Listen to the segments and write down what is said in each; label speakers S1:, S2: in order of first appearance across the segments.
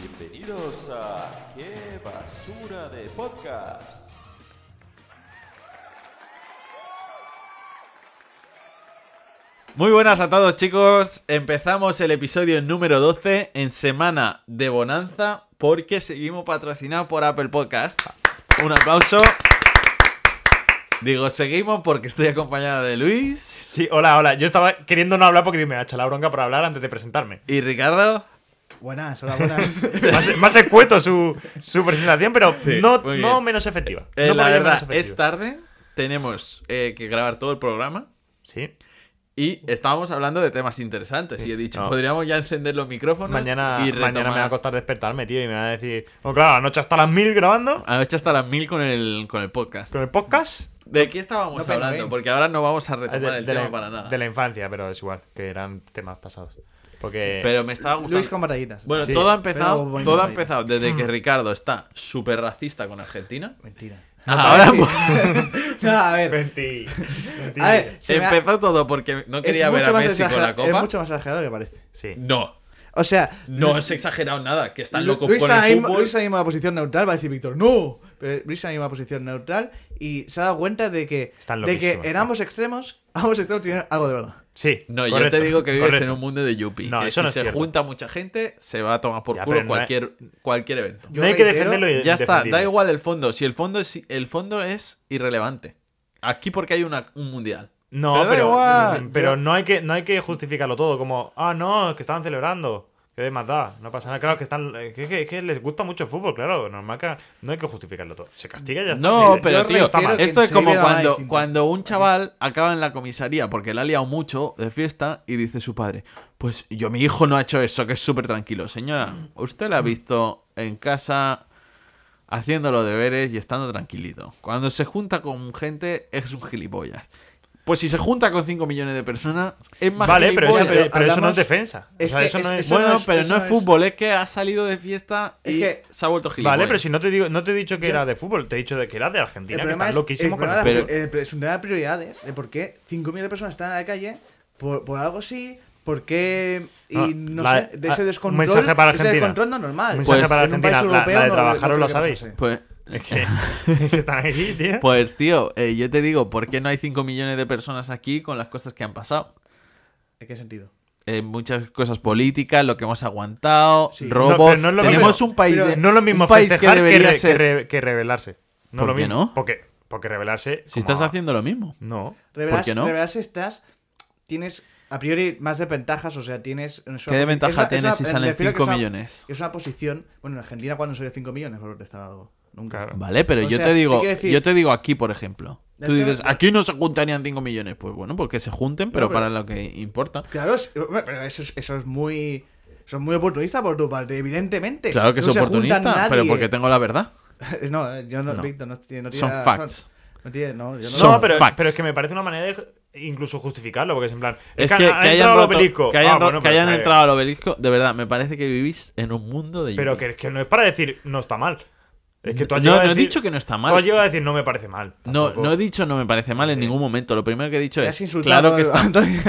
S1: Bienvenidos a Qué basura de podcast.
S2: Muy buenas a todos chicos, empezamos el episodio número 12 en semana de bonanza porque seguimos patrocinados por Apple Podcast. Un aplauso. Digo, seguimos porque estoy acompañado de Luis
S3: Sí, hola, hola. Yo estaba queriendo no hablar porque digo, me ha hecho la bronca para hablar antes de presentarme.
S2: y Ricardo.
S4: Buenas, hola, buenas.
S3: Más, más escueto su, su presentación, pero
S2: Sí,
S3: no,
S2: muy
S3: no
S2: bien.
S3: menos efectiva.
S2: Eh,
S3: No
S2: la
S3: podría
S2: verdad,
S3: menos
S2: es
S3: efectiva.
S2: tarde, tenemos eh, que grabar todo el programa
S3: Sí.
S2: y estábamos hablando de temas interesantes y he dicho,
S3: No.
S2: podríamos ya encender los micrófonos
S3: Mañana,
S2: y
S3: mañana me va a
S2: retomar.
S3: costar despertarme, tío, y me va a decir, bueno, claro, anoche hasta las mil grabando
S2: Anoche Ah, hasta las mil con el, con el podcast.
S3: con el podcast.
S2: ¿De qué estábamos
S4: No, pero
S2: hablando?
S4: ven.
S2: Porque ahora no vamos a
S3: eh,
S2: retomar Pues el tema
S3: la,
S2: para nada.
S3: de la infancia, pero es igual, que eran temas pasados. Porque
S2: Pero me estaba gustando.
S4: Luis con Mm. batallitas.
S2: Bueno,
S3: Sí.
S2: todo ha empezado,
S4: Pero bonito
S2: todo ha
S4: país.
S2: empezado desde que Ricardo está súper racista con Argentina.
S4: Mentira.
S3: Ah,
S2: Ahora
S4: Sí. No, a ver.
S3: Menti- menti-
S4: A ver, se me ha-
S2: empezó todo porque no quería
S4: es
S2: ver a
S4: mucho más
S2: Messi con
S4: exagera-
S2: la copa.
S4: Es mucho más exagerado que parece.
S3: Sí.
S2: No,
S4: O sea,
S2: no es exagerado nada, que están locos
S4: Luis
S2: por
S4: ahora
S2: el
S4: mismo-
S2: fútbol.
S4: Luis ahora mismo en una posición neutral va a decir Víctor, ¡no! Pero Luis ahora mismo en una posición neutral y se ha dado cuenta de que,
S3: Están
S4: de que
S3: loquísimos,
S4: en
S3: tío.
S4: ambos extremos, ambos extremos tienen algo de verdad.
S3: Sí.
S2: No, yo te
S3: correcto,
S2: digo que vives
S3: correcto.
S2: en un mundo de yuppie.
S3: No,
S2: que
S3: eso
S2: si
S3: no es
S2: se
S3: cierto.
S2: junta mucha gente, se va a tomar por
S3: Ya,
S2: culo
S3: pero no es-
S2: cualquier, cualquier evento.
S4: Yo
S3: No hay que
S4: reitero-
S3: defenderlo y
S2: Ya está, da
S3: indefendible.
S2: igual el fondo. Si el fondo es, el fondo es irrelevante. Aquí porque hay una- un mundial.
S3: No,
S4: Pero
S3: pero,
S4: da igual.
S3: pero
S4: Yo-
S3: no, hay que, no hay que justificarlo todo, como, ah, no, es que estaban celebrando, que de matar, no pasa nada. Claro, que están es que, que- que les gusta mucho el fútbol, claro, normal que no hay que justificarlo todo. Se castiga y ya está.
S2: No,
S3: Sí,
S2: pero
S4: yo
S2: tío,
S4: reitero que
S2: esto es
S4: se
S2: como
S4: vive de manera
S2: cuando,
S4: distinta.
S2: cuando un chaval acaba en la comisaría porque le ha liado mucho de fiesta y dice su padre, pues yo mi hijo no ha hecho eso, que es súper tranquilo. Señora, usted la ha visto en casa haciendo los deberes y estando tranquilito. Cuando se junta con gente es un gilipollas. Pues si se junta con 5 millones de personas, es más
S3: Vale, pero, eso,
S2: gilipollas.
S4: Oye, pero
S3: pero- pero eso no
S4: hablamos-
S3: es defensa. O
S4: es
S3: sea,
S4: que
S3: eso no es-
S4: eso
S2: bueno,
S4: no es-
S2: pero
S4: eso
S2: no es
S4: no es-
S2: fútbol, es que ha salido de fiesta
S4: Es
S2: y
S4: que-
S2: se ha vuelto gilipollas.
S3: Vale, pero si no te digo, no te he dicho que era de fútbol, te he dicho de que era de
S4: El
S3: Argentina, que
S4: problema
S3: están
S4: es,
S3: loquísimos
S4: el
S3: con el
S4: problema
S2: fútbol.
S4: es- el- es un tema de prioridades, de por qué 5.000 personas están en la calle por, por algo sí, por qué... Y
S3: No,
S4: no,
S3: la-
S4: sé, de
S3: ah,
S4: ese
S3: un
S4: descontrol,
S3: mensaje para
S4: ese
S3: Argentina.
S4: descontrol no es normal.
S3: Un mensaje
S2: Pues,
S3: para
S4: en un país
S3: Argentina, la,
S4: europeo
S3: la de
S4: no- no
S3: trabajaros
S4: creo
S3: lo
S4: que
S3: sabéis.
S4: pasase.
S2: Pues... es que-
S3: que están aquí, tío.
S2: Pues tío, eh, yo te digo, ¿por qué no hay 5 millones de personas aquí con las cosas que han pasado?
S4: ¿En qué sentido?
S2: Eh, muchas cosas políticas, lo que hemos aguantado,
S4: Sí.
S2: robo.
S3: No, pero no es lo
S2: Tenemos
S3: mismo.
S2: un país,
S4: Pero
S2: de-
S3: no es lo mismo
S2: un país que
S3: festejar que,
S2: debería
S3: re- que
S2: ser.
S3: re- que rebelarse.
S2: ¿Por
S3: No es lo
S2: qué
S3: mismo.
S2: no?
S3: Porque, porque rebelarse.
S2: Si
S3: como
S2: estás
S3: a-
S2: haciendo lo mismo.
S3: No.
S4: Revelarse,
S2: qué no?
S4: revelarse estás. Tienes a priori más desventajas, o sea, tienes. es
S2: ¿Qué
S4: una posi-
S2: desventaja
S4: es una- es
S2: tienes
S4: una-
S2: si
S4: me
S2: salen
S4: refiero a que
S2: 5
S4: es una-
S2: millones?
S4: Es una posición. Bueno, en Argentina, cuando salió 5 millones? Por protestar algo. Nunca.
S3: Claro.
S2: Vale, pero
S4: O
S2: yo
S4: sea,
S2: te
S4: te
S2: digo,
S4: quiero decir-
S2: yo te digo aquí, por ejemplo.
S4: Ya
S2: Tú
S4: está,
S2: dices,
S4: ya.
S2: aquí no se juntarían 5 millones. Pues bueno, porque se junten, pero,
S4: pero-
S2: para lo que importa.
S4: Claro, es- hombre, pero eso es, eso es muy. Eso es muy oportunista por tu parte,
S3: Eh,
S4: evidentemente.
S2: Claro que
S4: No
S2: es
S4: se junta
S2: oportunista, pero
S4: nadie.
S2: porque tengo la verdad.
S4: No, yo no,
S2: No.
S4: Víctor, no, tiene- no tiene
S2: Son
S4: razón.
S2: facts.
S4: No tiene, no, yo no.
S2: Son-
S3: no, pero,
S2: facts.
S3: pero es que me parece una manera de incluso justificarlo, porque es en plan.
S2: Es que, que
S3: ha
S2: hayan,
S3: entrado al
S2: roto-
S3: obelisco.
S2: que hayan
S3: Ah,
S2: ro-
S3: bueno,
S2: que
S3: pero
S2: hayan
S3: que-
S2: entrado al obelisco, de verdad, me parece que vivís en un mundo de
S3: Pero
S2: yuppie.
S3: que, es que no es para decir no está mal. Es que tú has
S2: No,
S3: llegado a
S2: no he
S3: decir-
S2: dicho que no está
S3: Tú
S2: mal.
S3: has llegado a decir no me parece mal.
S2: No,
S3: Tampoco.
S2: no he dicho no me parece mal en ningún momento. Lo primero que he dicho
S4: Eh, Me
S2: es
S4: has insultado,
S2: claro que está,
S4: Antonio.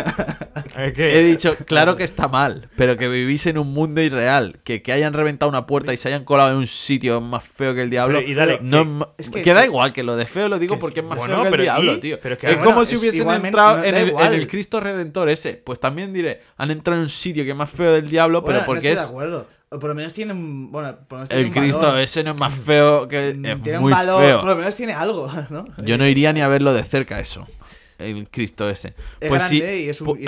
S3: Es que-
S2: he dicho claro que está mal, pero que vivís en un mundo irreal, que, que hayan reventado una puerta y se hayan colado en un sitio más feo que el diablo.
S3: Pero, y dale,
S2: no es
S3: que-
S2: ma-
S4: es
S2: que,
S4: que-
S2: da igual que lo de feo lo digo
S3: que-
S2: porque es más
S3: bueno,
S2: feo que el
S3: pero
S2: diablo,
S3: y-
S2: tío.
S3: pero es que-
S2: es
S4: bueno,
S2: como si
S4: es
S2: hubiesen
S4: igualmente-
S2: entrado
S4: no,
S2: en,
S4: da
S2: el,
S4: igual.
S2: en el Cristo Redentor ese. Pues también diré, han entrado en un sitio que es más feo del diablo,
S4: Bueno,
S2: pero
S4: no
S2: porque
S4: estoy
S2: es
S4: de acuerdo. O por lo menos tienen. Bueno, por lo menos tiene
S2: el
S4: un valor.
S2: Cristo ese no es más feo que
S4: Mm,
S2: es
S4: tiene
S2: muy
S4: un valor,
S2: feo.
S4: por lo menos tiene algo, ¿no?
S2: Yo no iría ni a verlo de cerca eso. El Cristo ese.
S4: Es
S2: pues sí.
S4: grande y es un-
S2: pu-
S4: y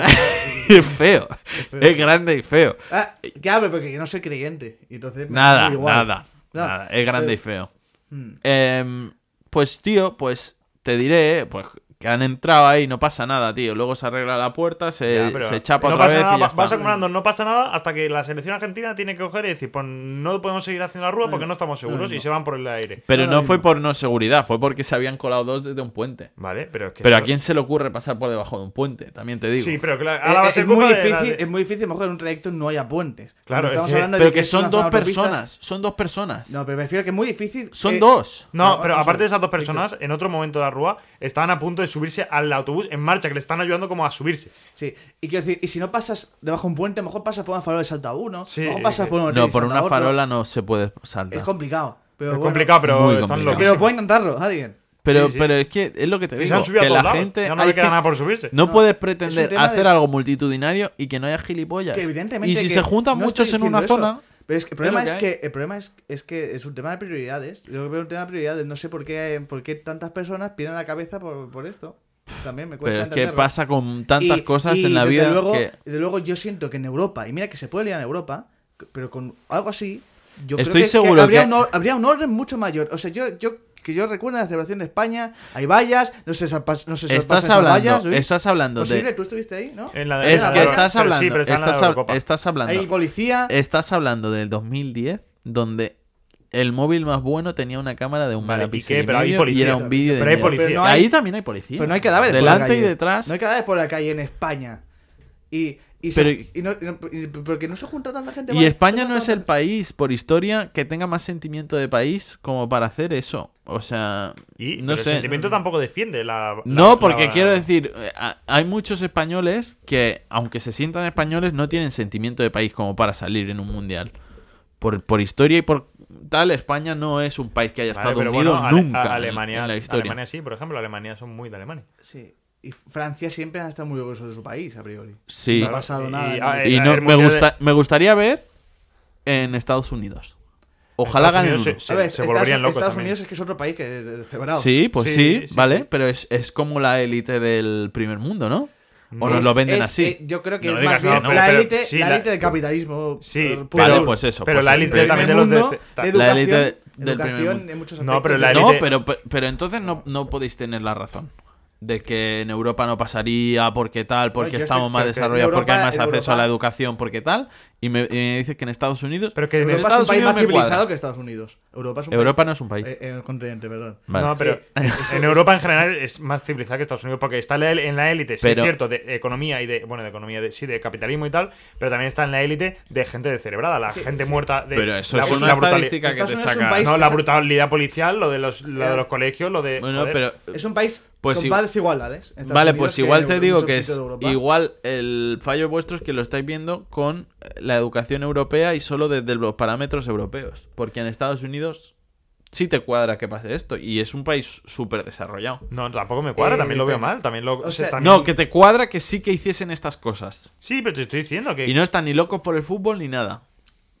S4: es-
S2: es feo.
S4: feo.
S2: Es grande y feo.
S4: Ah, claro, porque yo no soy creyente. y entonces me da
S2: Nada,
S4: igual.
S2: nada,
S4: No, Eh,
S2: nada. Es grande y
S4: pero-
S2: feo.
S4: Mm.
S2: Em, pues tío, pues te diré, pues que han entrado ahí, no pasa nada, tío. Luego se arregla la puerta, se,
S3: Ya, pero
S2: se chapa
S3: no
S2: otra
S3: pasa
S2: vez y
S3: nada,
S2: ya
S3: va-
S2: está.
S3: vas acumulando, no pasa nada hasta que la selección argentina tiene que coger y decir, pues no podemos seguir haciendo la rueda porque no estamos seguros y se van por el aire.
S2: Pero
S4: Ahora
S2: no
S4: mismo.
S2: fue por no seguridad, fue porque se habían colado dos desde un puente.
S3: Vale, pero es que.
S2: Pero a
S3: eso-
S2: quién se le ocurre pasar por debajo de un puente, también te digo.
S3: Sí, pero claro,
S4: Eh,
S3: ahora va a
S4: es,
S3: ser
S4: muy
S3: culpa de
S4: difícil,
S3: la-
S4: es muy difícil, a lo mejor en un trayecto no haya puentes.
S3: Claro,
S4: Cuando
S3: es
S4: estamos
S3: que-
S4: hablando de
S2: Pero
S4: que
S2: que
S4: es
S2: son
S4: una zona
S2: dos
S4: de autopistas-
S2: personas, son dos personas.
S4: No, pero me refiero a que es muy difícil.
S2: Son
S4: eh,
S2: dos.
S3: No,
S4: No,
S3: pero
S4: vamos a
S3: aparte
S4: ver.
S3: de esas dos personas, en otro momento de la rúa estaban a punto de subirse al autobús en marcha, que le están ayudando como a subirse.
S4: Sí, y quiero decir, y si no pasas debajo de un puente, mejor pasas por una farola de salta a uno,
S3: Sí,
S4: mejor pasas
S3: eh,
S4: por un hotel
S2: No,
S4: y
S2: por
S4: salta
S2: una
S4: otro.
S2: farola no se puede
S4: Es
S2: saltar.
S4: complicado. Pero
S3: es
S4: bueno,
S3: complicado, pero
S2: Muy
S3: están
S2: complicado.
S4: Pero
S3: locos.
S4: puede intentarlo, alguien.
S2: Pero,
S3: Sí, sí.
S2: pero es que es lo que te
S3: Y
S2: digo.
S3: se han subido a
S2: que
S3: todos
S2: la
S3: lagen,
S2: gente.
S3: ya no
S2: hay
S3: le queda
S2: gen-
S3: nada por subirse.
S2: No,
S4: No,
S2: puedes
S4: es un
S2: pretender
S4: tema
S2: hacer
S4: de-
S2: algo multitudinario y que no haya gilipollas.
S4: Que evidentemente.
S2: y si
S4: que
S2: se juntan
S4: no
S2: muchos
S4: estoy
S2: en una
S4: diciendo
S2: zona.
S4: eso. Pero es que el problema
S2: es
S4: es,
S2: lo que
S4: que, el problema es, es que es un tema de prioridades. Yo creo que es un tema de prioridades. No sé por qué, por qué tantas personas pierden la cabeza por, por esto. También me cuesta
S2: Pero es que
S4: entenderlo.
S2: pasa con tantas
S4: Y-
S2: cosas
S4: y
S2: en la
S4: desde
S2: vida
S4: Luego,
S2: que
S4: Desde luego, yo siento que en Europa, y mira que se puede liar en Europa, pero con algo así,
S2: Estoy
S4: yo creo que- que,
S2: seguro
S4: habría,
S2: que-
S4: Un, or- habría un orden mucho mayor. O sea, yo, yo que yo recuerdo en la celebración de España, hay vallas, no sé, no sé,
S2: estás hablando, estás hablando
S4: Posible,
S2: de.
S4: tú estuviste ahí, ¿no?
S3: En la de-
S2: Es
S3: en la
S2: que
S3: de-
S2: estás
S3: pero sí,
S2: hablando,
S3: pero está en la de
S2: estás
S3: la
S2: hab-
S3: Eurocopa.
S2: estás hablando. Eh,
S4: Hay policía.
S2: Estás hablando del 2010, donde el móvil más bueno tenía una cámara de un
S3: Vale,
S2: megapíxel
S3: ¿y qué?
S2: y
S3: Pero hay
S2: medio,
S3: policía
S2: y era un
S3: también.
S2: vídeo de
S3: Pero hay
S2: mierda.
S3: policía.
S4: Pero no hay-
S2: Ahí también hay policía.
S4: Pero no hay cadáveres por la
S2: Delante
S4: calle.
S2: y detrás.
S4: No hay cadáveres por la calle en España. Y, y, se-
S2: Pero-
S4: y no- y no- y- porque no se junta tanta gente.
S2: Y
S4: ¿vale?
S2: España
S4: Se
S2: no es
S4: junta
S2: el país, por historia, que tenga más sentimiento de país como para hacer eso. O sea,
S3: Y
S2: no
S3: pero el
S2: sé.
S3: sentimiento tampoco defiende la. la-
S2: No, porque
S3: la-
S2: quiero decir, eh, a- hay muchos españoles que, aunque se sientan españoles, no tienen sentimiento de país como para salir en un mundial. Por, por historia y por tal, España no es un país que haya
S3: Vale,
S2: estado
S3: pero
S2: unido
S3: bueno, Ale-
S2: nunca
S3: a-
S2: en-
S3: Alemania,
S2: en, la historia.
S3: Alemania sí, por ejemplo. Alemania son muy de Alemania.
S4: Sí. Y Francia siempre ha estado muy orgulloso de su país, a priori.
S2: Sí.
S4: No ha pasado
S3: Y-
S4: nada.
S3: y-
S4: ¿no?
S3: ah, eh,
S2: Y
S3: el-
S2: no,
S3: el
S2: me,
S3: mundial
S2: gusta- me gustaría ver en Estados Unidos. Ojalá
S3: Estados
S2: ganen
S3: Unidos
S2: uno.
S3: se-
S4: a ver,
S3: se
S4: Estados-
S3: volverían locos
S4: Estados
S3: también.
S4: Unidos es que es otro país que es de- cebrado.
S2: Sí, pues
S3: Sí,
S2: sí,
S3: sí,
S2: vale,
S3: sí.
S2: pero es, es como la élite del primer mundo, ¿no? O
S3: No.
S2: nos
S4: Es-
S2: lo venden
S4: es-
S2: así.
S4: eh, yo creo que
S2: No
S4: es
S2: digas
S4: más bien
S3: no, no,
S4: la
S3: pero
S4: élite
S3: sí,
S4: la
S3: la-
S4: élite del capitalismo.
S3: Sí,
S4: puro.
S2: Vale,
S3: pero-
S2: pues eso,
S3: Pero
S2: pues
S3: la
S2: eso.
S3: élite
S4: Primer
S3: también de los de-
S4: mundo,
S3: ta-
S4: de
S2: La
S4: educación,
S2: élite del primer
S4: educación
S2: mundo.
S4: en muchos
S3: No, pero
S4: aspectos.
S3: la
S4: yo-
S2: No,
S3: élite-
S2: pero, pero entonces no, no podéis tener la razón. De que en Europa no pasaría porque tal, porque
S4: yo estoy-
S2: estamos más
S4: pero que en
S2: desarrollados, porque hay
S4: Europa-
S2: más
S4: en
S2: acceso a la
S4: Europa-
S2: educación, porque tal. Y me, y me dices que en Estados Unidos.
S3: Pero que en
S2: en
S4: Europa es un
S2: Estados
S4: país
S2: Unidos
S4: más
S2: me cuadra.
S4: civilizado que Estados Unidos. Europa es un
S2: Europa
S4: país-
S2: no es un país. Mm.
S4: eh, eh, un continente, perdón.
S2: Vale.
S3: No, pero en Europa en general es más civilizada que Estados Unidos porque está la él- en la élite, sí,
S2: Pero-
S3: es cierto, de economía y de. Bueno, de economía, de, sí, de capitalismo y tal, pero también está en la élite de gente descerebrada, la gente muerta. De,
S2: Pero eso
S3: la,
S2: es una
S3: la brutalidad.
S2: estadística que
S4: Estados
S2: te
S4: Unidos es un
S2: saca.
S4: país-
S3: No, la brutalidad policial, lo de los, lo de
S4: Eh.
S3: los colegios, lo de.
S2: Bueno,
S3: joder.
S2: pero.
S4: Es un país
S2: Pues
S4: con
S2: sí.
S4: más desigualdades. Estados
S2: Vale,
S4: Unidos
S2: pues
S4: que
S2: igual te
S4: Euro-
S2: digo
S4: muchos
S2: que
S4: sitios
S2: es
S4: de Europa.
S2: igual el fallo vuestro es que lo estáis viendo con eh, la educación europea y solo desde los parámetros europeos. Porque en Estados Unidos sí te cuadra que pase esto y es un país súper desarrollado.
S3: No, tampoco me cuadra,
S4: Eh,
S3: también lo veo
S4: depende.
S3: mal. También lo,
S4: O sea,
S3: también-
S2: No, que te cuadra que sí que hiciesen estas cosas.
S3: Sí, pero te estoy diciendo que.
S2: Y no están ni locos por el fútbol ni nada.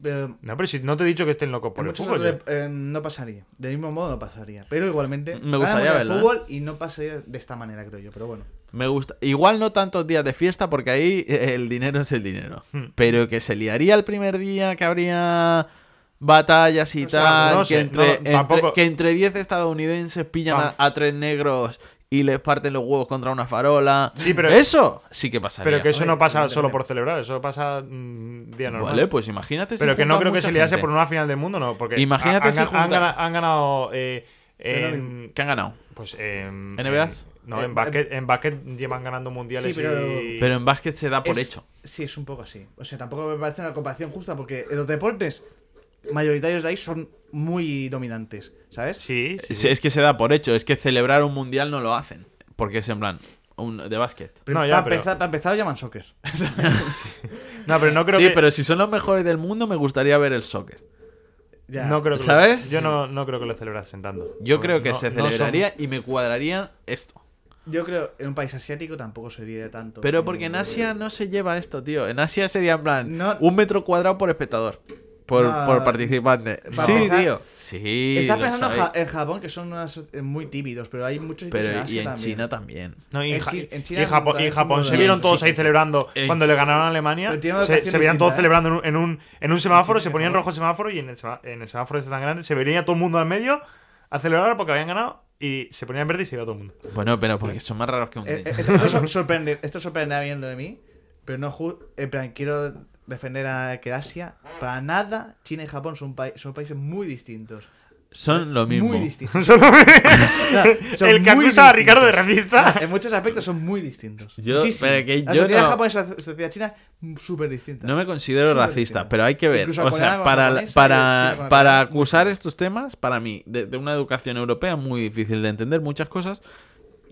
S4: Eh,
S3: No, pero si no te he dicho que estén locos por
S4: en
S3: el
S4: muchos
S3: fútbol.
S4: otros
S3: yo.
S4: dep- eh, no pasaría. Del mismo modo no pasaría. Pero igualmente.
S2: Me gustaría
S4: ganan el
S2: verlo, ¿eh?
S4: fútbol y no pasaría de esta manera, creo yo. Pero bueno.
S2: Me gusta. Igual no tantos días de fiesta porque ahí eh, el dinero es el dinero.
S3: Hmm.
S2: Pero que se liaría el primer día, que habría batallas y
S3: O sea,
S2: tal.
S3: no
S2: que,
S3: sé,
S2: entre,
S3: no,
S2: entre-
S3: tampoco-
S2: que entre 10 estadounidenses pillan a,
S3: Tam-
S2: a tres negros y les parten los huevos contra una farola.
S3: Sí, pero-
S2: Eso sí que pasaría.
S3: Pero que eso
S4: Oye,
S3: no pasa
S4: depende.
S3: solo por celebrar, eso pasa mm, día normal.
S2: Vale, pues imagínate si
S3: Pero que no
S2: juntas
S3: creo que
S2: mucha
S3: se liase
S2: gente.
S3: por una final del mundo, no. Porque
S2: Imagínate
S3: han,
S2: si
S3: han- han
S2: junta-
S3: gana- han ganado. eh, en,
S2: Que han ganado.
S3: pues en.
S2: ¿NBAs?
S3: en- no,
S4: Eh,
S3: en básquet, en básquet llevan ganando mundiales
S4: Sí, pero-
S3: y.
S2: Pero en básquet se da por
S4: Es-
S2: hecho.
S4: Sí, es un poco así. O sea, tampoco me parece una comparación justa porque los deportes mayoritarios de ahí son muy dominantes. ¿Sabes?
S3: Sí, sí,
S2: Es-
S3: sí.
S2: Es que se da por hecho. Es que celebrar un mundial no lo hacen. Porque es en plan, un, de básquet.
S4: Pero
S3: No, ya,
S4: para,
S3: pero-
S4: empezar, para empezar lo llaman soccer.
S3: No, pero no creo
S2: sí,
S3: que.
S2: pero si son los mejores del mundo, me gustaría ver el soccer.
S4: Ya.
S3: no creo que lo-
S2: ¿Sabes?
S3: yo no, no creo que lo celebrasen tanto.
S2: Yo
S3: Porque
S2: creo que
S3: no-
S2: se
S3: no son-
S2: celebraría y me cuadraría esto.
S4: Yo creo en un país asiático tampoco sería tanto.
S2: Pero porque en Asia no se lleva esto, tío. En Asia sería en plan
S4: No.
S2: un metro cuadrado por espectador. Por,
S4: No.
S2: por participante.
S4: Vamos,
S2: Sí,
S4: ja-
S2: tío. Sí.
S4: Estás
S2: lo
S4: pensando en
S2: sabéis.
S4: Ja- en Japón, que son unas- eh, muy tímidos, pero hay muchos sitios en
S2: Pero
S4: Asia
S2: y en
S4: también.
S2: China también.
S3: No, y,
S4: En
S3: Ja-
S4: Chi- en
S3: y
S4: China es
S3: Japón,
S4: brutal,
S3: y
S4: es
S3: Japón
S4: muy
S3: se
S4: brutal.
S3: vieron todos
S2: Sí.
S3: ahí celebrando
S2: En
S3: cuando
S2: Chi-
S3: le ganaron a
S4: Pero
S3: Alemania.
S4: tiene una
S3: Se,
S4: educación
S3: se veían todos
S4: distinta, ¿eh?
S3: celebrando en un, en un, en un semáforo, se ponían rojo el semáforo y en el, sema- en el semáforo ese tan grande se venía todo el mundo al medio a celebrar porque habían ganado y se ponían verde y se iba todo el mundo.
S2: Bueno, pero porque son más raros que un
S4: Eh, eh,
S2: niño.
S4: esto, esto sor- sorprende, esto sorprenderá bien lo de mí, pero no ju- en plan, quiero defender a que Asia, para nada, China y Japón son, pai- son países muy distintos.
S2: Son lo mismo.
S4: Muy distintos.
S3: Solo-
S4: Son
S3: el que
S4: muy
S3: acusa a
S4: distintos.
S3: Ricardo de racista.
S4: En muchos aspectos son muy distintos.
S2: Yo-
S4: Muchísimo.
S2: pero que
S4: la
S2: yo
S4: sociedad
S2: no-
S4: japonesa y la sociedad china, mm, súper distinta.
S2: No me considero
S4: Súper
S2: racista,
S4: distinta.
S2: pero hay que ver.
S4: Incluso
S2: O
S4: coreana
S2: sea,
S4: con
S2: para,
S4: japonesa y china
S2: para,
S4: con
S2: para
S4: americana.
S2: acusar estos temas, para mí, de, de una educación europea muy difícil de entender muchas cosas,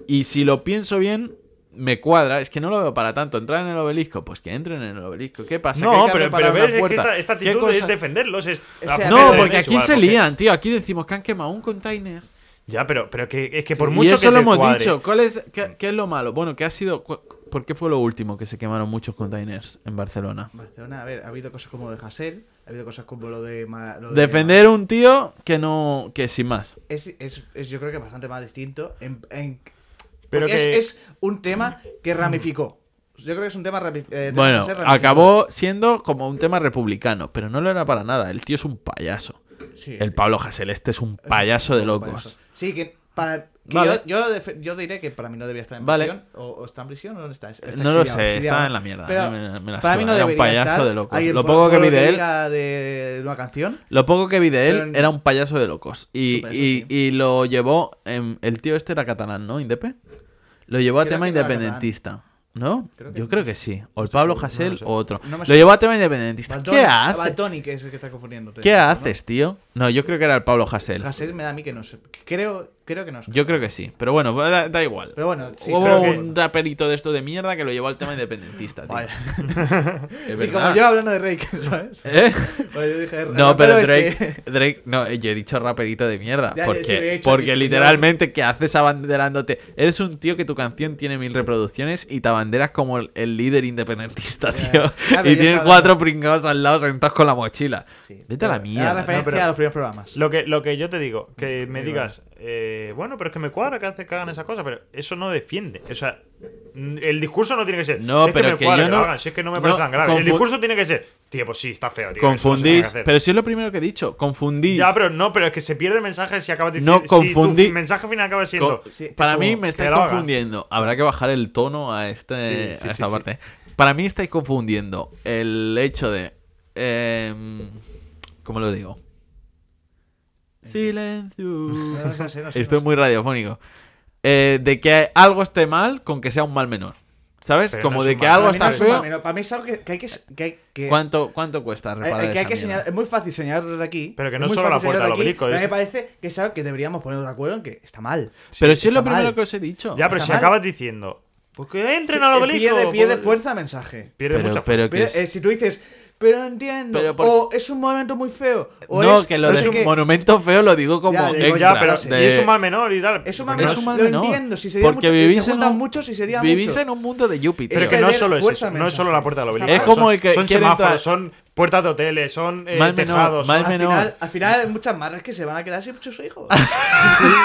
S2: Y si lo pienso bien, me cuadra. Es que no lo veo para tanto. Entrar en el obelisco, pues que entren en el obelisco. ¿Qué pasa?
S3: No,
S2: ¿Que hay que
S3: pero,
S2: reparar
S3: pero
S2: una
S3: ves, es que
S2: puerta?
S3: esta, esta
S2: ¿Qué
S3: actitud
S2: cosa?
S3: es defenderlos. Es,
S4: sea,
S3: la
S2: No,
S3: pérdida de
S2: porque
S3: Messi
S2: aquí
S3: o
S2: se
S3: algo,
S2: lían, tío. Aquí decimos que han quemado un container.
S3: que- Ya, pero, pero que, es que por
S2: Y
S3: mucho que
S2: eso lo
S3: te
S2: hemos
S3: cuadre-
S2: dicho. ¿Cuál es, qué, qué es lo malo? Bueno, ¿qué ha sido? cu- ¿Por qué fue lo último que se quemaron muchos containers en Barcelona?
S4: Barcelona, a ver, ha habido cosas como lo de Hassel, ha habido cosas como lo de. Ma- lo de-
S2: Defender un tío que no. que sin más.
S4: Es, es- es yo creo que bastante más distinto. En, en-
S3: Pero
S4: porque es-
S3: que-
S4: es, un tema que ramificó. Yo creo que es un tema rami- eh, de
S2: Bueno,
S4: Hassel ramificó.
S2: acabó siendo como un tema republicano, pero no lo era para nada. El tío es un payaso.
S4: Sí.
S2: El Pablo Hassel este es un payaso de locos.
S4: Sí, que para. que
S2: Vale.
S4: yo, yo def- yo diré que para mí no debía estar en
S2: Vale.
S4: prisión. O, o está en prisión o dónde está. Está
S2: No lo
S4: exiliado,
S2: sé,
S4: exiliado.
S2: está en la mierda.
S4: Pero
S2: me- me la
S4: para mí
S2: suda,
S4: no
S2: era un
S4: debería
S2: payaso
S4: estar.
S2: de locos.
S4: Hay el
S2: Lo poco que vi
S4: protocolo
S2: de él,
S4: diga de una canción.
S2: lo poco que vi de él
S4: Pero en-
S2: era un payaso de locos. Y,
S4: Súper, eso
S2: y-
S4: sí.
S2: y lo llevó. em, el tío este era catalán, ¿no? Indepe. Lo llevó a
S4: Creo
S2: tema
S4: que era
S2: independentista. ¿No?
S4: Creo que
S2: Yo
S4: no
S2: creo que sí. O el Pablo Hassel o otro.
S4: No me
S2: lo
S4: suena.
S2: llevó a tema independentista.
S4: Baltoni-
S2: ¿Qué haces?
S4: Baltoni, que es el que está confundiendo.
S2: ¿Qué haces, tío? No, yo creo que era el Pablo Hassel.
S4: Hassel me da a mí que no sé. Creo, creo que no sé.
S2: Yo creo que sí. Pero bueno, da, da igual.
S4: Pero bueno, sí,
S2: Hubo
S4: creo que-
S2: un raperito de esto de mierda que lo llevó al tema independentista, tío.
S4: Vaya.
S2: Es
S4: Sí,
S2: verdad.
S4: como yo hablando de Drake, ¿sabes?
S2: ¿Eh?
S4: Bueno, yo dije, este
S2: No, pero Drake,
S4: es que-
S2: Drake, no, eh, yo he dicho raperito de mierda.
S4: Ya, ya,
S2: porque
S4: sí, de hecho,
S2: porque
S4: yo-
S2: literalmente, ¿qué haces abanderándote? Eres un tío que tu canción tiene mil reproducciones y te abanderas como el, el líder independentista,
S4: Ya,
S2: tío.
S4: ya, pero
S2: y
S4: yo
S2: tienes
S4: estaba-
S2: cuatro pringados al lado sentados con la mochila.
S4: Sí,
S2: Vete a la
S4: pero
S2: mierda.
S4: Era referencia
S3: No, pero-
S4: a los primeros programas.
S3: Lo que, lo que yo te digo, que me digas, eh, bueno, pero es que me cuadra que hace que hagan esa cosa, pero eso no defiende. O sea, mm, el discurso no tiene que ser.
S2: No,
S3: "Es
S2: pero
S3: me
S2: que
S3: cuadra
S2: yo
S3: lo
S2: no-
S3: hagan, si es que no me
S2: no,
S3: parece tan grave. El
S2: confu-
S3: discurso tiene que ser, tío, pues sí, está feo, tío. eso no se tiene que
S2: Confundís.
S3: hacer".
S2: pero si es lo primero que he dicho, confundís.
S3: Ya, pero no, pero es que se pierde el mensaje si acabas
S2: No
S3: si
S2: confundí-
S3: tu mensaje final acaba
S2: Co-
S3: siendo.
S4: Sí,
S2: para
S4: como
S2: mí me estáis
S3: que lo haga.
S2: confundiendo. Habrá que bajar el tono a, este,
S3: Sí, sí,
S2: a
S3: sí,
S2: esta
S3: sí.
S2: parte. Para mí estáis confundiendo el hecho de... em, ¿Cómo lo digo? Silencio.
S4: No, no sé, no sé, no sé.
S2: Estoy muy radiofónico. Eh, de que algo esté mal con que sea un mal menor. ¿Sabes?
S3: Pero no
S2: Como
S3: es
S2: de
S3: un
S2: que
S3: mal
S2: algo está
S3: menor.
S4: Para mí no es un
S2: feo.
S4: fenómeno, Para mí es algo que, que hay que. Que hay que
S2: ¿Cuánto, ¿Cuánto cuesta
S4: hay-
S2: reparar
S4: hay- que hay
S2: esa
S4: que
S2: mierda?
S4: señalar, es muy fácil señalarlo de aquí.
S3: Pero que no
S4: es muy
S3: solo la
S4: fácil
S3: puerta
S4: señalarlo
S3: del
S4: de
S3: obelisco,
S4: aquí, pero
S3: es-
S4: me parece que es algo que deberíamos ponernos de acuerdo en que está mal.
S2: Pero si es
S4: está
S2: lo primero
S4: mal.
S2: que os he dicho.
S3: Ya, pero
S4: Está
S3: si
S4: mal.
S3: acabas diciendo, pues que entren al
S4: Eh,
S3: obelisco.
S4: Pierde, pierde
S3: pues-
S4: fuerza mensaje.
S3: Pierde
S2: pero,
S3: mucha
S2: pero que
S4: Pero,
S2: es-
S4: eh, si tú dices, pero no entiendo,
S2: Pero por-
S4: o es un momento muy feo, o
S2: no,
S4: es,
S2: que lo
S4: no
S2: de
S4: sé qué.
S2: monumento feo lo digo como
S4: Ya, digo,
S2: extra.
S3: Ya, pero
S4: de-
S3: y es un mal menor y tal.
S4: Es un mal
S3: Porque no
S2: es
S4: menor.
S3: es-
S2: un mal
S4: lo
S2: menor.
S4: entiendo, si se diera mucho- si se juntan muchos, si se diera
S2: vivís
S4: mucho.
S2: en un mundo de Júpiter.
S4: Es
S3: Pero que no
S4: Perder
S3: solo es
S4: fuerza
S3: eso, no es
S4: mensaje.
S3: solo la puerta del obelisco.
S2: Es
S3: son-
S2: como el que
S3: Son
S2: quiere
S3: semáforos,
S2: entrar-
S3: son puertas de hoteles, son eh,
S2: Mal menor,
S3: tejados.
S2: mal
S3: son-
S4: al,
S2: menor.
S4: final, al final, muchas madres que se van a quedar sin sus hijos.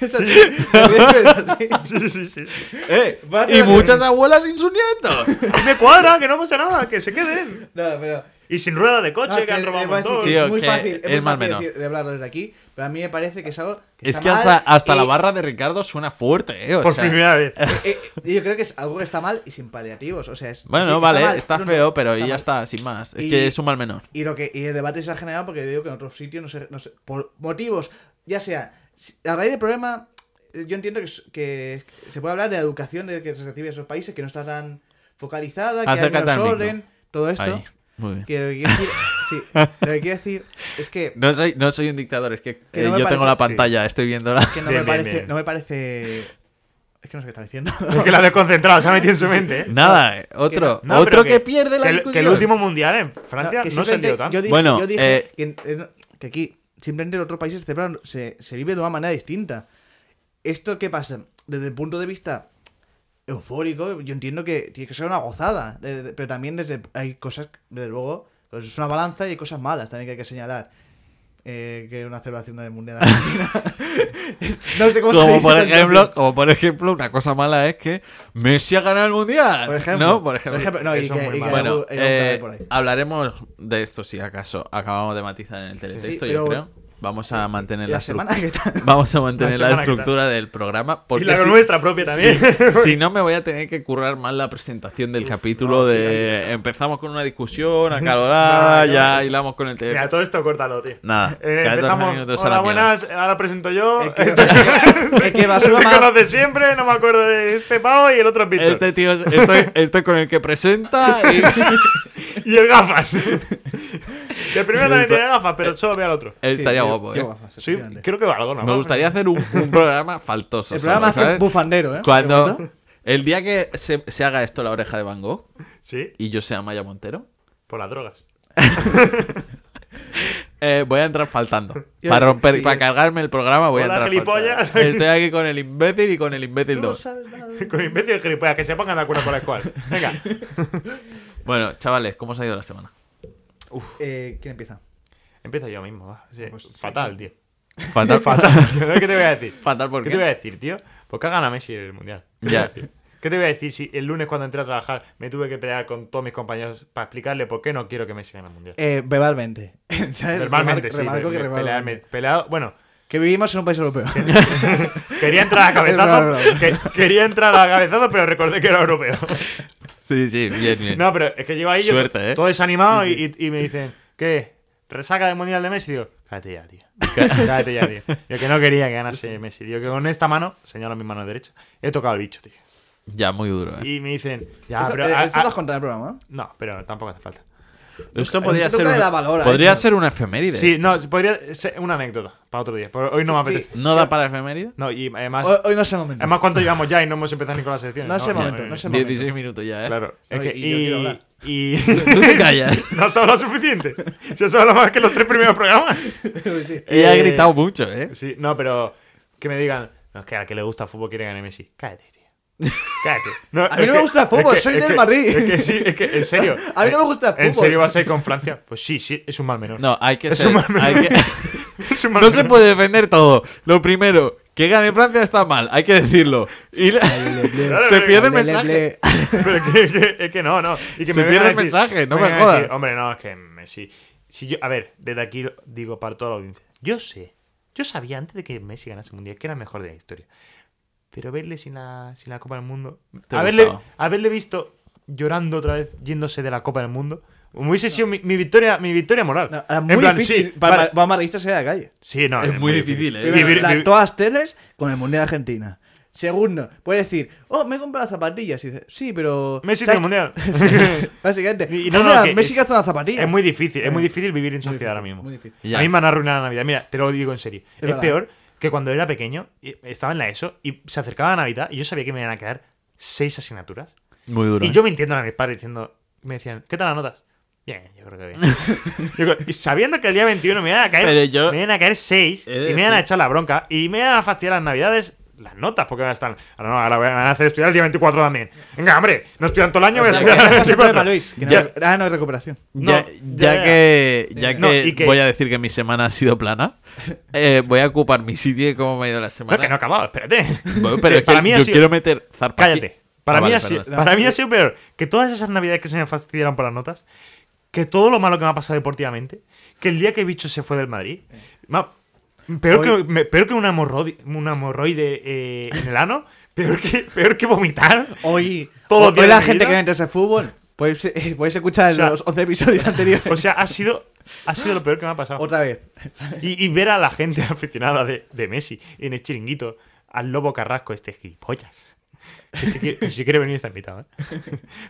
S4: Es así, es así.
S3: Sí, sí, sí.
S2: Eh,
S4: Va a
S2: y
S4: tener-
S2: muchas abuelas sin su nieto.
S3: Y me cuadra, que no pasa nada, que se queden.
S4: No, pero.
S3: Y sin rueda de coche,
S4: no,
S3: que, han robado
S4: eh,
S3: un
S4: voy a decir
S3: montón.
S4: que
S2: Tío,
S4: es muy
S2: que
S4: fácil, es
S2: es
S4: muy
S2: mal
S4: fácil
S2: menor.
S4: decir- de hablarlo desde aquí, pero a mí me parece que es algo que
S2: es
S4: está
S2: que hasta,
S4: mal
S2: hasta la
S4: y-
S2: barra de Ricardo suena fuerte, eh. o
S3: Por
S2: sea.
S3: primera vez.
S4: eh, eh, yo creo que es algo que está mal y sin paliativos, o sea, es
S2: Bueno,
S4: está
S2: vale,
S4: mal,
S2: está
S4: no, no,
S2: feo, pero ya
S4: mal.
S2: está, sin más. Es
S4: Y-
S2: que es un mal menor.
S4: Y lo que y el debate se ha generado porque digo que en otros sitios, no sé, no sé, por motivos, ya sea, si- a raíz del problema, eh, yo entiendo que, s- que se puede hablar de la educación de que se recibe en esos países, que no está tan focalizada, que hay
S2: Acércate
S4: menos
S2: al micro.
S4: orden, todo esto.
S2: Ahí, muy bien.
S4: Que lo que quiero decir, sí, lo que quiero decir es que,
S2: No soy, no soy un dictador, es que,
S4: Que
S2: eh,
S4: no me
S2: yo tengo
S4: parece-
S2: la
S4: sí.
S2: pantalla, estoy viéndola.
S4: que no,
S3: Bien,
S4: me
S3: bien,
S4: parece,
S3: bien.
S4: no me parece... Es que no sé qué está diciendo.
S3: Es que la ha desconcentrado, se ha metido en su mente. ¿eh?
S2: Nada, eh, otro,
S3: No,
S2: otro
S3: pero
S2: que, pierde la
S3: que el- Que el
S2: discusión.
S3: último mundial en Francia no,
S4: No, que
S3: se
S4: simplemente
S3: lió tanto.
S4: Yo dije,
S2: Bueno,
S4: yo dije
S2: eh,
S4: que, en- en- que aquí simplemente en otros países celebran- se, se vive de una manera distinta. ¿Esto qué pasa? Desde el punto de vista eufórico, yo entiendo que tiene que ser una gozada, de- de- pero también desde hay cosas, desde luego, pues es una balanza y hay cosas malas también que hay que señalar. Eh, que una celebración del mundial. de Argentina. no sé cómo se
S2: Como
S4: dice
S2: por,
S4: esta
S2: ejemplo,
S4: situación.
S2: como por ejemplo, una cosa mala es que Messi ha ganado el mundial.
S4: Por ejemplo.
S2: ¿No? Por ejemplo.
S4: Ah, no, y
S3: Eso es
S4: que-
S3: muy
S4: y que
S3: malo.
S4: hay
S2: Bueno,
S4: algún- hay algún
S2: eh,
S4: grave por ahí.
S2: hablaremos de esto si acaso acabamos de matizar en el teletexto,
S4: Sí,
S2: yo
S4: pero-
S2: creo. Vamos a mantener la,
S4: La
S2: estru-
S4: semana que tal.
S2: Vamos a mantener
S3: La
S2: la,
S3: semana que
S2: estructura del programa. Porque
S3: y la
S2: si-
S3: nuestra propia también.
S2: si, no, me voy a tener que currar más la presentación del capítulo de empezamos con una discusión acalorada,
S3: No, no,
S2: ya
S3: no.
S2: hilamos con el
S3: Mira,
S2: teléfono.
S3: todo esto córtalo, tío.
S2: Nada,
S3: Eh,
S2: 14
S3: empezamos.
S2: minutos a
S3: Hola,
S2: la mierda.
S3: buenas. Ahora presento yo.
S4: Es que-
S3: Este-
S4: es que
S3: Este
S4: basura más-
S3: conoce siempre, no me acuerdo de este pavo y el otro es Víctor.
S2: Este tío, es- estoy, estoy con el que presenta y...
S3: Y el gafas. Que el primero también tiene gafas, pero solo ve al otro.
S4: Sí,
S2: Estaría
S4: tío,
S2: guapo,
S4: qué
S2: eh.
S4: guafas,
S3: Sí,
S4: efectivamente.
S3: creo que valgo, ¿no?
S2: Me gustaría hacer un, un programa faltoso.
S4: El programa
S2: solo,
S4: hace
S2: ¿sabes?
S4: bufandero, ¿eh?
S2: Cuando. El día que se, se haga esto la oreja de Van Gogh
S3: Sí,
S2: y yo sea Maya Montero,
S3: por las drogas.
S2: eh, voy a entrar faltando.
S4: Yo-
S2: Para romper,
S4: sí,
S2: para
S4: eh.
S2: cargarme el programa voy
S3: Hola,
S2: a entrar
S3: gilipollas.
S2: faltando. Estoy aquí con el imbécil y con el imbécil
S4: Tú no
S2: 2.
S4: sabes nada.
S3: Con imbécil y gilipollas, que se pongan de acuerdo por el cual. Venga.
S2: Bueno, chavales, ¿cómo os ha ido la semana?
S4: Eh, ¿Quién empieza?
S3: Empiezo yo mismo, va. Sí,
S4: Pues sí.
S3: fatal, tío.
S2: Fatal,
S3: Fatal. ¿Qué te voy a decir?
S2: Fatal, ¿por
S3: ¿Qué
S2: qué?
S3: te voy a decir, tío? Pues que gana Messi el mundial. ¿Qué te
S2: Ya.
S3: voy a decir? ¿Qué te voy a decir si el lunes cuando entré a trabajar me tuve que pelear con todos mis compañeros para explicarle por qué no quiero que Messi gane el mundial?
S4: Eh, verbalmente.
S2: Eh,
S4: ¿Sabes?
S3: Verbalmente,
S4: Remar-
S3: sí.
S4: Remarco
S3: me-
S4: que
S3: me-
S4: verbalmente.
S3: pelearme- peleado, bueno,
S4: Que vivimos en un país europeo.
S3: quería entrar a
S4: No,
S3: cabezazo.
S4: no, no.
S3: que- quería entrar a cabezazo, pero recordé que era europeo.
S2: Sí, sí, bien, bien.
S3: No, pero es que llevo ahí yo
S2: Suerte,
S3: to-
S2: ¿eh?
S3: todo desanimado y- y, y me dicen, ¿qué? ¿Resaca del Mundial de Messi? Digo, cállate ya, tío. Cállate ya, tío. Yo que no quería que ganase Messi. Digo, que con esta mano, señalo mi mano derecha, he tocado el bicho, tío.
S2: Ya, muy duro, ¿eh?
S3: Y me dicen, ya,
S4: Eso-
S3: pero...
S4: eh,
S3: a-
S4: Esto
S3: a-
S4: lo has contado en el programa.
S3: no, pero tampoco hace falta.
S2: Esto podría
S4: nunca
S2: ser
S4: le da
S2: una,
S4: valor a
S2: podría
S4: eso.
S2: ser una efeméride.
S3: ¿eh? Sí, no, podría ser una anécdota para otro día. pero hoy no me
S4: Sí, sí.
S3: apetece.
S2: ¿No da para efeméride?
S3: No, y además,
S4: Hoy, hoy no es el momento.
S3: además ¿cuánto llevamos ya y no hemos empezado ni con la sección?
S4: No es el momento, no es el momento.
S2: 16 minutos ya, ¿eh?
S3: Claro, es
S4: No,
S3: que...
S4: y yo quiero
S3: Y...
S4: hablar.
S3: y-
S2: Tú te callas.
S3: No se habla suficiente. Se habla más que los tres primeros programas.
S4: Sí.
S2: Y ha
S3: Eh,
S2: gritado mucho, ¿eh?
S3: Sí, no, pero que me digan, no, es que al que le gusta el fútbol quiere ganar Messi. Cállate, tío. Cállate. No,
S4: A mí
S3: es
S4: no me gusta el fútbol, soy del
S3: que-
S4: Madrid.
S3: Es que sí, es que en serio. Eh,
S4: A mí no me gusta el
S3: ¿En
S4: fútbol.
S3: serio vas a ir con Francia? Pues sí, sí, es un mal menor.
S2: No, hay que
S3: es
S2: ser.
S3: un mal menor.
S2: hay que-
S3: Es un mal
S2: No se
S3: menor.
S2: puede defender todo. Lo primero, que gane Francia está mal, hay que decirlo. Y la- se pierde el
S4: Le- le-
S2: mensaje.
S4: le-
S3: Pero que, que- es que no, no. Y que
S2: Se
S3: me vengan
S2: pierde
S3: a
S2: el mensaje, no me
S3: vengan a decir,
S2: jodas.
S3: Hombre, no, es que Messi. Si yo, a ver, desde aquí lo- digo para toda la audiencia. Yo sé, yo sabía antes de que Messi ganase el mundial que era el mejor de la historia. Pero verle sin la, sin la Copa del Mundo.
S2: Te
S3: Haberle,
S2: gustaba.
S3: haberle visto llorando otra vez, yéndose de la Copa del Mundo. Me hubiese sido mi, mi victoria, mi victoria moral.
S4: No, era
S3: En
S4: muy
S3: plan,
S4: difícil
S3: sí,
S4: para,
S3: vale.
S4: para madridistas salir a la calle.
S3: Sí, no,
S2: Es muy difícil, eh.
S3: Vivir-
S4: Primero,
S3: vivir-
S4: las todas teles con el Mundial de Argentina. Segundo, puedes decir, oh, me he comprado las zapatillas. Y dices, sí, pero.
S3: Messi tiene
S4: ¿sabes?
S3: el mundial.
S4: Básicamente.
S3: Y- y no,
S4: Ah,
S3: no,
S4: mira,
S3: que
S4: Messi
S3: es-
S4: que hace las zapatillas.
S3: Es muy difícil, es muy difícil vivir en sociedad ahora mismo.
S4: Eh. muy difícil.
S2: Ya.
S3: A mí me han arruinado la Navidad. Mira, te lo digo en serio. Es,
S4: verdad.
S3: peor que cuando era pequeño, y estaba en la ESO y se acercaba la Navidad y yo sabía que me iban a quedar seis asignaturas.
S2: Muy duro.
S3: Y
S2: ¿eh?
S3: yo me entiendo a mis padres diciendo, me decían, ¿qué tal las notas? Bien, yo creo que bien. Yo creo- y sabiendo que el día 21 me iban a caer,
S2: Pero yo-
S3: me iban a caer seis
S2: He de
S3: y me iban a
S2: decir-
S3: echar la bronca y me iban a fastidiar las Navidades. Las notas, porque ahora están. Ahora no, ahora me van a hacer estudiar el día 24 también. Venga, hombre, no estudian todo el año, voy a
S4: O
S3: estudiar el
S4: sea, que
S3: día
S4: no se
S3: 24.
S4: prueba, Luis, que no
S2: Ya.
S4: hay- Ah, no hay recuperación.
S2: Ya,
S3: No,
S2: ya
S3: ya, ya.
S2: que, ya
S3: No,
S2: que
S3: y que-
S2: voy a decir que mi semana ha sido plana, eh, voy a ocupar mi sitio y cómo me ha ido la semana.
S3: No, que no he acabado, espérate. Eh,
S2: Bueno, pero es que
S3: Para mí ha
S2: yo
S3: sido-
S2: quiero meter zarpa aquí.
S3: Cállate. Para,
S2: Ah,
S3: mí
S2: vale,
S3: ha sido,
S2: perdón.
S3: para mí ha sido peor que todas esas navidades que se me fastidiaron por las notas, que todo lo malo que me ha pasado deportivamente, que el día que Bicho se fue del Madrid.
S2: Eh.
S3: ma- peor,
S4: Hoy-
S3: que, me- peor que una hemorroide, una hemorroide eh, en el ano, peor que, peor que vomitar.
S4: Hoy,
S3: Todos los
S4: hoy
S3: días de
S4: la
S3: mi
S4: gente
S3: vida.
S4: que me interesa el fútbol, podéis, eh, podéis escuchar
S3: O sea,
S4: los 11 episodios anteriores.
S3: O sea, ha sido, ha sido lo peor que me ha pasado.
S4: Otra vez.
S3: Y, y ver a la gente aficionada de, de Messi en el chiringuito, al lobo carrasco, este gilipollas. Que si quiere, que si quiere venir está invitado, ¿eh?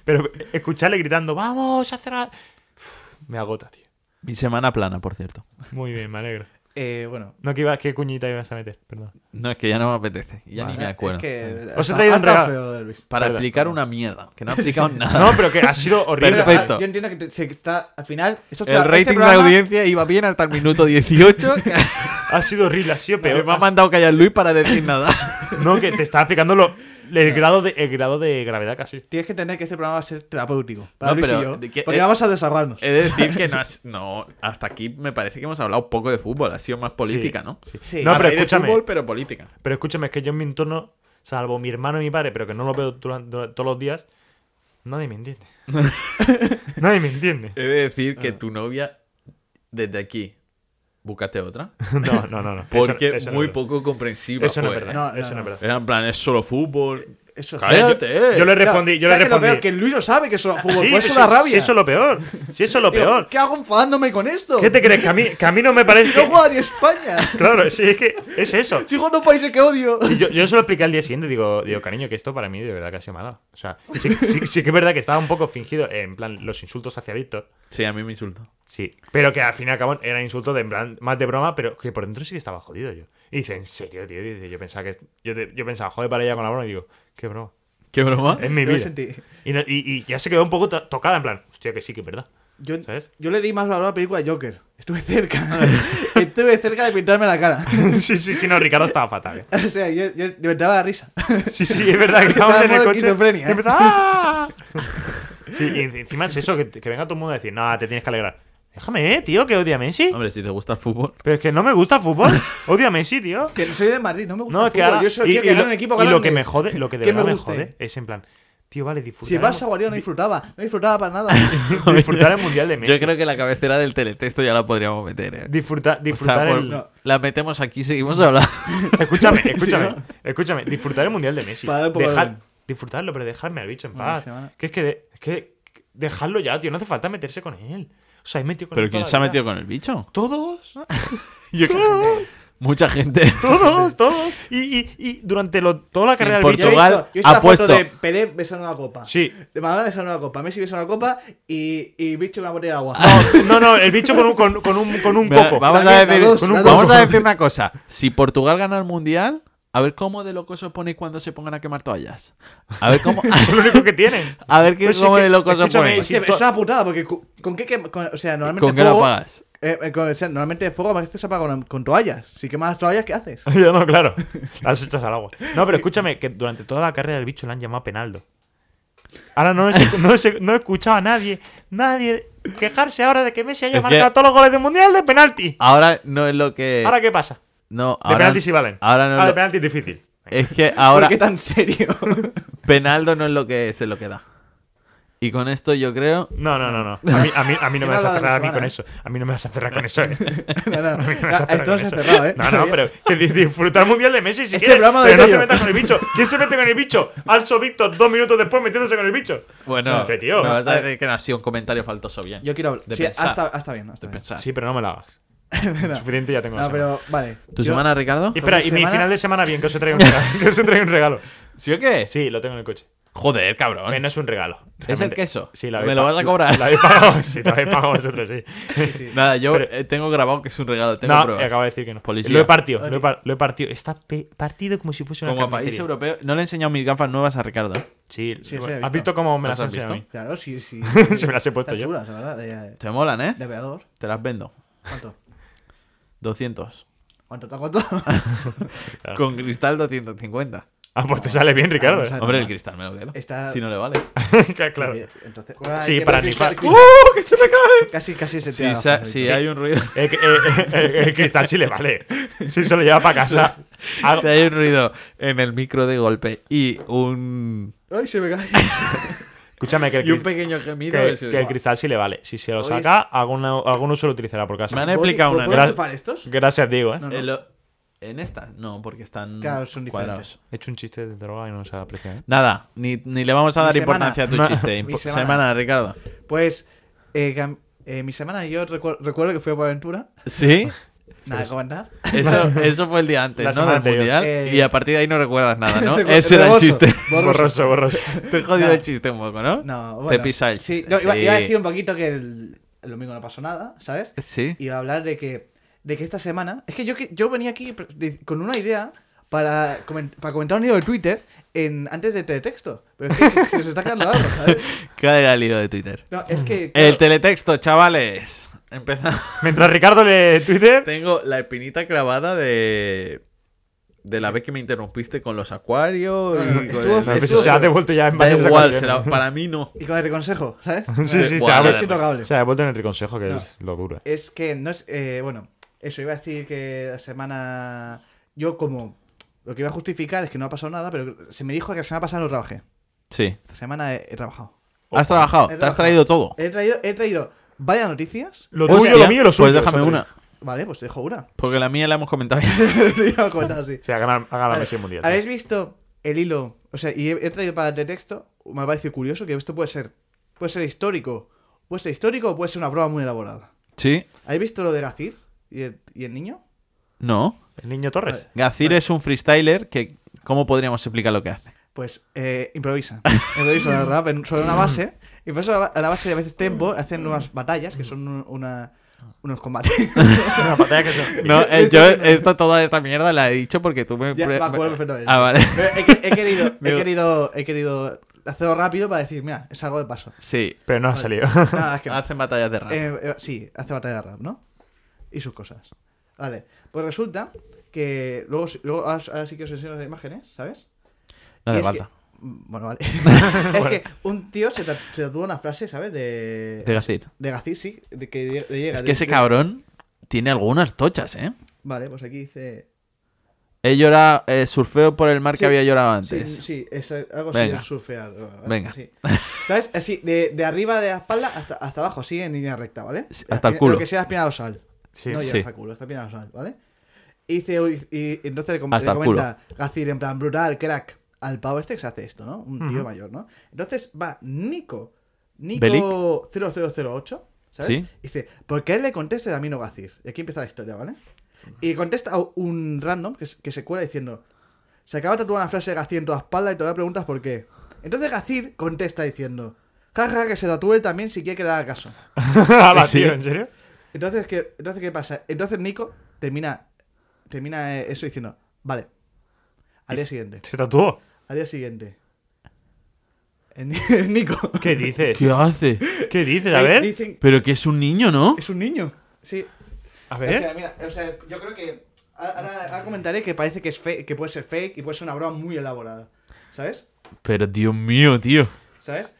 S3: Pero escucharle gritando, vamos a cerrar. Uf, Me agota, tío.
S2: Mi semana plana, por cierto.
S3: Muy bien, me alegro.
S4: Eh, bueno.
S3: No, que iba, ¿qué cuñita ibas a meter? Perdón.
S2: No, es que ya no me apetece. Ya ni me acuerdo.
S4: Es que,
S3: Os he
S4: ha-
S3: traído
S4: ha
S3: un regalo.
S4: estado feo lo de Luis.
S2: Para
S3: Perdón,
S2: explicar
S3: perdón.
S2: una mierda, que no ha explicado nada.
S3: No, pero que ha sido horrible.
S4: Pero,
S2: Perfecto.
S4: ah, Yo entiendo que te- se está. este Al final. Esto
S2: El
S3: este
S2: rating de la audiencia iba bien hasta el minuto 18.
S3: Ha sido horrible, ha sido
S2: Pero
S3: peor.
S2: me ha mandado callar Luis para decir nada.
S3: No, que te estaba explicando lo, el, grado de, el grado de gravedad casi.
S4: Tienes que entender que este programa va a ser terapéutico. Para
S2: No,
S4: Luis
S2: pero,
S4: y yo.
S2: ¿de qué-
S4: porque
S2: eh,
S4: vamos a desahogarnos.
S2: He de decir que no, has- no, hasta aquí me parece que hemos hablado poco de fútbol, ha sido más política,
S3: Sí,
S2: ¿no?
S3: sí.
S4: Sí.
S3: No,
S2: A
S3: pero
S2: raíz de
S3: escúchame.
S2: fútbol, pero política.
S3: Pero escúchame, es que yo en mi entorno, salvo mi hermano y mi padre, pero que no lo veo dura- dura- todos los días, nadie me entiende. nadie me entiende.
S2: He de decir que
S3: Ah.
S2: tu novia, desde aquí, búscate otra.
S3: No, no, no. no. Eso-
S2: Porque
S3: eso no
S2: muy
S3: es verdad.
S2: poco comprensiva
S3: Eso no
S2: fue,
S3: es verdad.
S2: ¿eh?
S4: No,
S3: eso no,
S4: no,
S3: es verdad.
S2: Era en plan, es solo fútbol.
S4: Eso es
S2: Cállate.
S3: Yo le respondí, yo le
S4: eh.
S3: respondí. Ah,
S4: ¿Sabes qué es lo peor? Que Luis no sabe que eso es fútbol,
S3: Sí,
S4: por eso
S3: si-
S4: da rabia.
S3: Si eso es lo peor. Si eso es lo
S4: Digo,
S3: peor.
S4: ¿Qué hago enfadándome con esto?
S3: ¿Qué te crees? Que a mí, que a mí no me
S4: Si no
S3: parece.
S4: juega ni España.
S3: Claro, sí, es que es eso.
S4: Si juega en un país que odio.
S3: Y Yo, yo se lo expliqué al día siguiente, digo, digo, cariño, que esto para mí de verdad que ha sido malo. O sea, sí, sí- sí que es verdad que estaba un poco fingido, eh, en plan, los insultos hacia Víctor.
S2: Sí, a mí me insultó.
S3: Sí, pero que al fin y al cabo eran insultos de en plan, más de broma, pero que por dentro sí que estaba jodido yo. Y dice, ¿en serio, tío? Dice, yo pensaba que. es- Yo, te- yo pensaba, joder, para ella con la broma. Y digo, ¿qué broma?
S2: ¿Qué broma?
S3: Es mi
S4: Yo lo
S3: vida.
S4: sentí.
S3: Y, no- y- y ya se quedó un poco to- tocada, en plan, hostia, que sí, que es verdad.
S4: Yo,
S3: ¿Sabes?
S4: yo le di más valor a la película de Joker. Estuve cerca. Estuve cerca de pintarme la cara.
S3: sí, sí, sí, no, Ricardo estaba fatal. ¿eh?
S4: O sea, yo, yo de verdad la risa.
S3: Sí, sí, es verdad que estábamos en el
S4: Estaba en modo
S3: coche.
S4: esquizofrenia,
S3: y
S4: ¿eh?
S3: empezaba, "Ah". Sí, y en- encima es eso, que, que venga todo el mundo a decir, no, te tienes que alegrar. Déjame, eh, tío, que odia a Messi.
S2: Hombre, si te gusta el fútbol.
S3: Pero es que no me gusta el fútbol. Odio a Messi, tío.
S4: Que soy de Madrid, no me gusta.
S3: No,
S4: el
S3: es que
S4: fútbol.
S3: ahora-
S4: Yo solo
S3: y,
S4: quiero
S3: y
S4: que
S3: lo,
S4: gane un equipo
S3: y lo
S4: grande.
S3: que me jode, lo que de
S4: que me
S3: verdad me,
S4: guste.
S3: jode, es en plan, tío, vale, disfrutar.
S4: Si vas a Guardiola no disfrutaba. No disfrutaba para nada.
S3: disfrutar el mundial de Messi.
S2: Yo creo que la cabecera del teletexto ya la podríamos meter, eh. O
S3: Disfruta-
S2: sea,
S3: disfrutar
S2: por-
S3: el.
S4: no.
S2: La metemos aquí y seguimos hablando.
S3: Escúchame, escúchame, escúchame. Disfrutar el mundial de Messi.
S4: Para dar un poco de
S3: Dejar,
S4: orden.
S3: disfrutarlo, pero dejarme al bicho en
S4: Bueno,
S3: paz.
S4: se van a-
S3: Que es que, de- es que dejarlo ya, tío. No hace falta meterse con él. O sea, he metido con
S2: ¿Pero
S3: él
S2: quién
S3: toda
S2: se ha
S3: la
S2: metido
S3: vida.
S2: con el bicho?
S3: Todos,
S2: Yo creo- Mucha gente.
S3: todos, todos. Y, y, y durante lo- toda la
S2: Sí,
S3: carrera
S2: por
S3: del
S4: Yo he
S3: bicho.
S2: todo. Portugal
S4: visto- yo he visto la
S2: ha
S4: foto
S2: puesto-
S4: de Pelé besando una copa.
S3: Sí.
S4: De Maradona besando una copa. Messi besando una copa. Y, y bicho con una botella de agua.
S3: Ah, No, no, el bicho con un, con, con un, con un
S2: Mira,
S3: coco.
S2: Vamos, a
S4: También,
S2: decir,
S4: la dos,
S2: con
S4: la
S2: un-
S4: dos.
S2: vamos a decir una cosa. Si Portugal gana el mundial, a ver cómo de locos os ponéis cuando se pongan a quemar toallas. A ver cómo.
S3: Es lo único que tienen.
S2: A ver qué,
S3: Pues sí
S2: cómo
S3: que-
S2: de locos os
S3: escúchame,
S2: ponéis.
S4: Es que
S3: sí,
S4: es una putada, porque cu- ¿con qué quem- con- O sea, normalmente.
S2: ¿Con qué lo
S4: fuego-
S2: apagas?
S4: eh, eh, con- o sea, normalmente el fuego a veces se apaga con, con toallas. Si quemas las toallas, ¿qué haces?
S3: Yo no, claro. Las echas al agua. No,
S2: Eh,
S3: pero escúchame, que durante toda la carrera del bicho le han llamado Penaldo. Ahora no, he- no, he- no he escuchado a nadie, nadie quejarse ahora de que Messi haya
S2: Es que-
S3: marcado todos los goles del Mundial de penalti.
S2: Ahora no es lo que.
S3: ¿Ahora qué pasa?
S2: no,
S3: De
S2: ahora,
S3: penalti sí valen.
S2: Ahora no es
S3: de
S2: lo-
S3: penalti es difícil.
S2: Es que
S4: ¿Por
S2: ahora.
S4: qué tan serio?
S2: Penaldo no es lo que es, es lo que da. Y con esto yo creo.
S3: No, no, no, no. A mí, a mí, a mí no me vas a
S4: Habla de la
S3: cerrar a mí
S4: semana.
S3: con eso. A mí no me vas a cerrar con eso. eh.
S4: no, no.
S3: No me vas a cerrar
S4: Esto
S3: con
S4: no se ha
S3: eso.
S4: cerrado, Ah, ¿eh?
S3: No, no, pero que di- disfrutar el mundial de Messi si
S4: Este
S3: quieres,
S4: programa de
S3: pero no te
S4: Tello.
S3: metas con el bicho. ¿Quién se mete con el bicho? Alzo Víctor dos minutos después metiéndose con el bicho.
S2: Bueno,
S3: Que tío.
S2: me vas a
S4: a ver.
S2: decir que no ha sido un comentario faltoso bien.
S4: Yo quiero hablar.
S2: De
S4: sí,
S2: pensar.
S4: hasta, hasta bien. Hasta
S2: De
S4: bien.
S2: pensar.
S3: Sí, pero no me lo hagas. Suficiente ya tengo la
S4: No,
S3: semana.
S4: pero vale.
S2: ¿Tu
S4: Yo-
S2: semana, Ricardo?
S3: Y espera,
S4: ¿Con
S3: y
S4: mi
S3: mi
S4: semana?
S3: final de semana bien, que os he traído un regalo. que os he traído un regalo.
S2: ¿Sí o qué?
S3: Sí, lo tengo en el coche.
S2: Joder, cabrón.
S3: Eh, No es un regalo. realmente.
S2: queso?
S3: Sí, la
S2: ¿Me
S3: habéis
S2: lo
S3: pa-
S2: vas a cobrar?
S3: La habéis pagado, sí, lo habéis pagado vosotros, sí.
S2: Nada, yo
S3: Pero-
S2: eh, tengo grabado que es un regalo, tengo
S3: no, eh,
S2: pruebas.
S3: acabo de decir que no.
S2: Policía.
S3: Lo he partido, lo he, par- lo he partido. Está pe- partido como si fuese una
S2: Como a país
S3: carnicería.
S2: europeo, no le he enseñado mis gafas nuevas a Ricardo. ¿eh?
S3: Sí,
S4: Sí, sí,
S3: lo-
S4: he
S3: ¿has
S4: visto.
S3: visto cómo me
S2: ¿Las
S3: las
S2: has
S3: has enseñado a mí?
S2: visto?
S4: Claro, sí, sí.
S3: Se me las he puesto
S4: Están
S3: yo.
S4: chulas, la verdad. De,
S2: Te molan, ¿eh?
S4: de aviador.
S2: Te las vendo.
S4: ¿Cuánto?
S2: 200.
S4: ¿Cuánto? ¿Cuánto?
S2: Con cristal 250.
S3: Ah, pues te sale bien, Ricardo.
S4: Ah,
S2: Hombre,
S4: no.
S2: el cristal me lo quedo.
S4: Está-
S2: Si no le vale.
S3: claro.
S4: Entonces,
S3: Sí,
S4: Ay,
S3: para
S4: que-
S3: rifar.
S2: ¡Uh! ¡Que se me cae!
S4: Casi, casi se
S2: Si,
S4: te
S2: sa- si hay un ruido.
S3: El, cristal sí le vale. Si se lo lleva para casa. Ah, Algo-
S2: Si hay un ruido en el micro de golpe y un.
S4: Ay, se me cae.
S3: Escúchame que el
S2: Y un
S3: cris-
S2: pequeño gemido.
S3: que,
S2: es-
S3: que el cristal sí le vale. Si se lo
S4: Hoy es-
S3: saca, alguno, alguno se lo utilizará por casa.
S2: Me han explicado
S4: ¿Puedo-
S2: una.
S4: ¿Puedo
S3: Gra-
S4: enchufar estos?
S3: Gracias, Diego. ¿eh?
S4: No, no.
S2: En, lo- en estas, no, porque están
S4: Claro, son
S2: cuadrados.
S4: diferentes.
S3: He hecho un chiste de droga y no se aprecia. ¿eh?
S2: Nada, ni, ni le vamos a
S4: Mi
S2: dar
S4: semana.
S2: importancia a tu
S3: No.
S2: chiste.
S4: Mi
S2: Impo- semana.
S4: semana.
S2: Ricardo.
S4: Pues, eh, cam- eh, mi semana, yo recu- recuerdo que fui a por aventura.
S2: ¿Sí? Pues,
S4: Nada que comentar.
S2: Eso, eso fue el día antes,
S3: La
S2: ¿no?
S3: semana
S2: Del
S3: anterior.
S2: mundial.
S4: Eh,
S2: Y a partir de ahí no recuerdas nada, ¿no?
S4: Recu-
S2: Ese era el
S4: borroso,
S2: chiste.
S4: borroso.
S3: Borroso, borroso.
S2: Te he jodido
S4: No.
S2: el chiste un poco, ¿no?
S4: No, bueno.
S2: Te pisa el
S4: Sí,
S2: chiste.
S4: no, iba,
S2: sí.
S4: iba a decir un poquito que el, el domingo no pasó nada, ¿sabes?
S2: Sí.
S4: Iba a hablar de que, de que esta semana. Es que yo, que- yo venía aquí pre- de- con una idea para, comen- para comentar un hilo de Twitter en, antes de teletexto. Pero es que se, se nos está quedando largo, ¿sabes?
S2: ¿Cuál era el hilo de Twitter?
S4: No, es que. claro,
S2: El teletexto, chavales. Empezamos.
S3: Mientras Ricardo le Twitter.
S2: Tengo la espinita clavada de. De la vez que me interrumpiste con los acuarios.
S4: No, no,
S2: y con
S4: Ah, estuvo-
S2: el-
S3: No, pero
S4: estuvo-
S3: se ha devuelto ya en
S2: Da
S3: varias
S2: igual,
S3: ocasiones.
S2: será- para mí no.
S4: Y con el consejo, ¿sabes?
S3: Sí, sí,
S2: Buah,
S3: se ha
S2: nada,
S4: es
S3: vuelto-
S4: intocable.
S3: se ha devuelto en el consejo, que
S4: No.
S3: es lo duro.
S4: Es que no es. eh, bueno, eso iba a decir que la semana. Yo, como. Lo que iba a justificar es que no ha pasado nada, pero se me dijo que la semana pasada no trabajé.
S2: Sí.
S4: Esta semana he, he trabajado.
S2: Has trabajado,
S4: He
S2: te has
S4: trabajado.
S2: traído todo.
S4: He traído, he traído varias noticias.
S3: Lo
S2: Hostia,
S3: tuyo, lo mío y lo suyo.
S2: Pues déjame
S3: eso
S2: una.
S3: sí.
S4: Vale, pues te dejo una.
S2: Porque la mía la hemos comentado.
S4: Te iba a comentar así.
S3: Sí, ha ganado, ha ganado
S4: Vale,
S3: Messi el mundial.
S4: ¿Habéis visto el hilo. O sea, y he, he traído para el texto, me parece curioso que esto puede ser. Puede ser histórico. Puede ser histórico o puede ser una broma muy elaborada.
S2: ¿Sí?
S4: ¿Habéis visto lo de Gacir y el, y el niño?
S2: ¿No?
S3: El niño Torres.
S2: Gacir es un freestyler que... ¿Cómo podríamos explicar lo que hace?
S4: Pues eh, improvisa. Improvisa, la verdad, pero sobre una base. Y por eso a la- a la base de a veces tempo hacen unas batallas que son un- una, unos combates.
S3: Una batalla que se-
S2: No, eh, yo esto, toda esta mierda la he dicho porque tú me...
S4: Ya me acuerdo perfectamente.
S2: Ah, vale.
S4: Pero he, que- he querido, he,
S2: Digo-
S4: querido, he querido hacerlo rápido para decir, mira, es algo de paso.
S2: Sí.
S3: Pero no ha salido.
S4: Nada, es que
S2: Hacen batallas de rap.
S4: Eh, eh, sí, hace batalla de rap, ¿no? Y sus cosas. Vale, pues resulta que luego, luego ahora, ahora sí que os enseño las imágenes, ¿sabes?
S2: no hace
S4: Y es
S2: falta.
S4: que- mm, bueno, vale. es que un tío se, tat- se tatuó una frase, ¿sabes? De,
S2: De Gacir.
S4: de Gacir, sí, de que de- le llega.
S2: Es
S4: de-
S2: que ese
S4: de-
S2: cabrón tiene algunas tochas, ¿eh?
S4: Vale, pues aquí dice.
S2: Él llora, eh, surfeo por el mar
S4: Sí,
S2: que había llorado
S4: Sí,
S2: antes.
S4: sí, es algo así
S2: Venga.
S4: de surfear. ¿vale?
S2: Venga.
S4: Sí. ¿Sabes? Así, de, de arriba de la espalda hasta, hasta abajo, sí, en línea recta, ¿vale?
S2: Sí, hasta el
S4: Lo
S2: culo.
S4: que sea espina dorsal.
S3: Sí.
S4: no llega
S2: Sí.
S4: hasta el culo, está bien dorsal, ¿vale? Y, dice, uy, y entonces le, com-
S2: Hasta
S4: le
S2: el
S4: comenta Gacir en plan brutal, crack, al pavo este que se hace esto, ¿no? Un tío mayor, ¿no? Entonces va Nico,
S2: Belic.
S4: Nico 0008, ¿sabes?
S2: Sí.
S4: Y dice, ¿por qué le conteste a mí no Gacir? Y aquí empieza la historia, ¿vale? Y contesta a un random que, se- que se cuela diciendo, se acaba de tatuar una frase de Gacir en toda la espalda y todavía preguntas por qué. Entonces Gacir contesta diciendo, jaja, que se tatúe también si quiere que le haga caso. ¿Eh,
S3: Ala,
S2: Sí.
S3: tío, ¿en serio?
S4: Entonces, ¿qué, entonces, ¿qué pasa? Entonces Nico termina, termina eh, eso diciendo, vale, al día siguiente,
S3: Se tatuó.
S4: al día siguiente. El ni- el Nico.
S3: ¿Qué dices?
S2: ¿Qué hace?
S3: ¿Qué dices? A ver.
S4: Dicen,
S2: Pero que es un niño, ¿no?
S4: es un niño. Sí.
S3: A
S4: O sea,
S3: ver.
S4: mira, o sea, yo creo que... a- Ahora, ahora comentaré que parece que, es fake, que puede ser fake y puede ser una broma muy elaborada. ¿Sabes?
S2: Pero Dios mío, tío.
S4: ¿Sabes?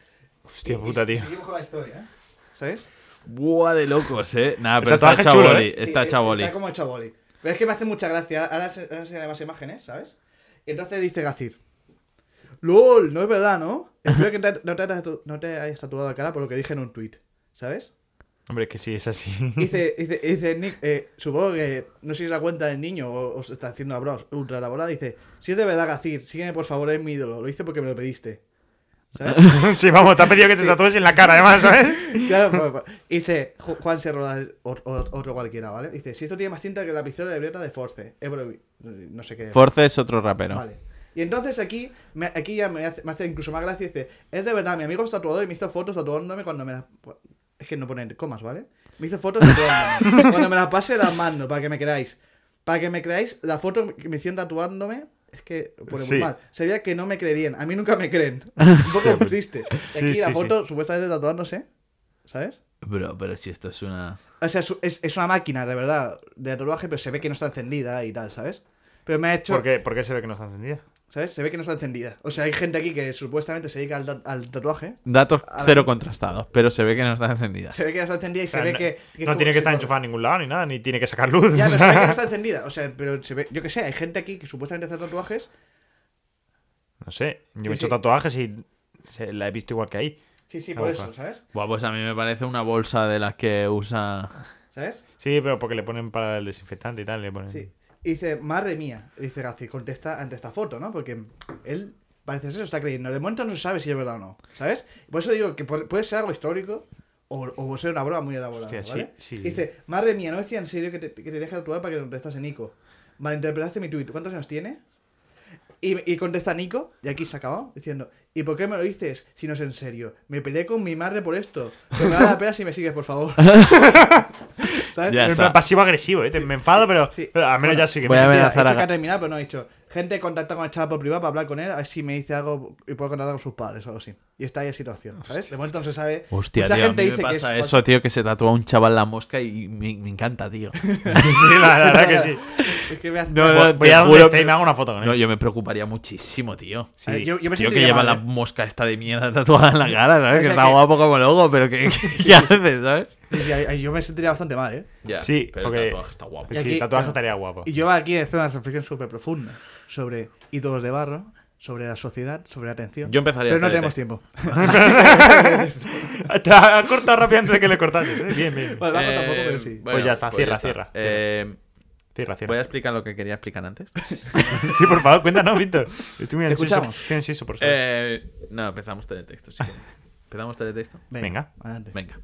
S3: Hostia
S4: Y- y
S3: puta, tío.
S4: Seguimos con la historia, ¿eh? ¿Sabes?
S2: Buah, de locos, eh. Nah, pero está
S3: tatuaje
S2: hecha
S3: chulo,
S2: boli,
S3: ¿eh?
S2: Está
S4: Sí,
S2: hecha boli.
S4: Está como hecho a boli. Pero es que me hace mucha gracia. Ahora se ahora enseñaré más imágenes, ¿sabes? Entonces dice Gacir. LOL, no es verdad, ¿no? Espero que te- no te, hayas tatu- no te hayas tatuado la cara por lo que dije en un tweet, ¿sabes?
S3: Hombre, que sí, es así.
S4: Dice, dice, dice Nick, eh, supongo que no sé si es la cuenta del niño o, o se está haciendo la broma ultra elaborada. Dice, si es de verdad, Gacir, sígueme por favor, es mi ídolo. Lo hice porque me lo pediste. ¿Sabes?
S3: Sí, vamos, te ha pedido que te tatúes en la cara, además, ¿sabes?
S4: Claro, pues, pues, dice Ju- Juan Serrola, otro cualquiera, ¿vale? Dice, si esto tiene más tinta que la pistola de libreta de Force. Es bromi- no sé qué.
S2: Force es otro rapero.
S4: Vale. Y entonces aquí, me- aquí ya me hace, me hace incluso más gracia. Dice, es de verdad, mi amigo es tatuador y me hizo fotos tatuándome cuando me las... Pues, Es que no ponen comas, ¿vale? Me hizo fotos tatuándome. cuando me las pase las mando, para que me creáis. Para que me creáis, la foto que me hicieron tatuándome... Es que pone
S3: Sí.
S4: muy mal. Se veía que no me creerían. A mí nunca me creen. Un poco triste. Y
S3: Sí,
S4: aquí la
S3: sí,
S4: foto supuestamente tatuándose. ¿Sabes?
S2: Bro, pero si esto es una.
S4: O sea, es, es- es una máquina, de verdad, de tatuaje, pero se ve que no está encendida y tal, ¿sabes? Pero me ha hecho...
S3: ¿Por qué, ¿Por qué se ve que no está encendida?
S4: ¿Sabes? Se ve que no está encendida. O sea, hay gente aquí que supuestamente se dedica al, ta- al tatuaje.
S2: Datos
S4: A ver.
S2: cero contrastados, pero se ve que no está encendida.
S4: Se ve que no está encendida y
S3: O sea,
S4: se ve
S3: no-
S4: que... que es
S3: no
S4: como
S3: tiene que
S4: si
S3: estar
S4: todo-
S3: enchufada en ningún lado ni nada, ni tiene que sacar luz.
S4: Ya,
S3: o
S4: pero se
S3: sea.
S4: ve que no está encendida. O sea, pero se ve... Yo que sé, hay gente aquí que supuestamente hace tatuajes.
S3: No sé, yo me he
S4: Sí,
S3: hecho
S4: sí.
S3: tatuajes y se- la he visto igual que ahí.
S4: Sí, sí,
S3: Ah, ojo.
S4: por eso, ¿sabes?
S2: Buah, pues a mí me parece una bolsa de las que usa.
S4: ¿Sabes?
S3: Sí, pero porque le ponen para el desinfectante y tal, le ponen...
S4: Sí. Y dice, madre mía, dice Gazi, contesta ante esta foto, ¿no? Porque él parece ser, está creyendo. De momento no se sabe si es verdad o no, ¿sabes? Por eso digo que pu- puede ser algo histórico o, o ser una broma muy elaborada,
S3: Hostia, sí,
S4: ¿vale?
S3: sí.
S4: Y Dice, madre mía, no decía en serio que te, que te deje tatuar para que contestase Nico. Malinterpretaste mi tuit. ¿Cuántos años tiene? Y, y contesta Nico, y aquí se acabó, diciendo, ¿y por qué me lo dices si no es en serio? Me peleé con mi madre por esto. Pero me da la pena si me sigues, por favor. ¿Sabes?
S2: Ya
S3: En
S2: está.
S3: plan pasivo-agresivo, ¿eh? Te- Me enfado, pero,
S4: Sí.
S3: pero al menos
S4: Bueno,
S3: ya sí que
S2: voy
S3: me...
S2: a ver.
S4: Mentira,
S2: amenazar
S4: he
S2: a
S4: dicho que
S2: Ga-
S4: ha terminado, pero no he dicho. Gente contacta con el chaval por privado para hablar con él, a ver si me dice algo y puedo contactar con sus padres o algo así. Y está ahí la situación, ¿sabes? De momento no se sabe.
S2: Hostia,
S4: Mucha
S2: tío.
S4: gente
S2: a mí me
S4: dice que
S2: pasa
S4: es
S2: eso, tío, que se tatúa un chaval la mosca y me, me encanta, tío.
S3: Sí, la la verdad que sí.
S4: Es que me hace-
S2: No, no,
S3: Voy-
S2: te
S3: Voy a donde
S2: juro
S3: esté y
S2: que-
S3: me hago una foto con él.
S2: No, yo me preocuparía muchísimo, tío.
S4: A ver,
S3: Sí.
S4: yo, yo me
S2: Tío,
S4: siento
S2: que lleva
S4: llamado,
S2: la
S4: ¿eh?
S2: mosca esta de mierda tatuada en la cara, ¿sabes?
S4: O
S2: que
S4: sea
S2: está
S4: que-
S2: guapo como loco, pero que, ¿qué haces, ¿sabes?
S4: Sí, sí, ahí- yo me sentiría bastante mal, ¿eh?
S2: Ya,
S3: Sí,
S2: pero
S3: porque-
S2: el tatuaje está guapo.
S4: Y
S3: Sí,
S4: aquí-
S3: tatuaje
S4: claro.
S3: estaría guapo.
S4: Y yo aquí hacer una reflexión súper profunda sobre ídolos de barro, sobre la sociedad, sobre la atención.
S2: Yo empezaría
S4: Pero no
S2: a hacer
S4: tenemos
S2: este.
S4: tiempo.
S3: Te ha cortado rápido antes de que le cortases, ¿eh? Bien, bien.
S2: Pues
S4: Bueno, bajo tampoco, pero sí.
S2: bueno,
S3: ya está, cierra, cierra.
S2: Eh,
S3: Estoy irracional.
S2: Voy a explicar lo que quería explicar antes.
S3: Sí, por favor, cuéntanos, Víctor. Estoy muy ansioso.
S4: escuchamos.
S3: Estoy ansioso por saber.
S2: Eh, no, empezamos teletexto. si quieres. ¿Empezamos teletexto?
S3: Venga.
S4: adelante.
S2: Venga.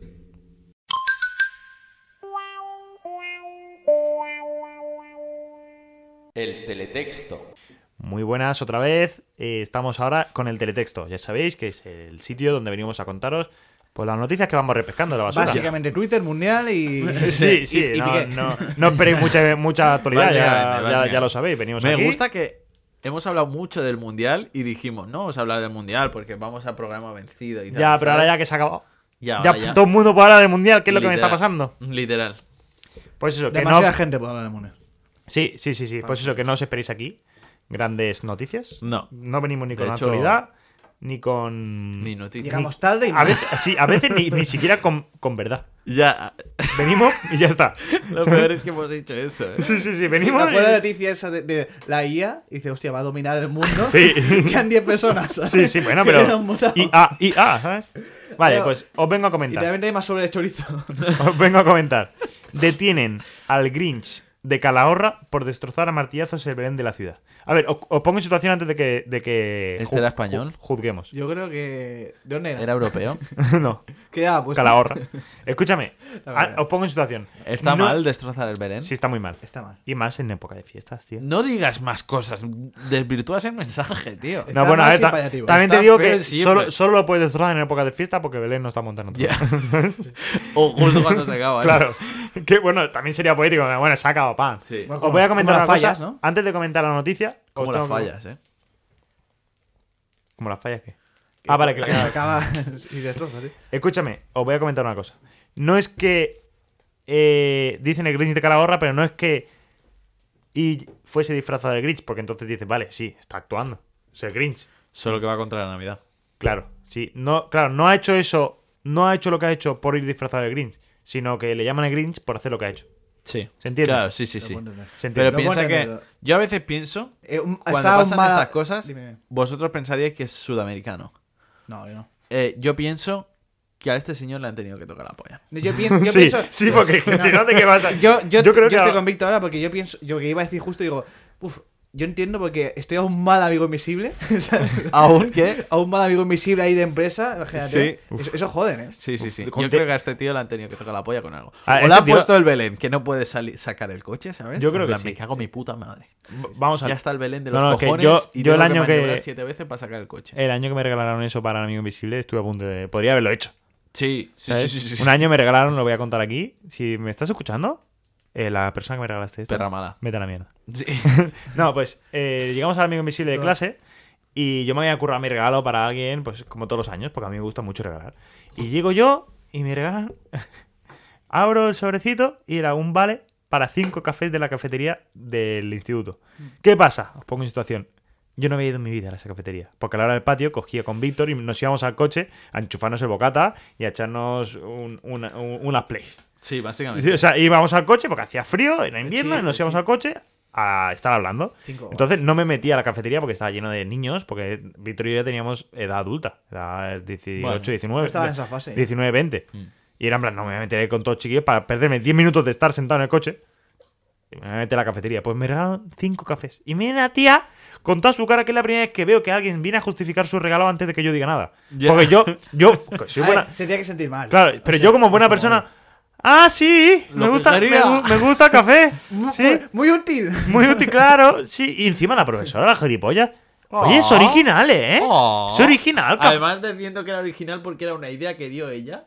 S1: El teletexto.
S3: Muy buenas otra vez. Eh, estamos ahora con el teletexto. Ya sabéis que es el sitio donde venimos a contaros pues, las noticias que vamos repescando de la basura.
S4: Básicamente Twitter, Mundial y.
S3: Sí, sí,
S4: y- y
S3: no,
S4: Piqué.
S3: no, no esperéis mucha, mucha actualidad, ya-
S2: Básicamente,
S3: ya, ya,
S2: básicamente.
S3: lo sabéis. Venimos
S2: Me
S3: Pues aquí.
S2: gusta que hemos hablado mucho del mundial y dijimos, no vamos a hablar del mundial porque vamos a programa vencido y tal.
S3: Ya, pero ahora
S2: ¿sabes?
S3: ya que se ha acabado.
S2: Ya,
S3: Ya,
S2: ahora ya.
S3: todo el mundo puede hablar del mundial, ¿qué es lo que me está
S2: Literal.
S3: pasando?
S2: Literal.
S3: Pues eso, que no.
S4: Demasiada gente puede hablar de Mundial.
S3: Sí, sí, sí, sí. Pues eso, que no os esperéis aquí. Grandes noticias.
S2: No.
S3: No venimos ni
S2: De
S3: con
S2: hecho,
S3: actualidad, ni con.
S2: Ni noticias.
S4: Llegamos tarde y.
S3: A veces, sí, a veces ni, ni siquiera con, con verdad.
S2: Ya.
S3: Venimos y ya está.
S2: Lo peor es que hemos hecho eso. ¿eh?
S3: Sí, sí, sí,
S4: ¿Te
S3: venimos.
S4: acuerdas de la
S3: y-
S4: noticia esa de, de la IA? Y dice, hostia, va a dominar el mundo.
S3: Sí.
S4: Quedan 10 personas. ¿sabes?
S3: Sí, sí, bueno,
S4: Que le
S3: pero.
S4: han mutado.
S3: Y ah, y ah, ¿sabes? Vale,
S4: Pero-
S3: pues os vengo a
S4: Y
S3: comentar.
S4: también hay más sobre el chorizo.
S3: Os vengo a comentar. Detienen al Grinch de Calahorra por destrozar a martillazos el Belén de la ciudad. A ver, os, os pongo en situación antes de que. De que
S2: ¿Este era español?
S3: ju- Juzguemos.
S4: Yo creo que. ¿De dónde era?
S2: Era europeo.
S3: no,
S4: ¿Qué era? Pues.
S3: Calahorra. Escúchame,
S4: La verdad.
S3: ah, os pongo en situación.
S2: Está
S3: No-
S2: mal destrozar el Belén.
S3: Sí, está muy mal.
S4: Está mal.
S3: Y más en época de fiestas, tío.
S2: No digas más cosas. Desvirtúas el mensaje, tío.
S4: Está
S3: No, bueno, a
S4: más
S3: ver, ta-
S4: sin paliativo.
S3: también te
S2: Está
S3: digo
S2: feo
S3: que
S2: el siempre.
S3: solo, solo lo puedes destrozar en época de fiesta porque Belén no está montando. todo.
S2: Ya. o justo cuando se acaba. ¿eh?
S3: Claro. Que bueno, también sería poético. pero Bueno, se ha acabado, pan.
S2: Sí.
S4: Bueno,
S3: Os voy a
S4: como
S3: comentar
S4: las
S3: una
S4: fallas,
S3: cosa.
S4: ¿no?
S3: Antes de comentar la noticia.
S2: Como
S3: os
S2: las
S3: tengo que-
S2: fallas, ¿eh?
S3: ¿Como las fallas qué? Ah, vale, que
S4: Que se acaba y se destroza, sí.
S3: Escúchame, os voy a comentar una cosa. No es que. eh, dicen el Grinch de Calahorra, pero no es que. Y fuese disfrazado del Grinch, porque entonces dices, vale, sí, está actuando. Es el Grinch.
S2: Solo que va contra la Navidad.
S3: Claro, sí. No, claro, no ha hecho eso. No ha hecho lo que ha hecho por ir disfrazado del Grinch, sino que le llaman el Grinch por hacer lo que ha hecho.
S2: Sí.
S3: ¿Se entiende?
S2: Claro, sí, sí, sí.
S4: puedo entender.
S3: Se
S2: Pero
S3: entiende.
S4: Lo
S2: piensa
S4: puedo
S2: que.
S4: entender.
S2: Yo a veces pienso.
S4: Eh, un-
S2: Cuando
S4: está un
S2: pasan
S4: mala-
S2: estas cosas,
S4: Dime, dime.
S2: vosotros pensaríais que es sudamericano.
S4: No, yo no.
S2: Eh, yo pienso que a este señor le han tenido que tocar la polla.
S4: No, Yo, pien- yo
S3: sí,
S4: pienso.
S3: sí, porque si no, ¿de qué vas a-
S4: Yo, yo,
S3: Yo creo
S4: yo
S3: que
S4: estoy
S3: a-
S4: convicto ahora porque yo pienso. Yo que iba a decir justo, digo, uff, yo entiendo porque estoy a un mal amigo invisible. ¿sabes?
S2: Aún que.
S4: a un mal amigo invisible ahí de empresa. Imagínate.
S2: Sí.
S4: Eso, eso joden, ¿eh?
S2: Sí, sí, sí.
S3: Uf, con
S2: Yo
S3: que-
S2: creo que a este tío le han tenido que tocar la polla con algo. o
S3: A
S2: le
S3: este
S2: han
S3: tío-
S2: puesto el Belén, que no puede sali- sacar el coche, ¿sabes?
S3: Yo creo
S2: En
S3: que
S2: plan,
S3: sí,
S2: Me cago mi puta madre.
S3: V- Vamos a
S2: Ya
S3: ver.
S2: está el Belén de
S3: No,
S2: los
S3: no, que
S2: cojones
S3: yo-
S2: y
S3: yo el
S2: tengo
S3: año que- Eh,
S2: maniobrar siete veces para sacar el coche.
S3: El año que me regalaron eso para el amigo invisible, estuve a punto de. Podría haberlo hecho.
S2: sí, sí, sí,
S3: ¿sabes?
S2: sí, sí, sí.
S3: Un año me regalaron, lo voy a contar aquí. Si me estás escuchando, eh, la persona que me regalaste esto.
S2: Perra mala.
S3: Vete a la mierda.
S2: Sí.
S3: No, pues eh, llegamos al amigo invisible de clase y yo me había currado mi regalo para alguien, pues como todos los años, porque a mí me gusta mucho regalar. Y llego yo y me regalan. Abro el sobrecito y era un vale para cinco cafés de la cafetería del instituto. ¿Qué pasa? Os pongo en situación. Yo no había ido en mi vida a esa cafetería, porque a la hora del patio cogía con Víctor y nos íbamos al coche a enchufarnos el bocata y a echarnos un- una- un- unas plays.
S2: Sí, básicamente.
S3: Sí, o sea, íbamos al coche porque hacía frío, era invierno,
S4: Sí,
S3: y nos
S4: sí,
S3: íbamos
S4: sí.
S3: al coche a estar hablando.
S4: Cinco
S3: Entonces no me metí a la cafetería porque estaba lleno de niños, porque Víctor y yo ya teníamos edad adulta, edad 18,
S2: Bueno,
S3: 19.
S4: estaba en esa fase. Mm.
S3: 19, 20. Y era en plan, no me voy a meter ahí con todos chiquillos para perderme 10 minutos de estar sentado en el coche. Y me voy a meter a la cafetería. Pues me regalaron 5 cafés. Y mira la tía con toda su cara, que es la primera vez que veo que alguien viene a justificar su regalo antes de que yo diga nada.
S2: Ya.
S3: Porque yo, yo, que soy
S4: A
S3: buena,
S4: ver, se tiene que sentir mal.
S3: Claro,
S4: O
S3: pero
S4: sea,
S3: yo como buena persona. Ah, sí,
S2: Lo
S3: me gusta, me,
S2: cogería.
S3: gu- me gusta el café.
S4: Muy,
S3: Sí,
S4: muy útil.
S3: muy útil, claro. Sí, y encima la profesora, la gilipollas. Oye, es
S2: Oh.
S3: original, ¿eh?
S2: Oh.
S3: Es original, caf-
S2: Además, diciendo que era original porque era una idea que dio ella.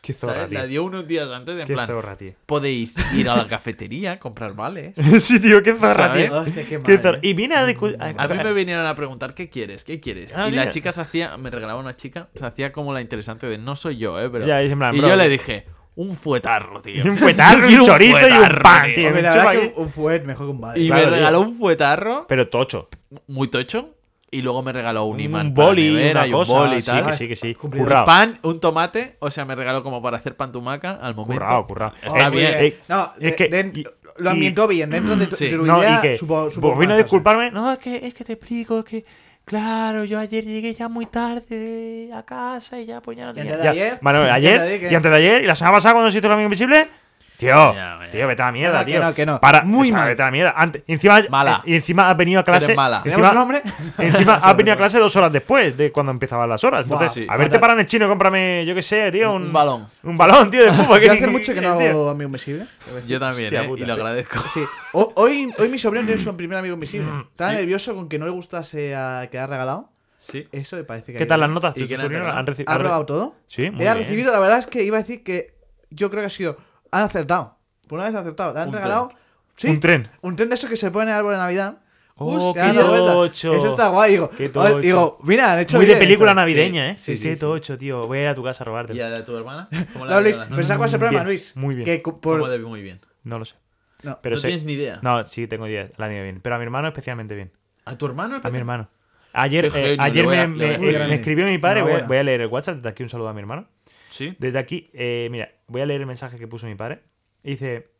S3: Qué zorra,
S2: ¿sabes? La
S3: tío.
S2: dio unos días antes, en
S3: Qué
S2: plan.
S3: zorra, tío.
S2: Podéis ir a la cafetería, comprar vales.
S3: sí, tío, qué zorra,
S2: ¿Sabes?
S3: tío.
S4: Hostia, qué
S3: Qué
S4: mal.
S3: zorra.
S4: ¿eh?
S3: Y viene a, discu- a-
S2: A mí me vinieron a preguntar, ¿qué quieres? ¿Qué quieres?
S3: Ah,
S2: y
S3: mira.
S2: la chica se hacía, me regalaba una chica, se hacía como la interesante de no soy yo, ¿eh? Pero...
S3: Ya, es en plan,
S2: y
S3: bro.
S2: yo le dije, un fuetarro, tío.
S3: Un fuetarro,
S2: Yo
S3: un
S2: quiero
S3: chorizo y un
S2: fuetarro,
S3: pan, tío.
S4: Hombre, la
S3: Chupa
S4: verdad que
S3: aquí.
S4: un, un fuet mejor que un vale.
S2: Y
S3: Claro,
S2: me
S3: tío.
S2: regaló un fuetarro
S3: Pero tocho.
S2: muy tocho y luego me regaló un imán
S3: Un
S2: para la
S3: boli,
S2: nevera
S3: una
S2: y un
S3: cosa.
S2: boli y
S3: sí,
S2: tal.
S3: que sí, que sí.
S4: Cumplido.
S3: Currao.
S2: Pan, un tomate, o sea, me regaló como para hacer pan tumaca al momento.
S3: Currao, currao.
S2: Está
S3: Eh,
S4: muy
S2: bien.
S3: eh,
S4: no,
S3: es
S4: de-
S3: que-
S4: den-
S3: y-
S4: lo
S3: y-
S4: ambientó bien. Dentro de, tu-
S2: Sí.
S4: de tu
S3: No,
S4: idea,
S3: y que
S4: supo-
S3: pues
S4: supo
S3: vino a
S4: manejarse.
S3: disculparme. No, es que, es que te explico, es que. Claro, yo ayer llegué ya muy tarde a casa y ya pues ya no
S4: ¿Y
S3: tenía.
S4: antes de
S3: Ya,
S4: ayer?
S3: Manuel,
S4: ¿Y
S3: ayer
S4: antes de qué?
S3: y antes de ayer y la semana pasada cuando se hizo el amigo invisible. Tío,
S2: Ya, ya.
S3: tío, vete a la mierda,
S4: No, que
S3: tío.
S4: no, que no.
S3: Para,
S4: Muy
S3: o sea,
S4: mal.
S3: Vete a la mierda. Antes, y encima, eh,
S2: Mala.
S3: y encima has venido a clase.
S2: Eres mala.
S4: ¿Tenemos
S3: encima-
S4: un nombre?
S3: Encima has venido a clase dos horas después de cuando empezaban las horas.
S4: Buah,
S3: Entonces,
S2: sí,
S3: a ver, te
S2: fatal.
S3: paran el chino y cómprame, yo qué sé, tío, un,
S2: Un balón.
S3: Un balón, tío, de fútbol. que-
S4: Yo hace mucho que no
S3: tío.
S4: hago amigo invisible.
S2: Yo también,
S3: Hostia
S2: eh,
S3: puta,
S2: y lo
S3: tío.
S2: agradezco.
S4: Sí. Ho- hoy, hoy mi sobrino tiene su primer amigo invisible.
S3: Mm,
S4: Estaba nervioso con que no le gustase a quedar regalado.
S2: Sí.
S4: Eso me parece que.
S3: ¿Qué tal las notas?
S2: ¿Y
S3: ¿Tus
S2: quién ha
S3: sobrinos
S2: regalado?
S3: han recibido?
S4: ¿Ha robado todo?
S3: Sí, muy
S4: He
S3: bien.
S4: recibido, la verdad es que iba a decir que yo creo que ha sido. Han acertado. Por una vez acertado. Le han
S2: Un
S4: regalado. Sí,
S3: Un tren.
S4: Un tren de esos que se pone en el árbol de Navidad.
S3: Oh,
S4: Se dan
S3: qué
S4: la vuelta.
S3: tocho.
S4: Eso está guay. Digo,
S3: Qué
S4: "Oye",
S3: tocho.
S4: digo mira, han hecho
S3: Muy de
S4: bien
S3: película
S4: esto.
S3: navideña, ¿eh?
S2: Sí,
S3: Sí,
S2: sí,
S3: sí,
S2: sí.
S3: todo ocho, tío. Voy a ir a tu casa a robarte.
S2: ¿Y a la de tu hermana? ¿Cómo
S4: No, Luis,
S2: violas?
S4: pero ¿sabes cuál es el problema,
S3: Bien,
S4: Luis?
S3: muy bien.
S4: Que cu-
S2: No,
S4: por-
S2: ¿Cómo de muy bien?
S3: No lo sé.
S4: No.
S3: Pero
S2: no
S3: sé-
S2: tienes ni idea.
S3: No, sí, tengo idea. La niña bien. Pero a mi hermano especialmente bien.
S2: ¿A tu hermano?
S3: A mi hermano. Ayer,
S2: Qué
S3: eh,
S2: genio,
S3: ayer
S2: le voy
S3: me,
S2: a-
S3: me-
S2: le voy a-
S3: eh,
S4: Muy grande.
S3: me escribió mi padre. Voy a,
S4: Enhorabuena.
S3: voy a leer el WhatsApp. Desde aquí un saludo a mi hermano.
S2: Sí.
S3: Desde aquí, eh, mira, voy a leer el mensaje que puso mi padre. Y Dice,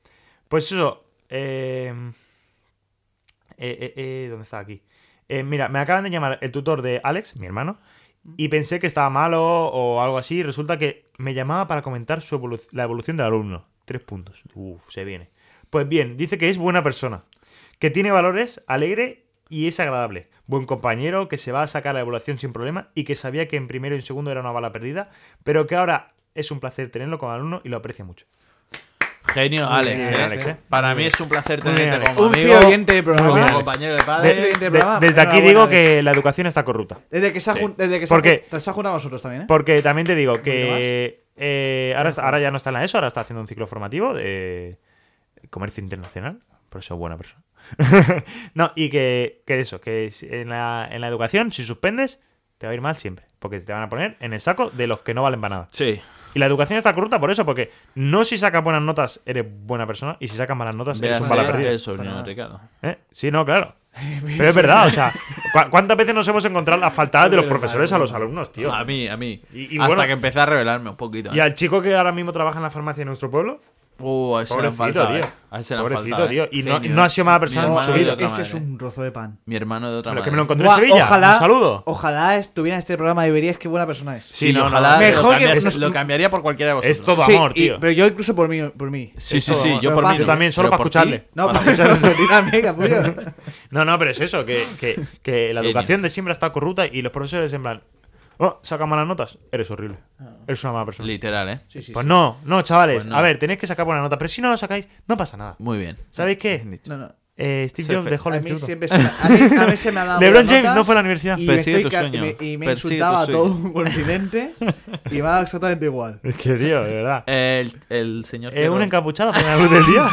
S3: pues eso, eh, eh, eh, eh, ¿dónde estaba aquí? Eh, mira, me acaban de llamar el tutor de Alex, mi hermano, y pensé que estaba malo o algo así. y Resulta que me llamaba para comentar su evolu- la evolución del alumno. Tres puntos. Uf, se viene. Pues bien, dice que es buena persona, que tiene valores, alegre y es agradable. Buen compañero, que se va a sacar la evaluación sin problema y que sabía que en primero y en segundo era una bala perdida, pero que ahora es un placer tenerlo como alumno y lo aprecia mucho.
S2: Genio, Alex.
S3: bien,
S2: ¿eh?
S3: Alex, ¿eh?
S2: Para mí es un placer
S3: Muy bien,
S2: tenerte
S3: Alex.
S2: como
S4: Un
S2: amigo.
S4: fiel oyente de programa.
S2: como
S3: Muy bien, Alex.
S2: compañero de
S3: De-
S2: padre.
S4: Excelente
S3: de-
S4: programa,
S3: desde aquí
S4: enhorabuena,
S3: digo
S4: Alex.
S3: que la educación está corrupta.
S4: Desde que se ha
S2: Sí.
S4: jun- desde que se ha
S3: Porque-
S4: jun- se ha juntado a vosotros también, ¿eh?
S3: Porque también te digo
S4: poquito
S3: que eh, ahora, está- ahora ya no está en la ESO, ahora está haciendo un ciclo formativo de comercio internacional. Por eso es buena persona. no, y que, que eso, que si- en la, en la educación, si suspendes, te va a ir mal siempre. Porque te van a poner en el saco de los que no valen para nada.
S2: Sí.
S3: Y la educación está corrupta por eso, porque no si sacas buenas notas eres buena persona y si sacas malas notas eres
S2: Veas
S3: un
S4: sí,
S3: mala
S4: sí.
S3: perdida.
S2: el sobrino
S4: Para
S2: de
S4: nada.
S2: Ricardo.
S3: ¿Eh? Sí, no, claro. Pero es verdad, o sea, ¿cu- ¿cuántas veces nos hemos encontrado las faltadas de los profesores a los alumnos, tío?
S2: A mí, a mí.
S3: Y- y
S2: Hasta
S3: bueno-
S2: que empecé a revelarme un poquito.
S3: Y
S2: ¿eh?
S3: al chico que ahora mismo trabaja en la farmacia de nuestro pueblo,
S2: Uh, a ese le han
S3: pobrecito,
S2: faltado,
S3: tío.
S2: eh. A ese le han
S3: Pobrecito,
S2: faltado,
S3: tío.
S2: eh.
S3: Y no-
S2: Genio,
S3: no ha sido mala
S2: eh.
S3: persona
S2: Mi
S3: en su
S2: hermano,
S4: Oh,
S3: vida.
S2: de
S4: es-
S2: otra
S4: este es
S2: madre.
S4: un rozo de pan.
S2: Mi hermano de otra
S3: lo
S2: manera.
S3: que me lo encontré en
S4: Buah,
S3: Sevilla.
S4: Ojalá,
S3: Un saludo.
S4: Ojalá estuviera en este programa y verías qué buena persona es.
S2: Sí,
S3: Sí, no, no.
S2: ojalá.
S4: Mejor
S2: lo,
S4: que-
S2: cambiase-
S4: nos-
S2: lo cambiaría por cualquiera de vosotros.
S3: Es todo
S4: Sí,
S3: amor,
S4: y-
S3: tío.
S4: pero yo incluso por mí. Por mí.
S2: Sí,
S3: es
S2: sí,
S3: todo
S2: sí.
S3: amor.
S2: Yo
S4: Yo
S2: por mí.
S4: fácil.
S3: Yo también, solo
S2: Pero
S3: para
S2: por
S3: escucharle.
S2: ti,
S4: No,
S3: Para
S4: pero
S3: escucharle.
S4: Dígame, capullo.
S3: No, no, pero es eso, que, que- que la
S2: Genio.
S3: educación de siempre ha estado corrupta y los profesores en plan, oh, saca malas notas, eres horrible.
S4: Ah.
S3: Eres una mala persona.
S2: Literal, eh.
S4: Sí, sí,
S3: Pues
S4: sí.
S3: no, no, chavales.
S2: Pues no.
S3: A ver, tenéis que sacar buena nota, pero si no lo sacáis, no pasa nada.
S2: Muy bien.
S3: ¿Sabéis qué?
S4: No, no.
S3: Eh, Steve
S2: Ser
S3: Jobs
S2: fe-
S3: dejó el
S4: A mí
S3: instituto.
S4: siempre se me, a mí- a mí se me ha dado.
S3: LeBron
S4: buenas
S3: James
S4: notas
S3: no fue a la universidad.
S4: Y
S2: Persigue
S4: me,
S2: tu
S4: estoy, ca- y
S2: sueño.
S4: me, y me
S2: Persigue tu
S4: insultaba a
S2: sueño.
S4: todo un continente y me ha dado exactamente igual.
S3: Es que, tío, de verdad.
S2: Eh, El, el señor.
S3: Es un
S2: Pedro-
S3: encapuchado a la luz del día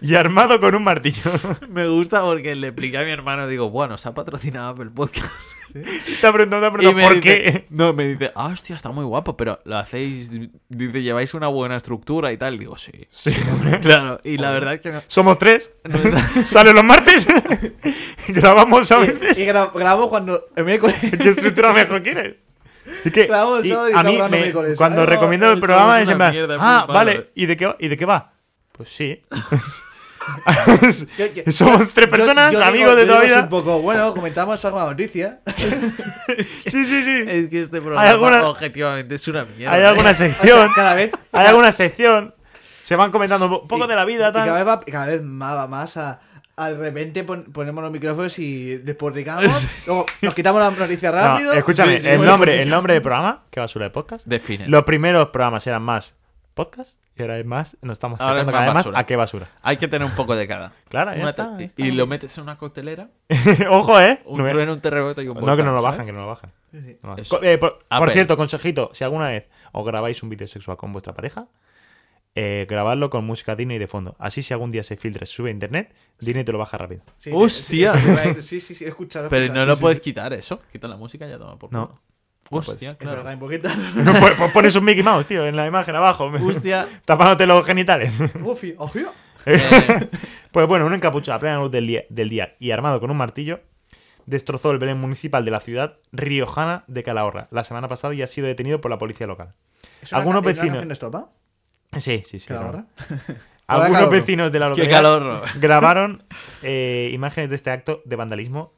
S3: y armado con un martillo.
S2: Me gusta porque le expliqué a mi hermano, digo, bueno, se ha patrocinado Apple Podcast.
S3: Te ha preguntado, te ha preguntado,
S2: me
S3: ¿por
S2: dice-
S3: qué?
S2: No, me dice, ah, hostia, está muy guapo, pero lo hacéis, dice, lleváis una buena estructura y tal. Digo, sí.
S3: Sí.
S2: Claro, y la verdad es que no-
S3: Somos tres. Sale los martes. Grabamos a veces.
S4: Eh, Y, y gra- grabo cuando. El miércoles.
S3: ¿Qué estructura mejor quieres? Es que
S4: Grabamos
S3: y
S4: sábado y
S3: a mí
S4: estamos
S3: me-
S4: grabando miércoles.
S3: cuando
S4: Ay, no,
S3: recomiendo el
S4: el
S3: programa
S2: sábado es
S3: es en
S2: una
S3: plan,
S2: mierda, es muy
S3: ah,
S2: malo".
S3: vale, ¿y de qué va? ¿Y de qué va? Pues sí.
S4: Yo- yo-
S3: Somos tres
S4: yo-
S3: personas,
S4: yo digo-
S3: amigos de
S4: yo
S3: toda
S4: digo
S3: vida.
S4: Un poco, bueno, comentamos alguna noticia.
S3: Sí, sí, sí.
S2: Es que este programa
S3: alguna-
S2: objetivamente es una mierda.
S3: Hay
S2: ¿eh?
S3: alguna
S4: O sea,
S3: sección.
S4: cada vez.
S3: Hay alguna sección. Se van comentando un po- poco
S4: y-
S3: de la vida,
S4: y Cada
S3: tal.
S4: vez, va, cada vez más, va más a. a De repente pon- ponemos los micrófonos y despotricamos. luego nos quitamos la noticia rápido.
S3: No, escúchame,
S4: Sí, sí,
S3: el,
S4: bueno,
S3: nombre,
S4: pues-
S3: el nombre del programa, que basura de podcast.
S2: Define.
S3: Los primeros programas eran más podcast y ahora es más, nos estamos
S2: Ahora es
S3: acercando
S2: más
S3: cada vez más
S2: basura.
S3: a qué basura.
S2: Hay que tener un poco de cada.
S3: Claro, ya
S2: Una
S3: está,
S2: te-
S3: ya está.
S2: Y lo metes en una coctelera,
S3: Ojo, ¿eh?
S2: un
S3: no, es-
S2: trueno, un terremoto y un
S3: no, que no lo
S2: volcán, ¿sabes?
S3: bajan, que no lo bajan.
S4: sí.
S3: No lo bajan.
S2: Eso.
S3: Co- eh, por, por
S2: Apple.
S3: cierto, consejito, si alguna vez os grabáis un vídeo sexual con vuestra pareja, eh, grabadlo con música Disney de fondo. Así si algún día se filtra, se sube a internet, Disney te lo baja rápido.
S4: Sí,
S2: ¡Hostia!
S4: sí, Sí, sí, sí, escucha.
S2: Pero
S4: escucha,
S2: no
S4: sí,
S2: lo
S4: sí,
S2: puedes
S4: sí.
S2: quitar eso. Quita la música y ya toma por
S3: No.
S2: culo.
S3: puedes.
S2: Hostia,
S3: Es
S4: Es verdad,
S2: claro.
S4: en poquito.
S3: No, pues- pues pones un Mickey Mouse, tío, en la imagen abajo.
S2: Hostia.
S3: Tapándote los genitales.
S4: Goofy, ojo.
S2: Eh,
S3: Pues bueno, un encapuchado a plena luz del día, del día y armado con un martillo destrozó el Belén municipal de la ciudad riojana de Calahorra la semana pasada y ha sido detenido por la policía local.
S4: ¿Es una
S3: Algunos
S4: ca- es una
S3: vecinos-
S4: canción de estopa?
S3: Sí, sí, sí.
S4: ¿Que la
S3: no.
S4: barra?
S3: Algunos
S4: Calahorra.
S3: vecinos de la
S2: ¡Qué
S3: localidad
S2: calor!
S3: grabaron eh, imágenes de este acto de vandalismo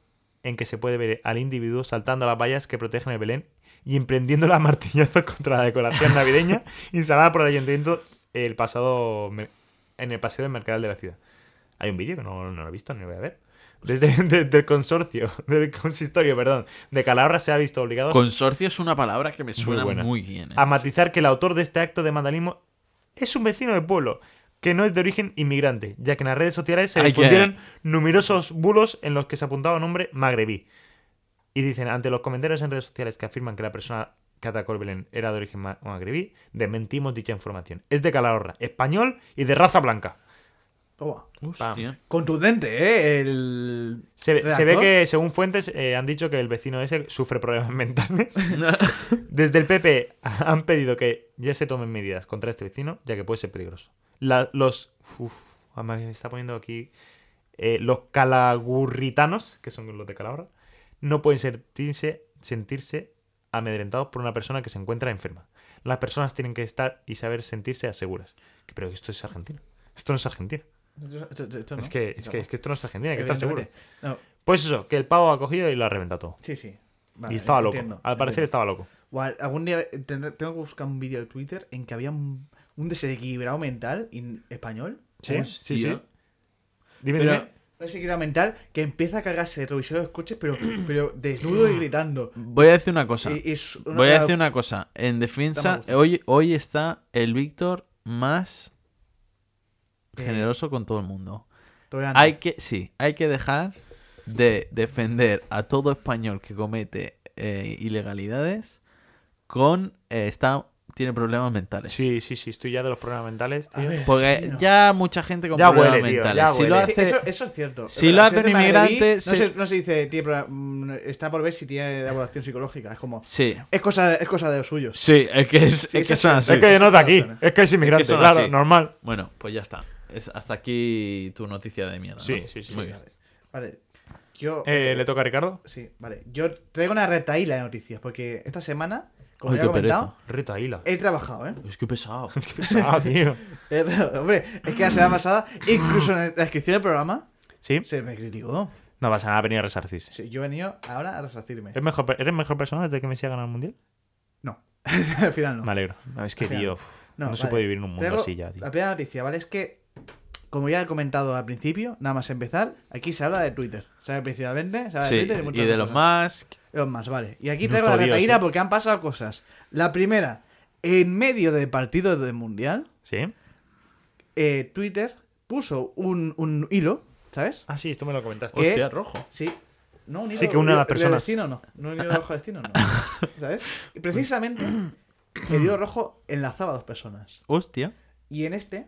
S3: en que se puede ver al individuo saltando las vallas que protegen el Belén y emprendiendo las martillazos contra la decoración navideña instalada por el ayuntamiento el pasado mer- en el paseo del mercado de la ciudad. Hay un vídeo que no, no lo he visto, ni lo voy a ver. Desde, desde el consorcio, del consistorio, perdón, de Calahorra se ha visto obligado
S2: Consorcio es una palabra que me suena muy,
S3: buena.
S2: bien. ¿eh?
S3: a matizar que el autor de este acto de vandalismo es un vecino del pueblo, que no es de origen inmigrante, ya que en las redes sociales se
S2: Ay,
S3: difundieron numerosos bulos en los que se apuntaba un nombre magrebí. Y dicen, ante los comentarios en redes sociales que afirman que la persona que atacó el Belén era de origen ma- magrebí, desmentimos dicha información. Es de Calahorra, español y de raza blanca.
S4: Toma.
S2: Hostia.
S4: Oh, Contundente, ¿eh? El.
S3: Se, ve- se ve
S4: redactor.
S3: que, según fuentes, eh, han dicho que el vecino ese sufre problemas mentales. Desde el PP han pedido que ya se tomen medidas contra este vecino, ya que puede ser peligroso. La- los. Uf, ah, me está poniendo aquí. eh, los calagurritanos, que son los de Calahorra, no pueden sentirse, sentirse amedrentados por una persona que se encuentra enferma. Las personas tienen que estar y saber sentirse seguras. Pero esto es Argentina. Esto no es Argentina.
S4: Esto- esto- esto no.
S3: Es, que, es, que, es que esto no es Argentina, hay que estar seguro.
S4: Evidentemente. No,
S3: Pues eso, que el pavo ha cogido y lo ha reventado todo.
S4: sí, sí. Vale,
S3: y estaba loco.
S4: entiendo,
S3: Al parecer
S4: entiendo.
S3: estaba loco.
S4: O al- algún día tendré- tengo que buscar un vídeo de Twitter en que había un, un desequilibrado mental en español.
S3: Sí, sí, sí.
S2: Hostia.
S3: Dime,
S2: Pero-
S3: dime.
S4: Un desequilibrado mental que empieza a cargarse retrovisores de coches, pero, pero desnudo y gritando.
S2: Voy a decir una cosa.
S4: Y- y es una
S2: Voy a
S4: cara-
S2: decir una cosa. En
S4: Dame
S2: defensa,
S4: gusto.
S2: hoy, hoy está el Víctor más generoso con todo el mundo.
S4: tolerante.
S2: Hay que, sí, hay que dejar de defender a todo español que comete eh, ilegalidades con eh, está tiene problemas mentales.
S3: Sí, sí, sí, estoy ya de los problemas mentales,
S4: A
S3: tío.
S4: ver,
S2: Porque
S4: sí, no.
S2: ya mucha gente con
S3: Ya
S2: problemas
S3: huele, tío, ya
S2: mentales. Si lo
S3: huele.
S4: Sí,
S2: hace,
S4: eso, eso es cierto.
S2: si
S4: Es
S2: lo
S4: verdad,
S2: hace un
S4: hace magrebí,
S2: inmigrante,
S4: No,
S2: se-
S4: se, no se dice, tiene problema- mm, está por ver si tiene evaluación psicológica. Es como.
S2: sí,
S4: Es cosa, es cosa de los suyos.
S2: sí, es que, es,
S4: Sí,
S2: es que
S4: sí,
S2: son así.
S4: sí.
S3: Es que no está aquí,
S4: Claro,
S3: es que es inmigrante,
S2: Es que son
S3: claro,
S2: así.
S3: normal.
S2: Bueno, pues ya está. Es hasta aquí tu noticia de mierda.
S3: Sí,
S2: ¿no?
S3: sí, sí,
S2: Muy
S3: sí.
S2: bien.
S4: Vale. Yo.
S3: Eh, ¿Le toca a Ricardo?
S4: Sí, vale. Yo traigo una retaíla de noticias porque esta semana, como
S2: Ay,
S4: ya he
S2: qué
S4: comentado,
S3: Rita Hila.
S4: he trabajado, ¿eh?
S2: Es que pesado.
S3: Ah, tío.
S4: He tra- Hombre, es que la semana pasada, incluso en la descripción del programa,
S3: ¿Sí?
S4: se me criticó.
S3: No pasa nada, venir a resarcirse.
S4: Sí, yo he venido ahora a resarcirme.
S3: ¿Eres mejor, pe- ¿Eres mejor persona desde que Messi ha ganado el mundial?
S4: No, al final no.
S3: Me alegro. No, es que,
S4: Claro.
S3: tío, uf, no, se
S4: vale.
S3: puede vivir en un mundo
S4: Traigo
S3: así ya, tío.
S4: La primera noticia, ¿vale? Es que, como ya he comentado al principio, nada más empezar, aquí se habla de Twitter. Se habla principalmente se habla
S2: Sí,
S4: de Twitter y,
S2: y de los más.
S4: más. Los más, vale. Y aquí
S3: Nuestro
S4: traigo la
S3: Dios,
S4: retaíla
S3: ¿eh?
S4: porque han pasado cosas. La primera, en medio del partido del Mundial,
S3: ¿Sí?
S4: eh, Twitter puso un, un hilo, ¿sabes?
S3: Ah, sí, esto me lo comentaste.
S4: ¿Qué?
S2: Hostia, rojo.
S4: Sí. No, un hilo,
S3: Sí, que una de las
S4: de
S3: personas.
S4: destino no. No un hilo rojo de destino no. ¿Sabes? Y precisamente el hilo rojo enlazaba a dos personas.
S2: Hostia.
S4: Y en este,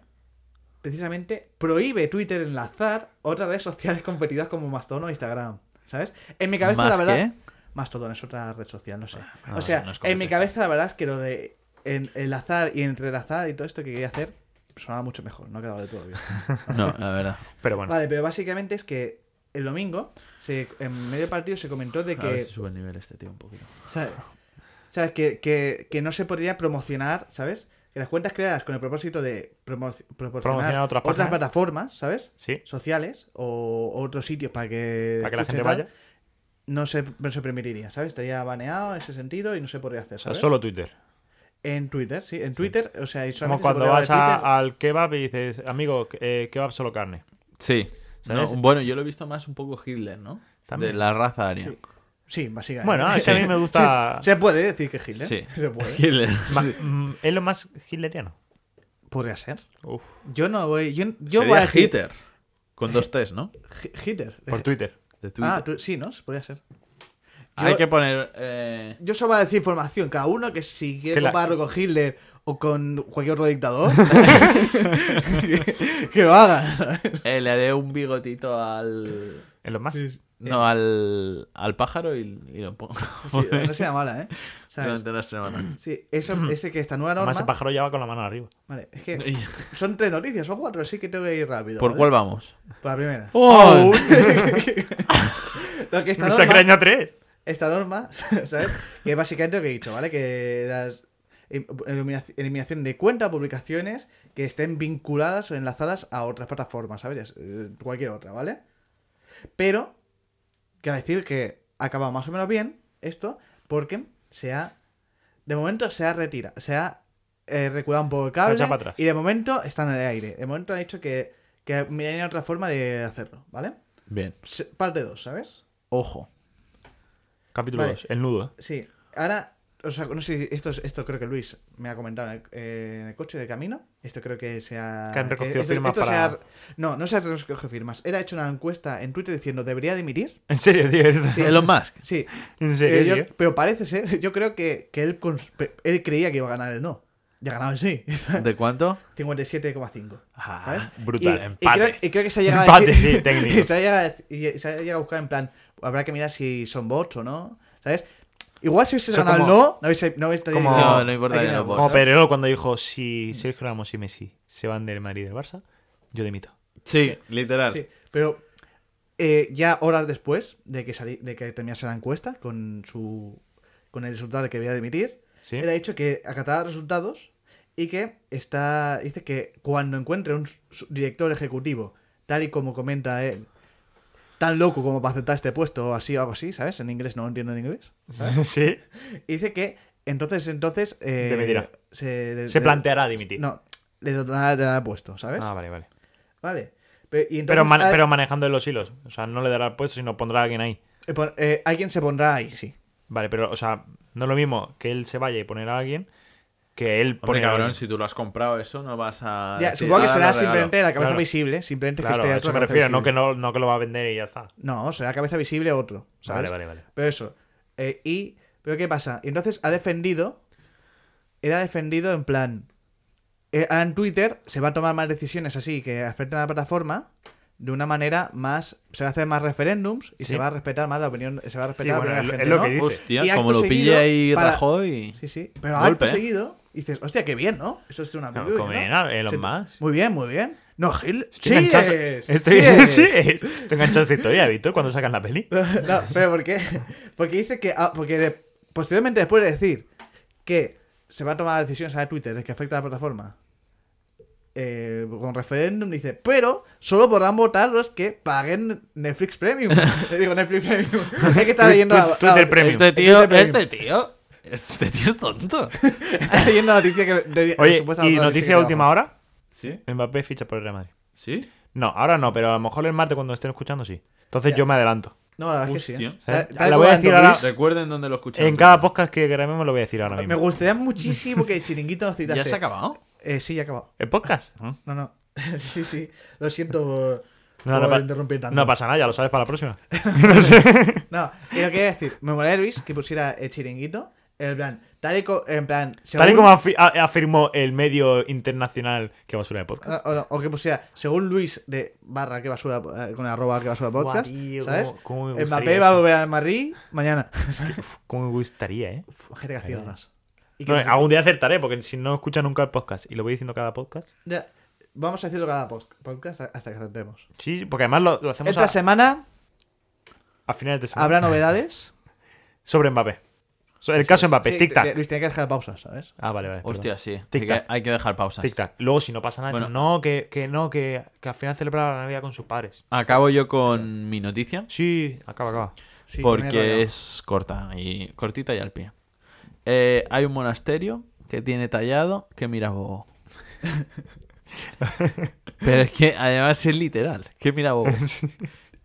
S4: precisamente, prohíbe Twitter enlazar otras redes sociales competidas como Mastodon o Instagram. ¿Sabes? En mi cabeza,
S2: ¿Más
S4: la verdad.
S2: qué?
S4: Mastodon es otra red social, no sé.
S2: Ah,
S4: o sea,
S2: no es
S4: en mi
S2: competencia.
S4: cabeza, la verdad es que lo de en- enlazar y entrelazar y todo esto que quería hacer sonaba mucho mejor. No ha quedado de todo bien.
S2: No, la verdad.
S3: Pero bueno,
S4: Vale, pero básicamente es que el domingo, se, en medio partido, se comentó de
S2: A ver
S4: que.
S2: si sube el nivel este tío un poquito.
S4: ¿Sabes? ¿Sabes? Que, que- que no se podría promocionar, ¿sabes? Que las cuentas creadas con el propósito de promo- proporcionar
S3: Promocionar otras páginas.
S4: plataformas, ¿sabes?
S3: sí.
S4: Sociales o otros sitios para que,
S3: Para que la
S4: escuchen
S3: gente
S4: tal,
S3: vaya.
S4: No se, no se permitiría, ¿sabes? Estaría baneado en ese sentido y no se podría hacer.
S3: O sea,
S4: ¿sabes?
S3: solo Twitter.
S4: En Twitter, sí. En Twitter, o sea, y
S3: Como
S4: solamente se
S3: cuando
S4: podría
S3: vas
S4: hablar de Twitter.
S3: a- al kebab y dices, amigo, eh, kebab solo carne.
S2: Sí.
S3: ¿Sabes?
S2: No, bueno, yo lo he visto más un poco Hitler, ¿no?
S3: También.
S2: De la raza aria.
S4: Sí. Sí, básicamente.
S3: Bueno, ah, es que a mí me gusta.
S4: Se puede decir que es Hitler.
S2: Sí.
S4: Se puede.
S2: Hitler.
S3: Ma- mm, es lo más hitleriano.
S4: Podría ser.
S3: Uf.
S4: Yo no voy. Yo, yo
S2: Sería
S4: voy a decir-
S2: Hitler. Con dos T's, ¿no?
S4: Hi- Hitler.
S3: Por Twitter.
S2: De Twitter.
S4: Ah, tú- sí, ¿no? Podría ser.
S2: Hay
S4: yo-
S2: que poner. eh,
S4: Yo solo voy a decir información. Cada uno que si quiere
S3: Que la-
S4: compararlo con Hitler o con cualquier otro dictador, que, que lo haga. ¿sabes?
S2: eh, le haré un bigotito al.
S3: Es lo más.
S2: No,
S4: Eh.
S2: al, al pájaro y, y lo pongo.
S4: Sí, no sea mala, ¿eh? ¿Sabes?
S2: durante la semana.
S4: Sí, eso, ese que esta nueva
S3: Además, el
S4: norma.
S3: pájaro ya va con la mano arriba.
S4: Vale, es que son tres noticias, son cuatro, así que tengo que ir rápido.
S2: ¿Por
S4: ¿vale?
S2: cuál vamos?
S4: Por la primera.
S2: ¡Oh!
S4: Lo que esta
S3: No se
S4: norma-
S3: creña tres.
S4: esta norma, ¿sabes? Que es básicamente lo que he dicho, ¿vale? Que las eliminaci- eliminación de cuenta o publicaciones que estén vinculadas o enlazadas a otras plataformas, ¿sabes? Eh, Cualquier otra, ¿vale? Pero, quiero decir que ha acabado más o menos bien esto, porque se ha, de momento se ha retirado, se ha eh, reculaban por cable.
S3: echar para atrás.
S4: Y de momento están en el aire. De momento han dicho que, que mirarían otra forma de hacerlo, ¿vale?
S2: Bien.
S4: Se- Parte 2, ¿sabes?
S2: Ojo.
S3: Capítulo
S4: Vale.
S3: 2, el nudo. ¿eh?
S4: Sí. Ahora, o sea, no sé, si esto, es- esto creo que Luis me ha comentado en el, eh, en el coche de camino. Esto creo que se ha...
S3: Que han recogido
S4: esto-
S3: firmas
S4: esto se
S3: para-
S4: ha- no, no se ha recogido firmas. Era hecho una encuesta en Twitter diciendo, ¿debería dimitir?
S3: En serio, tío. ¿Es-
S2: Elon Musk.
S4: Sí.
S3: En serio,
S4: Eh, yo-
S3: tío.
S4: pero parece ser, yo creo que, que él, cons- pe- él creía que iba a ganar el no. Ya ha ganado el sí.
S2: ¿De cuánto?
S4: 57,5.
S2: Ah,
S4: ¿Sabes?
S3: brutal,
S4: Y- y
S3: empate.
S4: creo- Y, creo, que se ha llegado a
S3: Empate,
S4: decir-
S3: sí, técnico.
S4: se, ha llegado, a- y se ha llegado a buscar en plan, habrá que mirar si son bots o no, ¿sabes? Igual si hubiese
S3: Son
S4: ganado
S3: como-
S4: el no, no habéis, no habéis
S3: como-
S2: No, no importa
S4: aquí
S2: que
S4: hay
S2: no
S4: bots.
S2: bots.
S3: Como Pedrero cuando dijo, si Sergio Ramos y Messi se van del Madrid y del Barça, yo demito.
S2: Sí, literal.
S4: Sí, pero eh, ya horas después de que, sali- de que terminase la encuesta con su con el resultado de que había de emitir,
S3: ¿Sí?
S4: él ha dicho que acataba resultados y que está dice que cuando encuentre un su- director ejecutivo, tal y como comenta él, tan loco como para aceptar este puesto o así o algo así, ¿sabes? En inglés no lo entiendo en inglés.
S3: ¿Sí?
S4: Y dice que entonces entonces eh,
S3: Dimitirá.
S4: se, de-
S3: Se
S4: de-
S3: planteará dimitir.
S4: No, le dará le dará el puesto, ¿sabes?
S3: Ah, vale, vale.
S4: Vale. Pero, y
S3: Pero,
S4: entonces
S3: man-
S4: ha-
S3: pero manejando los hilos. O sea, no le dará el puesto, sino pondrá a alguien ahí.
S4: Eh, pon- eh, alguien se pondrá ahí, sí.
S3: Vale, pero, o sea, no es lo mismo que él se vaya y poner a alguien que él
S2: Hombre, eh.
S3: poner a
S2: cabrón,
S3: alguien.
S2: si tú lo has comprado eso, no vas a...
S4: Ya,
S2: sí, ah,
S4: supongo que
S2: ahora
S4: será
S2: lo regalo.
S4: simplemente la cabeza
S3: Claro.
S4: visible, simplemente
S3: Claro,
S4: que este esté
S3: a
S4: otro
S3: eso me
S4: cabeza
S3: refiero, no que, no,
S4: visible.
S3: no que lo va a vender y ya está.
S4: No, será cabeza visible otro, ¿sabes?
S3: Vale, vale, vale.
S4: Pero eso. eh, y, pero ¿qué pasa? Y entonces ha defendido, era defendido en plan, eh, ahora en Twitter se va a tomar más decisiones así que afectan a la plataforma de una manera más, se va a hacer más referéndums y
S3: Sí.
S4: se va a respetar más la opinión, se va a respetar
S3: Sí,
S4: la
S3: bueno,
S4: opinión
S3: es
S4: de
S3: lo-
S4: la gente,
S3: es lo que
S4: ¿no?
S3: dice.
S2: Hostia,
S4: Y acto
S2: como lo
S4: seguido
S2: pilla ahí
S4: para-
S2: Rajoy.
S4: Sí, sí. Pero
S2: Golpe,
S4: acto
S2: ¿eh?
S4: seguido dices, hostia, qué bien, ¿no? Eso es una
S3: No,
S4: muy bien,
S3: como bien, ah, Elon
S4: Sí,
S3: Musk.
S4: Muy bien, muy bien. No, Gil.
S3: Estoy
S4: sí,
S3: enganchado-
S4: es,
S3: Estoy,
S4: sí es.
S3: sí es. Estoy enganchado a esta historia, Víctor, cuando sacan la peli.
S4: No, pero ¿por qué? Porque dice que. ah, Porque de- posteriormente, después de decir que se va a tomar decisiones a Twitter de que afecta a la plataforma eh, con referéndum, dice, pero solo podrán votar los que paguen Netflix Premium. Digo, Netflix Premium. Es que está leyendo. la- la-
S3: Twitter Premium.
S2: Este tío,
S4: Este premium.
S2: este tío, este tío es tonto.
S4: Está leyendo la noticia que. de-
S3: Oye,
S4: supuesta
S3: y
S4: noticia que
S3: noticia de
S4: trabajo.
S3: última hora:
S2: ¿Sí?
S3: Mbappé ficha por el Real Madrid.
S2: ¿Sí?
S3: No, ahora no, pero a lo mejor el martes cuando estén escuchando sí. Entonces
S4: Ya.
S3: yo me adelanto.
S4: No, la verdad es que sí.
S2: Hostia.
S4: ¿eh? Tal-
S3: Ya
S4: tal
S3: la
S4: como
S3: voy a
S4: tanto,
S3: decir ahora-
S4: Luis,
S2: Recuerden dónde lo escucharon.
S3: En cada podcast que grabemos lo voy a decir ahora
S4: Me
S3: mismo.
S4: gustaría muchísimo que Chiringuito nos citase.
S2: ¿Ya se ha acabado?
S4: Eh, sí, ya ha acabado.
S3: ¿El podcast?
S4: No, no. sí, sí. Lo siento por,
S3: No, no,
S4: por
S3: pa-
S4: interrumpir tanto.
S3: no pasa nada, ya lo sabes para la próxima.
S4: No, y lo que quería decir, me molaría Luis que pusiera el chiringuito. En plan, tal y, co- en plan,
S3: Tal y
S4: según-
S3: como afi- a- afirmó el medio internacional que basura de podcast.
S4: Ah, o, no, o que pusiera, según Luis de barra que basura eh, con arroba que basura podcast,
S3: Guau, tío,
S4: ¿sabes?
S3: cómo- cómo me
S4: Mbappé
S3: gustaría
S4: va a
S3: eso.
S4: volver al Madrid mañana.
S3: Uf, cómo me gustaría, ¿eh?
S4: Uf, Gente que hacía horas. Y que
S3: No,
S4: nos-
S3: algún día acertaré, porque si no escucha nunca el podcast y lo voy diciendo cada podcast.
S4: Ya, Vamos a decirlo cada post- podcast hasta que acertemos.
S3: Sí, porque además lo, lo hacemos
S4: Esta
S3: a,
S4: semana
S3: a finales de semana.
S4: habrá novedades.
S3: Sobre Mbappé. So- El caso Mbappé,
S4: Sí, te-
S3: tic-tac.
S4: Luis tiene que dejar pausas, ¿sabes?
S3: Ah, vale, vale. perdón.
S2: Hostia, sí. Hay que,
S3: Tic-tac.
S2: hay que dejar pausas.
S3: Tic-tac. Luego, si no pasa nada,
S2: Bueno.
S3: no, que, que no, que, que al final celebraba la Navidad con sus padres.
S2: Acabo yo con mi noticia.
S3: Sí, acaba, acaba.
S4: Sí, me he rayado.
S2: porque es corta y cortita y al pie. Eh, hay un monasterio que tiene tallado que mira bobo. Pero es que además es literal, que mira bobo.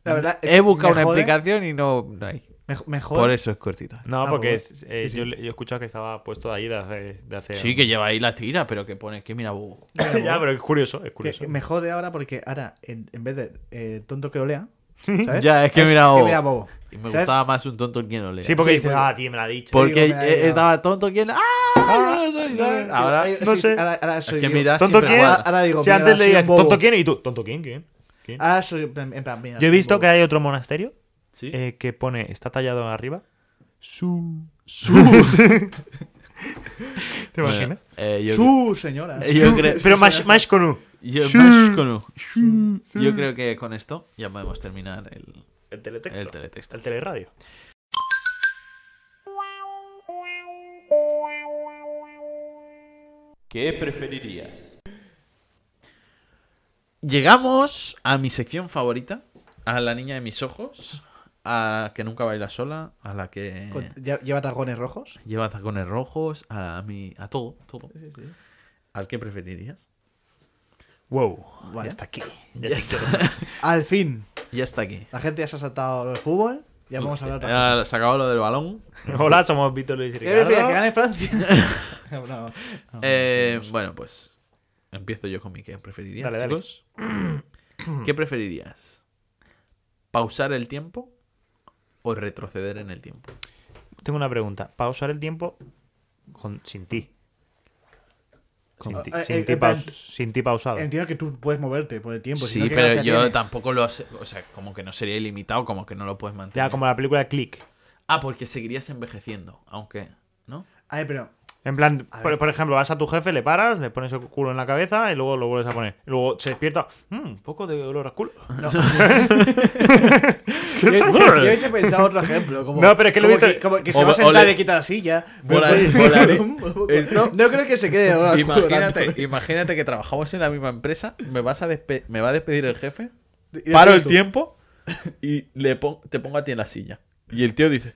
S4: La verdad, es-
S2: He buscado
S4: me
S2: una
S4: jode-
S2: explicación y no, no hay.
S4: Me, me jode.
S2: Por eso es cortita.
S3: No,
S4: Ah,
S3: porque
S4: pues
S3: es- eh, Yo, le- yo he escuchado que estaba puesto de ahí de hace. de hace-
S2: Sí, que lleva ahí la tira, pero que pone que mira bobo.
S3: ya, pero es curioso, es
S4: Que-
S3: curioso.
S4: que me jode ahora porque ahora, en, en vez de eh, tonto que olea, ¿sabes?
S2: Ya, es que mira bobo.
S4: bobo.
S2: Y me
S4: ¿Sabes?
S2: gustaba más un tonto quien no le
S3: Sí, porque
S4: Sí,
S3: dices,
S4: porque-
S3: ah, tío, me la ha dicho.
S2: Porque
S4: digo, me ha
S2: eh,
S4: ido.
S2: estaba tonto quien. ¡Ah! Yo no soy, ¿sabes?
S4: Eh,
S2: Ahora.
S4: eh,
S3: no
S4: sí,
S3: sé.
S4: Ahora, ahora soy
S2: que
S4: yo.
S2: mira-
S3: ¿Tonto
S2: siempre
S3: quién?
S2: guarda.
S4: Ahora- ahora digo,
S3: Si
S4: mira,
S3: antes
S4: soy
S3: le
S4: un
S3: digas,
S4: bobo. Ah,
S3: ¿tonto quién? Y tú, ¿tonto quién? ¿Quién? ¿Quién?
S4: Ahora soy, en, en plan, mira,
S3: Yo he
S4: soy
S3: visto
S4: bobo.
S3: que hay otro monasterio
S2: Sí.
S3: eh, que pone, está tallado arriba. Su. Su. ¿Te imaginas?
S2: Bueno, eh, yo
S4: Su señora.
S2: Eh, yo creo-
S3: Pero más, más con U.
S2: Yo, más con- Yo creo que con esto ya podemos terminar el,
S3: El teletexto.
S2: el
S3: El,
S2: teletexto.
S3: teleradio.
S1: ¿Qué preferirías?
S2: Llegamos a mi sección favorita, a la niña de mis ojos, a que nunca baila sola, a la que
S4: Con- lle- Lleva tacones rojos.
S2: lleva tacones rojos, a mi, a todo, todo. ¿Al que preferirías?
S3: Wow,
S4: Vale.
S3: ya está aquí.
S2: Ya, está.
S4: Al fin,
S2: ya está aquí.
S4: la gente ya se ha saltado lo de fútbol. Ya vamos a hablar de otra cosa.
S2: Ya se acabó lo del balón.
S3: Hola, somos Víctor Luis y
S4: ¿Qué prefieres? ¿Que
S3: Ricardo.
S4: gane Francia? No, no, no,
S2: Eh,
S4: Ah, sí,
S2: bueno, pues empiezo yo con mi que preferirías,
S3: Dale, dale.
S2: chicos. ¿Qué preferirías? ¿Pausar el tiempo o retroceder en el tiempo?
S3: Tengo una pregunta. Pausar el tiempo con- sin ti. Sin
S4: Ah,
S3: ti-
S4: eh,
S3: sin
S4: eh,
S3: ti
S4: en
S3: paus-
S4: plan-
S3: sin ti pausado.
S4: Entiendo que tú puedes moverte por el tiempo. si no,
S2: sí,
S4: ¿qué
S2: pero
S4: gracia
S2: yo
S4: tiene?
S2: tampoco lo sé. O sea, como que no sería ilimitado, como que no lo puedes mantener.
S3: Ya, como la película Click.
S2: Ah, porque seguirías envejeciendo, aunque. ¿No?
S4: A ver, pero
S3: En plan,
S4: A
S3: por,
S4: ver.
S3: por ejemplo, vas a tu jefe, le paras, le pones el culo en la cabeza y luego lo vuelves a poner. Y luego se despierta. "Mm, un poco de olor a culo. ¿Qué
S4: Yo,
S3: está
S4: yo
S3: haciendo?
S4: hubiese pensado otro ejemplo. Como,
S3: No, pero es que lo
S4: como
S3: viste-
S4: como que
S2: O-
S4: se va a
S2: o
S4: sentar
S2: le-
S4: y quita la silla.
S2: Vola-
S4: Pues-
S2: volaré. Esto-
S4: No creo que se quede. ahora el culo tanto.
S2: Imagínate, imagínate que trabajamos en la misma empresa, me vas a despe- me va a despedir el jefe,
S4: Y
S2: paro
S4: después
S2: el
S4: tú.
S2: tiempo y le pon- te pongo a ti en la silla. Y el tío dice,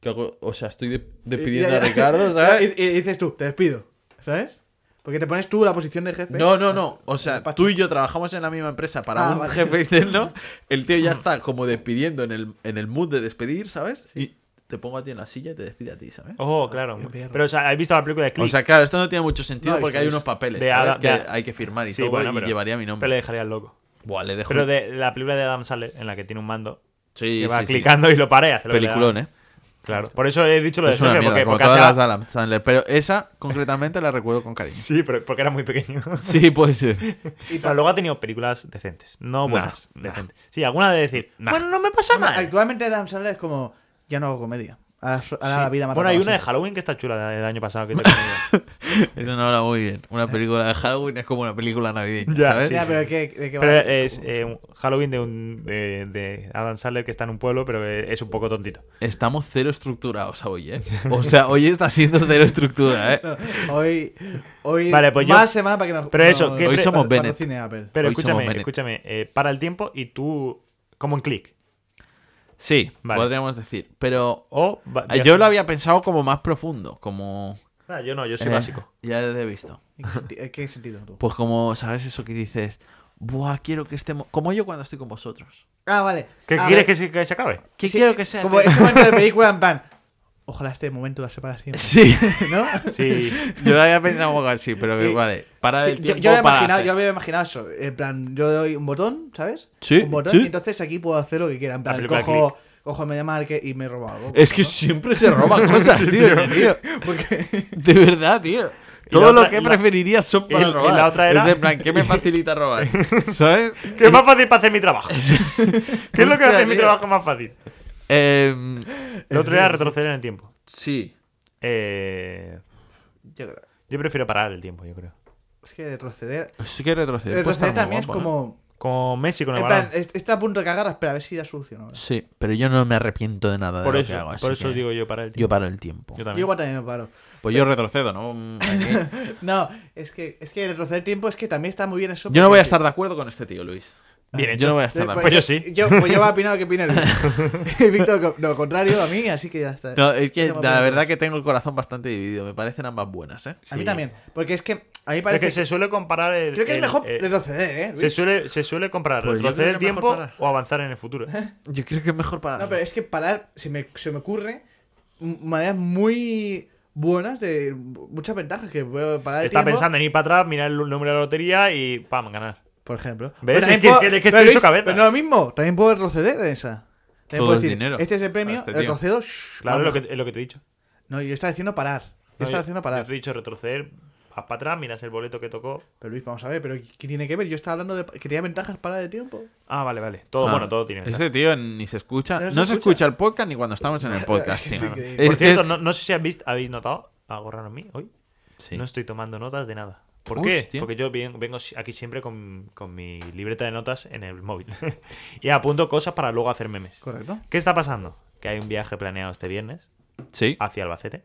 S2: ¿qué hago? O sea, estoy de- despidiendo
S4: Y- y-
S2: a Ricardo, ¿sabes?
S4: Y, y dices tú, te despido. ¿Sabes? Porque te pones tú en la posición de jefe.
S2: No, no, no. O sea,
S4: Despacho.
S2: tú y yo trabajamos en la misma empresa para
S4: Ah,
S2: un
S4: vale.
S2: jefe externo. El tío ya está como despidiendo en el, en el mood de despedir, ¿sabes? Y te pongo a ti en la silla y te despide a ti, ¿sabes?
S3: Oh, claro.
S4: Qué perro.
S3: Pero, o sea, ¿habéis visto la película de Click?
S2: O sea, claro, esto no tiene mucho sentido
S4: No,
S2: porque
S4: esto
S2: hay
S4: es
S2: unos papeles
S3: de
S2: ¿sabes?
S3: Adam-
S2: que
S3: de-
S2: hay que firmar y
S3: Sí,
S2: todo
S3: bueno,
S2: y
S3: pero-
S2: llevaría mi nombre.
S3: Pero le dejaría al loco.
S2: Buah, le dejo.
S3: Pero de la película de Adam Sandler, en la que tiene un mando
S2: Sí,
S3: que va
S2: sí, sí.
S3: clicando y lo para y hace lo que le da.
S2: Peliculón, ¿eh?
S3: Claro. Por eso he dicho lo de
S2: Es una
S3: jefe,
S2: mierda,
S3: porque,
S2: como
S3: porque
S2: todas
S3: hace
S2: las
S3: la-
S2: de Adam Sandler. Pero esa, concretamente, la recuerdo con cariño.
S3: Sí, pero porque era muy pequeño.
S2: Sí, puede ser.
S4: Y
S3: Pero luego ha tenido películas decentes. No buenas, decentes. Sí, alguna de decir, bueno, no me pasa
S4: Hombre,
S3: mal.
S4: Actualmente Adam Sandler es como, ya no hago comedia. Ahora, so- ahora la vida me ha
S3: Bueno, hay
S4: tocado
S3: una de
S4: así.
S3: Halloween que está chula de- del año pasado. Que te he comido.
S2: Eso no habla muy bien. Una película de Halloween es como una película navideña,
S3: Ya,
S2: ¿sabes?
S3: sí,
S4: Ya, pero ¿qué- ¿de qué va?
S3: pero es eh, un Halloween de, un, de, de Adam Sandler que está en un pueblo, pero eh, es un poco tontito.
S2: Estamos cero estructurados hoy, ¿eh? O sea, hoy está siendo cero estructura, ¿eh?
S4: Hoy, hoy
S3: Vale, pues yo-
S4: más semana para que nos...
S3: Pero eso, que-
S2: Hoy
S3: pre-
S2: somos
S4: patrocine
S2: Bennett.
S4: Apple.
S3: Pero
S2: Hoy somos
S3: escúchame,
S2: Bennett.
S3: escúchame. eh, para el tiempo y tú, como en click.
S2: Sí,
S3: Vale.
S2: podríamos decir. Pero
S3: O va-
S2: eh, yo lo había pensado como más profundo, como...
S3: Ah, yo no, yo soy
S2: eh,
S3: básico.
S2: Ya te he visto.
S4: ¿En qué senti- en qué sentido tú?
S2: Pues como, ¿sabes eso que dices? Buah, quiero que estemos... Como yo cuando estoy con vosotros.
S4: Ah, vale.
S3: ¿Qué
S4: Ah,
S3: quieres
S4: vale.
S3: que se, que se acabe?
S2: ¿Qué
S4: Sí,
S2: quiero que sea?
S4: Como ese momento de película en plan... Ojalá este momento dase para siempre.
S2: Sí.
S4: ¿No?
S3: Sí.
S2: Yo lo había pensado un poco así, pero que,
S4: Sí.
S2: vale. Para
S4: Sí,
S2: el
S4: yo,
S2: tiempo
S4: yo había
S2: para
S4: imaginado,
S2: hacer.
S4: yo había imaginado eso. En plan, yo doy un botón, ¿sabes?
S2: Sí,
S4: Un botón,
S2: sí.
S4: y entonces aquí puedo hacer lo que quiera. En
S3: La
S4: plan,
S3: película
S4: cojo, cojo media marca y me robo algo.
S2: Es que siempre se roba cosas, tío. tío. De verdad, tío.
S3: Y la
S2: Todo lo
S3: otra-
S2: que
S3: la-
S2: preferirías son para
S3: y- y
S2: robar.
S3: la otra era-
S2: Es en plan, ¿qué me facilita robar? ¿Sabes?
S3: ¿Qué es más fácil para hacer mi trabajo? ¿Qué es lo que
S2: Hostia,
S3: hace mi
S2: tío.
S3: trabajo más fácil?
S2: Em,
S3: El otro
S4: Eh,
S3: era retroceder en el tiempo.
S2: sí.
S3: Eh,
S4: Yo creo-
S3: yo prefiero parar el tiempo, yo creo.
S4: es que retroceder...
S2: Sí que retroceder. pues,
S4: retroceder
S2: está muy
S4: también es
S2: guapo, ¿no?
S4: como...
S3: Como Messi con el
S4: En plan, eh,
S3: balón.
S4: es- está a punto de cagar, espera, a ver si la soluciono. Yo
S2: Sí, pero yo no me arrepiento de nada de
S3: Por
S2: lo
S3: eso,
S2: que hago. así
S3: por eso
S2: que
S3: digo yo parar el
S2: Yo
S3: tiempo.
S2: paro el tiempo.
S3: Yo también.
S4: igual también me paro.
S2: Pues yo retrocedo, ¿no?
S4: No, es que, es que retroceder tiempo es que también está muy bien eso.
S2: Yo no
S4: porque-
S2: voy a estar de acuerdo con este tío, Luis.
S3: Bien hecho.
S2: Yo no voy a estar de
S4: Eh,
S2: acuerdo.
S3: Pues yo sí.
S4: Yo, pues yo voy a opinar lo que opina Luis. Y Víctor, co- lo contrario a mí, así que ya está.
S2: No, es que
S4: No me
S2: la
S4: acuerdo.
S2: verdad que tengo el corazón bastante dividido. Me parecen ambas buenas, ¿eh?
S4: A mí
S3: Sí.
S4: también. Porque es que a mí
S3: Es
S4: parece.
S3: que se suele comparar el.
S4: creo que es
S3: el-
S4: mejor
S3: eh,
S4: retroceder, ¿eh?
S3: se,
S4: Luis?
S3: suele, se suele comparar
S2: Pues yo creo
S3: retroceder el
S2: que mejor
S3: tiempo
S2: parar.
S3: o avanzar en el futuro.
S2: Yo creo que es mejor para.
S4: No, pero es que parar, se me, se me ocurre m- maneras muy buenas de muchas ventajas que puedo parar el
S3: Está
S4: tiempo,
S3: pensando en ir para atrás, mirar el número de la lotería y ¡pam! ganar.
S4: por ejemplo
S3: ¿Ves?
S4: Pero
S3: Es
S4: también
S3: que- es que- es que
S4: pero
S3: estoy en su
S4: Luis,
S3: cabeza.
S4: pero no lo mismo también puedo retroceder en esa también
S2: Todo
S4: puedo
S2: el
S4: decir
S2: dinero.
S4: este es el premio
S2: A este tío.
S4: retrocedo shh,
S3: Claro, es
S4: vamos.
S3: lo que, es lo que te he dicho.
S4: no yo estaba diciendo parar yo
S3: No,
S4: estaba diciendo
S3: yo
S4: parar
S3: te he dicho retroceder, vas para atrás, miras el boleto que tocó.
S4: pero Luis vamos a ver pero qué tiene que ver yo estaba hablando de que tenía ventajas parar de tiempo
S3: Ah, vale, vale. Todo,
S2: Ah,
S3: bueno, todo tiene. ventaja.
S2: Este tío ni se escucha. No,
S4: No se
S2: se escucha el podcast ni cuando estamos en el podcast, tío.
S4: Es increíble.
S2: Es
S3: Por
S2: que
S3: cierto,
S2: es-
S3: no, no sé si habéis, habéis notado algo raro en mí hoy.
S2: Sí.
S3: No estoy tomando notas de nada. ¿Por qué?
S2: Hostia.
S3: Porque yo ven- vengo si- aquí siempre con, con mi libreta de notas en el móvil. y apunto cosas para luego hacer memes.
S4: correcto
S3: ¿Qué está pasando? Que hay un viaje planeado este viernes
S2: Sí.
S3: hacia Albacete,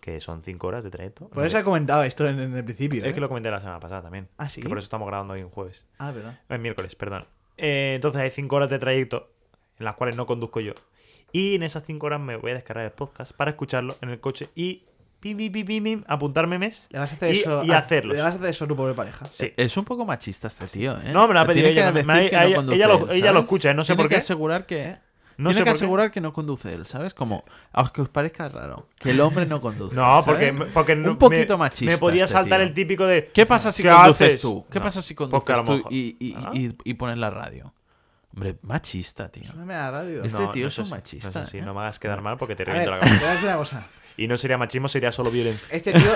S3: que son 5 horas de trayecto.
S4: por eso he comentado esto en, en el principio
S3: Es
S4: ¿eh?
S3: que lo comenté la semana pasada también.
S4: ¿Ah, sí?
S3: Que por eso estamos grabando hoy un jueves.
S4: ah verdad
S3: El miércoles, perdón. Eh, entonces hay 5 horas de trayecto en las cuales no conduzco yo. Y en esas 5 horas me voy a descargar el podcast para escucharlo en el coche y pim, pim, pim, pim, pim, apuntar memes
S4: Le vas a hacer
S3: y,
S4: eso.
S3: y
S4: a-
S3: hacerlos.
S4: Le vas a hacer eso a tu pobre pareja.
S3: Sí.
S2: Es un poco machista este tío, ¿eh?
S3: No, me lo ha
S2: Te
S3: pedido
S2: tiene
S3: ella,
S2: que
S3: me- me-
S2: decir que no
S3: ella-
S2: conduce
S3: ella lo-
S2: él,
S3: ella lo
S2: ¿sabes?
S3: escucha, ¿eh? No sé
S2: Tiene
S3: por
S2: que
S3: qué.
S2: asegurar que...
S3: No
S2: tiene
S3: sé
S2: que
S3: por qué.
S2: asegurar que no conduce él, ¿sabes? Como, aunque os parezca raro, que el hombre no conduce.
S3: No,
S2: ¿sabes?
S3: porque, porque no-
S2: Un poquito
S3: me,
S2: machista
S3: me podía
S2: este
S3: saltar
S2: tío.
S3: el típico de.
S2: ¿Qué pasa si
S3: ¿qué
S2: conduces
S3: haces?
S2: tú? ¿Qué
S3: No,
S2: pasa si
S3: porque
S2: conduces
S3: a lo
S2: tú
S3: mejor-
S2: y, y,
S3: Ah.
S2: y, y pones la radio? Hombre, machista, tío.
S4: Eso no me da radio.
S2: Es- este tío es un
S3: sé si-
S2: machista,
S3: No, sé si
S2: ¿eh?
S3: no me hagas quedar mal porque te
S4: A
S3: reviento
S4: ver,
S3: la cabeza.
S4: te voy a decir una cosa.
S3: Y no sería machismo, sería solo violencia.
S4: Este tío.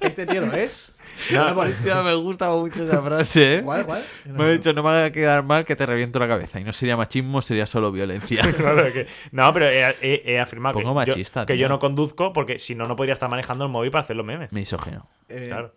S4: este tío lo es.
S3: No.
S4: No, por eso.
S2: pues, Hostia, me gusta mucho esa frase, ¿eh?
S4: ¿Cuál, cuál?
S2: Me ha dicho, no me haga quedar mal que te reviento la cabeza. Y no sería machismo, sería solo violencia.
S3: Claro que- no, pero he, he- he afirmado que,
S2: Pongo machista,
S3: yo, que
S2: tío.
S3: yo no conduzco porque si no, no podría estar manejando el móvil para hacer los memes.
S2: Misógeno.
S4: Eh,
S3: Claro.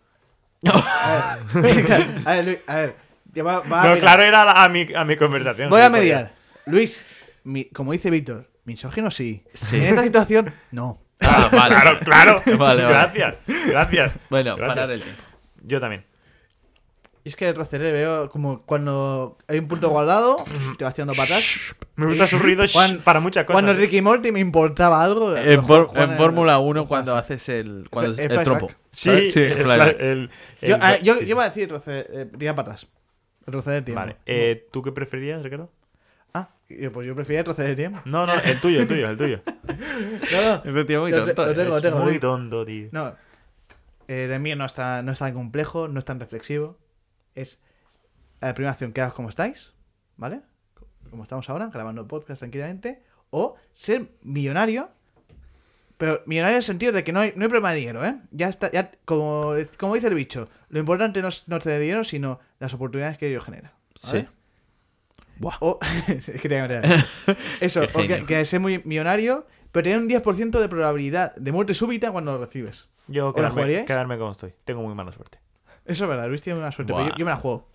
S4: A ver, a ver, Luis, a ver. Ya va- va a
S3: No,
S4: mirar.
S3: claro, era la- a mi, a mi conversación.
S4: Ah, Voy
S3: no
S4: a
S3: podía.
S4: mediar. Luis, mi- como dice Víctor, misógino sí.
S2: Sí.
S4: En esta situación, no.
S2: Ah, vale.
S3: Claro, claro.
S2: Vale, vale.
S3: Gracias, gracias.
S2: Bueno,
S3: Gracias.
S2: parar el tiempo.
S3: Yo también.
S4: Y es que retrocederé, veo como cuando hay un punto guardado, pues, te va haciendo patas.
S3: Me gusta su ruido shh,
S4: Cuan-
S3: para muchas cosas.
S4: Cuando Ricky Morty me importaba algo.
S2: En,
S4: Juan-
S2: for-
S4: Juan
S2: en
S4: era-
S2: Fórmula 1 cuando haces el, cuando
S4: El
S2: el,
S4: flashback.
S2: trompo.
S3: Sí,
S2: Sí,
S3: el-
S2: claro.
S3: el- el-
S4: Yo, a- yo,
S3: sí.
S4: yo iba a decir retroceder, eh, tirar patas. Retroceder tiempo.
S3: Vale. eh, ¿Tú qué preferías, Ricardo?
S4: Ah, yo- pues yo prefería retroceder tiempo.
S3: No, no, el tuyo, el tuyo, el tuyo.
S4: No, no.
S2: Este tío muy
S4: Lo te-
S2: tonto.
S4: lo
S2: ¿eh?
S4: tengo, lo tengo.
S3: Muy tonto, tío.
S4: No. Eh, de mí no está, no es tan complejo, no es tan reflexivo. Es la primera acción, quedaos como estáis, ¿vale? Como estamos ahora, grabando podcast tranquilamente. O ser millonario. Pero millonario en el sentido de que no hay, no hay problema de dinero, ¿eh? Ya está, ya, como, como dice el bicho, lo importante no es no tener dinero, sino las oportunidades que ello genera. ¿vale?
S2: Sí. Buah.
S4: O, es que tenía que mirar. Eso,
S2: Qué
S4: o que,
S2: genio.
S4: que ser muy millonario, pero tener un 10% de probabilidad de muerte súbita cuando lo recibes.
S3: Yo
S4: ¿Os la
S3: quedarme,
S4: jugaríais?
S3: quedarme como estoy. Tengo muy mala suerte.
S4: Eso es verdad, Luis tiene una suerte,
S2: Buah.
S4: pero yo, yo me la juego.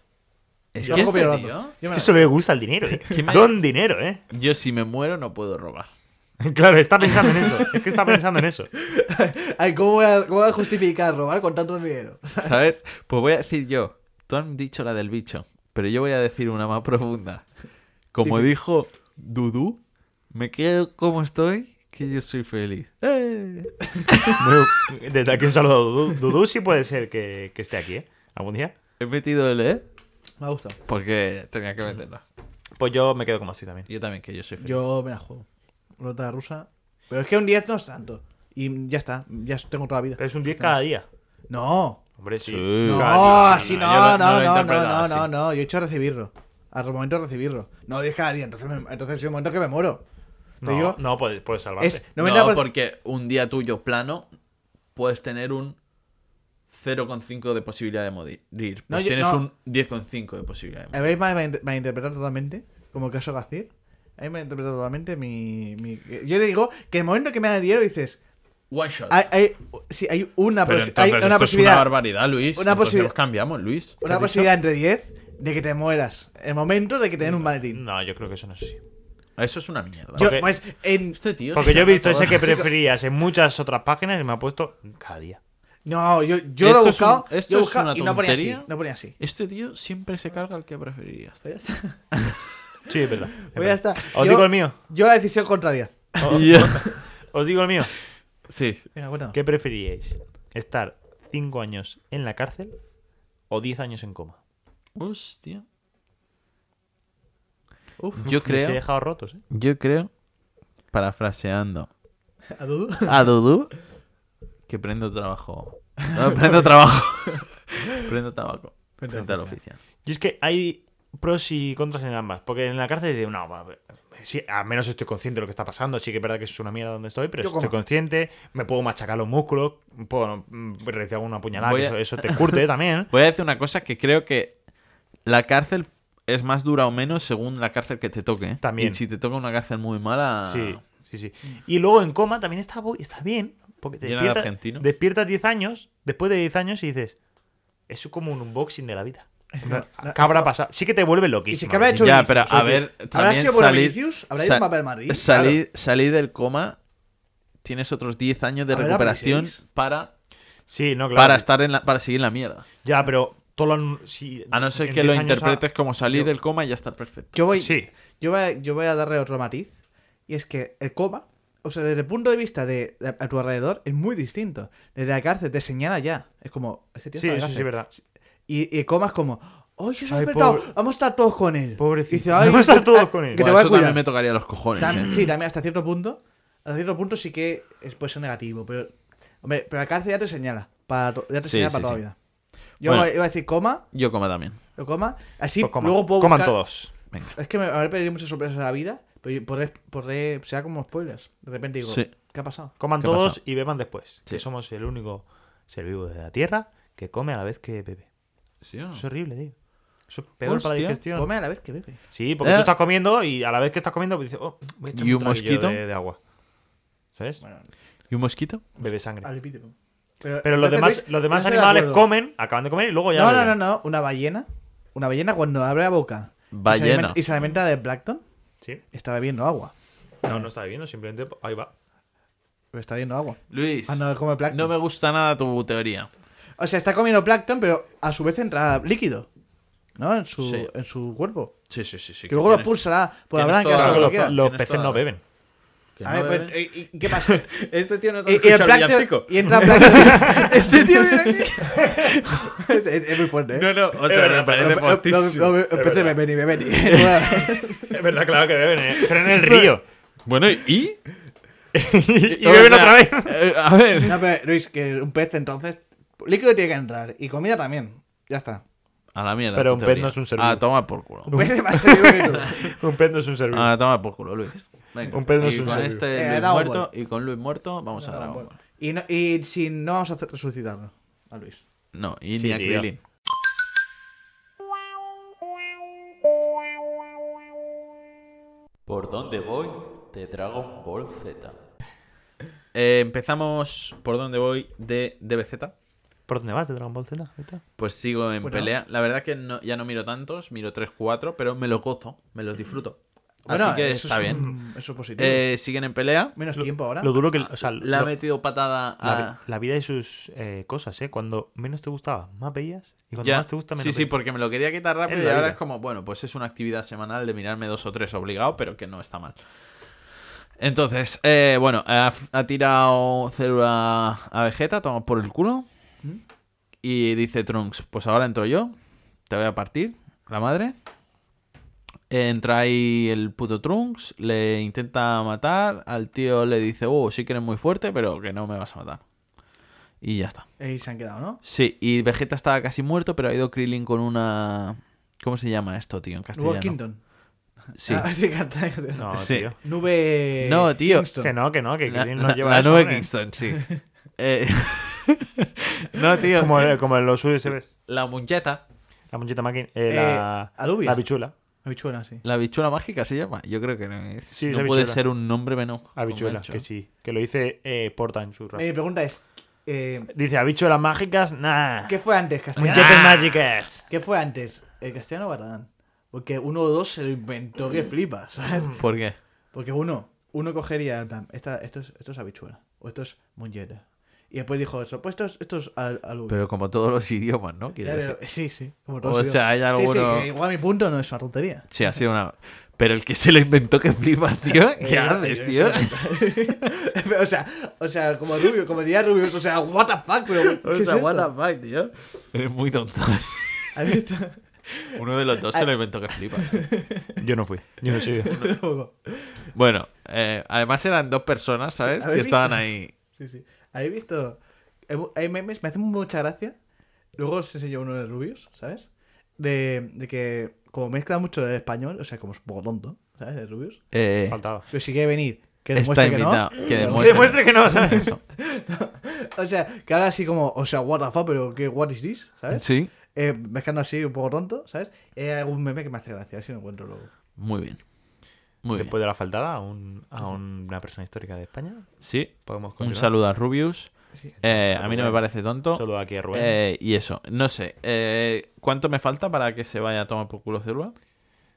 S2: Es
S4: Yo
S2: que
S4: la copio
S2: este
S4: barato.
S2: tío...
S4: Yo
S3: Es
S4: me
S3: que
S4: la-
S3: eso le gusta el dinero, eh.
S2: me-
S3: Don dinero, eh.
S2: Yo si me muero no puedo robar.
S3: Claro, está pensando en eso. Es que está pensando en eso.
S4: Ay, ¿cómo voy, a, cómo voy a justificar robar con tanto dinero?
S2: ¿Sabes? Pues voy a decir yo. Tú has dicho la del bicho, pero yo voy a decir una más profunda. Como dijo Dudu, me quedo como estoy, que yo soy feliz. ¡Eh!
S3: Muy- Desde aquí un saludo a Dudu. Dudu sí puede ser que, que esté aquí, ¿eh? Algún día.
S2: He metido el E
S4: Me ha gustado.
S2: porque tenía que meterla.
S3: Pues yo me quedo como así también.
S2: Yo también, que yo soy feliz.
S4: Yo me la juego. Rota rusa. Pero es que un 10 no es tanto. Y ya está, ya tengo toda la vida.
S3: Pero es un 10 cada día.
S4: No.
S3: Hombre, sí.
S2: Sí.
S4: No,
S3: Cada día,
S4: así
S2: no, yo
S4: no, no,
S2: lo- no lo he
S4: no, no,
S2: interpretado
S4: no,
S2: así.
S4: no, no. Yo he hecho recibirlo. Al momento de recibirlo. No, 10 cada día. Entonces, me- entonces es un momento que me muero. Te
S3: No,
S4: digo,
S3: no puedes, puedes salvarte.
S4: es
S2: No,
S4: 90%.
S2: porque un día tuyo plano puedes tener un 0,5 de posibilidad de morir. Pues
S4: No, yo-
S2: tienes
S4: no.
S2: un 10,5 de posibilidad de morir.
S4: Habéis mal- mal- malinterpretado totalmente, como caso Gacir. Habéis malinterpretado totalmente mi, mi- Yo te digo que el momento que me da dinero dices.
S2: One shot.
S4: Eh, Hay, hay, sí, hay una,
S2: Pero
S4: posi-
S2: entonces
S4: hay
S2: esto
S4: una
S2: es una
S4: posibilidad.
S2: barbaridad, Luis.
S4: Una
S2: Entonces
S4: posibilidad-
S2: nos cambiamos, Luis.
S4: Una
S2: ¿Has dicho?
S4: posibilidad entre 10 de que te mueras. El momento de que te den un maletín.
S3: No, yo creo que eso no es así.
S2: Eso es una mierda.
S4: Yo,
S3: Porque-
S4: pues, en-
S2: Este tío
S3: Porque
S2: se
S3: yo he
S2: saca
S3: visto
S2: todo.
S3: ese que preferías en muchas otras páginas y me ha puesto cada día.
S4: no, yo,
S2: Esto
S4: yo lo he
S2: es un-
S4: buscado.
S2: esto
S4: yo he
S2: es
S4: buscado
S2: una
S4: y no ponía así.
S2: tontería.
S4: No ponía así.
S2: Este tío siempre se carga al que preferirías.
S3: Sí, es verdad.
S4: Pues ya está.
S3: Os
S4: Yo-
S3: digo el mío.
S4: Yo la decisión contraria.
S3: Os digo el mío.
S2: Oh. Sí.
S4: Venga, cuéntanos.
S3: ¿Qué preferíais? ¿Estar 5 años en la cárcel o 10 años en coma?
S2: Hostia.
S4: Uf,
S2: Yo
S3: Se he
S2: creo.
S3: dejado rotos, ¿eh?
S2: Yo creo. Parafraseando
S4: ¿A Dudu?
S2: a Dudu. Que prendo trabajo. No, prendo trabajo. prendo tabaco. Frente al oficial.
S3: Y es que hay pros y contras en ambas. Porque en la cárcel dices, no, va, sí, al menos estoy consciente de lo que está pasando. Sí que es verdad que es una mierda donde estoy, pero
S4: Yo
S3: estoy
S4: como.
S3: consciente. Me puedo machacar los músculos. Puedo mm, realizar una puñalada.
S2: Voy
S3: que
S2: a-
S3: eso, eso te curte también.
S2: Voy a decir una cosa que creo que la cárcel es más dura o menos según la cárcel que te toque. ¿eh?
S3: También.
S2: Y si te toca una cárcel muy mala.
S3: Sí, sí, sí. Y luego en coma también está, bu- está bien. Porque te
S2: Llena de
S3: despiertas,
S2: argentino.
S3: despiertas 10 años, después de 10 años, y dices, es como un unboxing de la vida.
S4: no, no,
S3: ¿Qué habrá pasado? Sí que te vuelve
S4: Y
S3: loquísimo.
S4: si que habrá hecho
S2: Ya,
S4: Vinicius,
S2: pero a
S4: tío.
S2: ver,
S4: ¿Habrá
S2: también
S4: sido por
S2: salir-
S4: Vinicius? ¿Habrá ido
S2: sa-
S4: un papel Madrid?
S2: Salir, salir del coma, tienes otros 10 años de
S4: A ver, a
S2: recuperación
S4: 26.
S2: para,
S3: Sí, no, claro.
S2: para estar en la, para seguir en la mierda.
S3: Ya, pero todo lo- si-
S2: A no ser
S3: en
S2: que
S3: 10
S2: lo
S3: años ah, ha-
S2: interpretes como salir del coma y ya estar perfecto.
S4: Yo voy,
S3: Sí.
S4: yo voy, yo voy a darle otro matiz. Y es que el coma, o sea, desde el punto de vista de, de a tu alrededor, es muy distinto. Desde la cárcel te señala ya. Es como, este tío
S3: Sí,
S4: está en
S3: eso
S4: la
S3: sí
S4: cárcel.
S3: es verdad.
S4: Y, y comas como, ¡ay, yo soy
S3: Ay,
S4: despertado!
S3: pobre-
S4: Vamos a estar todos con él.
S3: Pobrecito.
S4: Y dice, "Ay,
S3: Vamos a estar
S4: que-
S3: todos con él".
S4: Que te
S2: Buah,
S4: voy a
S2: eso también
S4: cuidar.
S2: me tocaría los cojones.
S4: Tam-
S2: eh.
S4: sí, también hasta cierto punto. Hasta cierto punto sí que es, puede ser negativo, pero. Hombre, pero la cárcel ya te señala. Para, to- ya te
S2: Sí,
S4: señala
S2: sí,
S4: para toda
S2: sí.
S4: la vida. Yo
S2: Bueno.
S4: iba a decir coma,
S2: Yo coma también.
S4: lo coma. Así
S3: Pues coman,
S4: luego puedo.
S3: coman
S4: buscar-
S3: todos.
S2: Venga.
S4: Es que me habré perdido muchas sorpresas en la vida, pero yo podré, podré. Será como spoilers. De repente digo,
S2: Sí.
S4: ¿qué ha pasado?
S3: Coman
S2: ¿Qué ha pasado?
S3: todos y beban después. Que
S2: Sí.
S3: somos el único ser vivo de la Tierra que come a la vez que bebe.
S2: ¿Sí o no?
S3: Eso es horrible, tío. Eso es peor para la
S2: Hostia,
S3: digestión.
S4: Ah. Come a la vez que bebe.
S3: Sí, porque
S2: Eh.
S3: tú estás comiendo y a la vez que estás comiendo dices, oh, voy a echarme
S2: ¿Y
S3: un
S2: un
S3: traguillo
S2: mosquito?
S3: De, de agua. ¿Sabes?
S4: Bueno,
S2: ¿Y un mosquito?
S3: Bebe sangre.
S4: al epítimo.
S3: Pero los
S4: entonces,
S3: demás,
S4: Luis,
S3: los demás
S4: no estoy de
S3: animales
S4: acuerdo.
S3: comen, acaban de comer y luego ya.
S4: No, no,
S3: beben.
S4: no, no. Una ballena. Una ballena cuando abre la boca. y se
S2: Ballena.
S4: alimenta- Y se alimenta de plancton.
S3: Sí.
S4: Está bebiendo agua.
S3: No, no está bebiendo, simplemente ahí va.
S4: Pero está bebiendo agua.
S2: Luis,
S4: Cuando come plancton.
S2: Ah, no me gusta nada tu teoría.
S4: O sea, está comiendo plancton, pero a su vez entra líquido. ¿No? En su,
S2: Sí.
S4: en su cuerpo.
S2: Sí, sí, sí. sí
S4: Que luego lo expulsará por la
S2: tienes toda
S4: blanca o
S2: la
S4: lo que
S3: los,
S4: quiera.
S2: razón.
S3: los
S2: Tienes
S3: peces
S2: toda
S3: no
S2: la-
S3: beben.
S4: A ver, pues, eh, ¿y- y ¿qué pasa?
S5: Este tío no
S2: eh,
S4: Y,
S5: sabe
S4: y el
S5: escuchar
S4: plancton-
S5: villancico.
S4: y entra plancton. este tío viene aquí. es, es- es muy fuerte, ¿eh?
S2: No, no, o sea, me parece fortísimo.
S4: no, no, empecé,
S3: verdad.
S4: vení, vení. Bueno,
S3: Es verdad, claro que beben, ¿eh? pero en el río.
S2: Bueno, ¿y?
S3: y
S2: O
S3: beben
S2: sea,
S3: otra vez.
S2: eh, a ver.
S4: no, pero, Luis, que un pez entonces. Líquido tiene que entrar. Y comida también. Ya está.
S2: A la mierda.
S3: Pero
S2: tu
S3: un pez
S2: teoría.
S3: no es un ser
S2: Ah,
S3: vivo.
S2: toma por culo.
S4: Un pez es más serio que tú.
S3: un pez no es un ser vivo.
S2: Ah, toma por culo, Luis. Venga.
S3: Un pez no
S2: y
S3: es un
S2: con
S3: ser
S2: este
S4: vivo. Eh,
S2: Luis
S4: Dragon
S2: muerto y con Luis muerto vamos a Dragon Ball.
S4: Y, no, y si no vamos a hacer resucitarlo a Luis.
S2: No, y
S3: Sí,
S2: ni a
S3: tío.
S2: Krillin.
S1: ¿Por dónde voy? De Dragon Ball Z.
S2: Eh, empezamos por donde voy de DBZ.
S3: ¿Por dónde vas de Dragon Ball Z? Ahorita?
S2: Pues sigo en
S4: Bueno.
S2: pelea. La verdad que no- ya no miro tantos, miro 3, 4, pero me los gozo, me los disfruto. Así
S4: Bueno,
S2: que
S4: eso
S2: está
S4: es
S2: bien.
S4: un- eso es positivo.
S2: Eh, siguen en pelea.
S4: Menos tiempo ahora.
S3: Lo duro que. O sea,
S2: Le ha
S3: lo-
S2: metido patada
S3: la,
S2: a.
S3: vi- la vida y sus eh, cosas, ¿eh? Cuando menos te gustaba, más veías. Y cuando
S2: Ya.
S3: más te gusta, menos
S2: sí, sí,
S3: veías.
S2: porque me lo quería quitar rápido
S3: Es
S2: y
S3: la
S2: ahora
S3: vida.
S2: es como, bueno, pues es una actividad semanal de mirarme dos o tres obligado, pero que no está mal. Entonces, eh, bueno, ha, ha tirado célula a Vegeta, toma por el culo.
S3: ¿Mm?
S2: Y dice Trunks, pues ahora entro yo, te voy a partir, la madre. Entra ahí el puto Trunks, le intenta matar, al tío le dice, oh, sí que eres muy fuerte, pero que no me vas a matar. Y ya está.
S4: Ahí se han quedado, ¿no?
S2: Sí, y Vegeta estaba casi muerto, pero ha ido Krillin con una. ¿Cómo se llama esto, tío? En
S4: Hugo
S2: castellano.
S4: Quinton.
S2: Sí.
S4: Ah, sí, canta-
S3: No,
S2: Sí.
S3: tío.
S4: Nube.
S2: No, tío.
S4: Kingston.
S3: Que no, que no, que
S2: La,
S3: Kirin
S2: la-
S3: nos lleva
S2: la
S3: a eso,
S2: nube
S3: ¿eh?
S2: Kingston, sí. Eh, no, tío.
S3: Como, el- como en los USBs.
S2: La muñeca,
S3: La monchita máquina.
S4: Eh,
S3: la,
S4: alubia.
S3: la bichula.
S4: Habichuela, sí.
S2: la bichuela mágica se llama. Yo creo que no es.
S3: Sí, es
S2: no puede
S3: habichuela.
S2: ser un nombre menos.
S3: Habichuela,
S2: convencho.
S3: que sí. Que lo dice eh, Porta en su rap.
S4: Eh, Mi pregunta es: eh,
S3: Dice, habichuelas mágicas, nah.
S4: ¿qué fue antes, castellano?
S3: Monchetas mágicas.
S4: ¿Qué fue antes, el castellano o Baradán? Porque uno o dos se lo inventó
S2: Mm.
S4: que flipas, ¿sabes?
S2: ¿Por qué?
S4: Porque uno, uno cogería, en plan, esta, esto, es, esto es habichuela, o esto es muñeca. Y después dijo eso, pues esto es, esto es al- alubia.
S2: Pero como todos los idiomas, ¿no? Quiero
S4: Ya,
S2: decir.
S4: pero- sí, sí. como
S2: O
S4: todos
S2: sea, hay
S4: idiomas. Sí, sí,
S2: alguno-
S4: que igual mi punto no es una tontería.
S2: Sí, ha sido una. Pero el que se lo inventó, que flipas, tío. ¿Qué
S4: Eh,
S2: haces,
S4: yo-
S2: tío?
S4: o sea, o sea, como Rubio, como diría Rubio, o sea, what the fuck, pero ¿qué
S2: O
S4: es
S2: sea,
S4: esto?
S2: what the fuck, tío. Eres muy tonto.
S4: ¿Has visto?
S2: Uno de los dos se lo inventó, que flipas.
S3: Yo no fui. Yo no soy.
S2: Bueno, eh, además eran dos personas, ¿sabes?
S4: ¿habéis
S2: que
S4: visto?
S2: estaban ahí.
S4: Sí, sí. ¿Habéis visto? Hay mu- Hay memes, me hace mucha gracia. Luego os enseño uno de Rubius, ¿sabes? De, de que como mezcla mucho el español, o sea, como es un poco tonto, ¿sabes? De Rubius.
S2: Eh,
S3: Faltaba.
S4: Pero si quiere venir, que
S2: está
S4: demuestre que
S2: invitado.
S4: no.
S2: Que demuestre.
S3: Demuestre que no, ¿sabes?
S2: Eso.
S4: O sea, que ahora así como, o sea, what the fuck, pero que what is this, ¿sabes?
S2: Sí,
S4: Eh, mezclando así un poco tonto, ¿sabes? Y hay algún meme que me hace gracia, a ver si lo encuentro luego.
S2: muy bien. Muy
S3: Después de la faltada a, un- a una persona histórica de España,
S2: bien. Sí,
S3: podemos
S2: un
S3: continuar.
S2: saludo a Rubius.
S4: Sí.
S2: Eh, a mí no me parece tonto.
S3: Un saludo aquí a Rubén.
S2: Eh, y eso, no sé. eh, ¿Cuánto me falta para que se vaya a tomar por culo Cerua?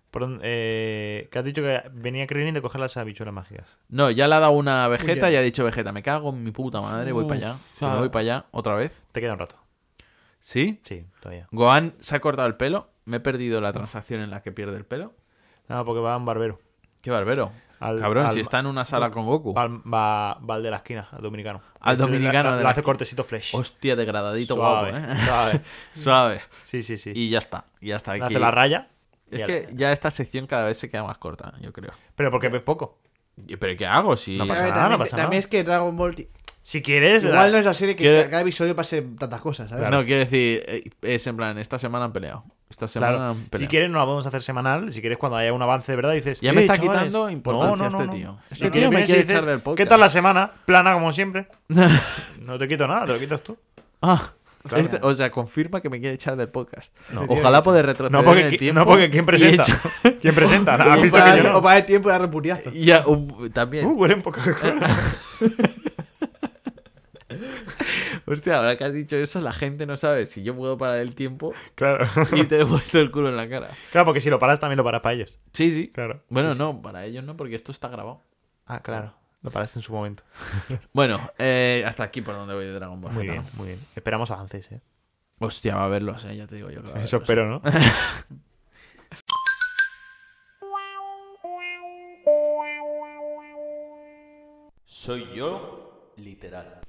S3: Por un- eh, que has dicho que venía Krillin de coger las habichuelas mágicas.
S2: No, ya le ha dado una Vegeta
S4: Ya.
S2: y ha dicho Vegeta, me cago en mi puta madre, voy
S3: Uf,
S2: para allá.
S3: o
S2: que
S3: sea-
S2: me voy para allá otra vez.
S3: Te queda un rato.
S2: ¿Sí?
S3: Sí, todavía.
S2: Gohan se ha cortado el pelo. Me he perdido la transacción en la que pierde el pelo.
S3: No, porque va a un barbero.
S2: Qué barbero.
S3: Al,
S2: Cabrón,
S3: al-
S2: si está en una sala con Goku.
S3: Va, al- va, va al de la esquina, al dominicano.
S2: Uh. Al
S3: Ese le-
S2: dominicano
S3: Le,
S2: de
S3: le
S2: la-
S3: hace cortecito flesh.
S2: Hostia, degradadito
S3: Suave,
S2: guapo, ¿eh?
S3: suave.
S2: Suave.
S3: Sí, sí, sí.
S2: Y ya está. Ya está
S3: Le
S2: aquí.
S3: hace la raya. y
S2: Es
S3: al-
S2: que ya esta sección cada vez se queda más corta, yo creo.
S3: Pero porque ves poco.
S2: ¿Y- ¿Pero qué hago? Si...
S3: No
S4: A ver,
S3: pasa nada,
S4: también,
S3: no pasa
S4: también
S3: nada.
S4: es que Dragon Ball. ti-
S3: Si quieres. la-
S4: Igual no es la serie que
S2: Quiero-
S4: cada episodio pase tantas cosas, ¿sabes?
S2: No, quiero decir, eh, es en plan, esta semana han peleado. Esta semana
S3: claro,
S2: han
S3: Si
S2: peleado.
S3: quieres, no la podemos hacer semanal. Si quieres, cuando haya un avance de verdad, dices.
S2: Ya me
S3: "Eh,
S2: está
S3: chavales".
S2: quitando importancia este tío. Este
S3: Si
S2: tío me
S3: vienes y
S2: quiere
S3: dices,
S2: echar del podcast.
S3: ¿Qué tal la semana? Plana como siempre. No te quito nada, te lo quitas tú.
S2: Ah,
S3: Claro.
S2: este- o sea, confirma que me quiere echar del podcast.
S3: No.
S2: Ojalá poder retroceder
S3: No
S2: en el
S3: porque,
S2: tiempo.
S3: no porque ¿quién
S2: y
S3: presenta?
S2: echa-
S3: ¿Quién presenta?
S4: O
S3: ¿Has visto
S4: para-
S3: Ah, que yo
S4: O
S3: no?
S4: para el tiempo de dar un puñazo.
S2: Ya, un- también.
S3: Uh, huele un poco de cola.
S2: Hostia, ahora que has dicho eso, la gente no sabe si yo puedo parar el tiempo
S3: Claro.
S2: y te he puesto el culo en la cara.
S3: Claro, porque si lo paras también lo paras para ellos.
S2: Sí, sí.
S3: Claro.
S2: Bueno, no, para ellos no, porque esto está grabado.
S3: Ah, claro. Lo paraste en su momento.
S2: Bueno, eh, hasta aquí por donde voy de Dragon Ball.
S3: Muy
S2: Z.
S3: bien, muy bien. Esperamos avances, ¿eh?
S2: Hostia, va a verlos, eh, ya te digo yo. que va a
S3: Eso
S2: verlos.
S3: espero, ¿no?
S1: Soy yo, literal.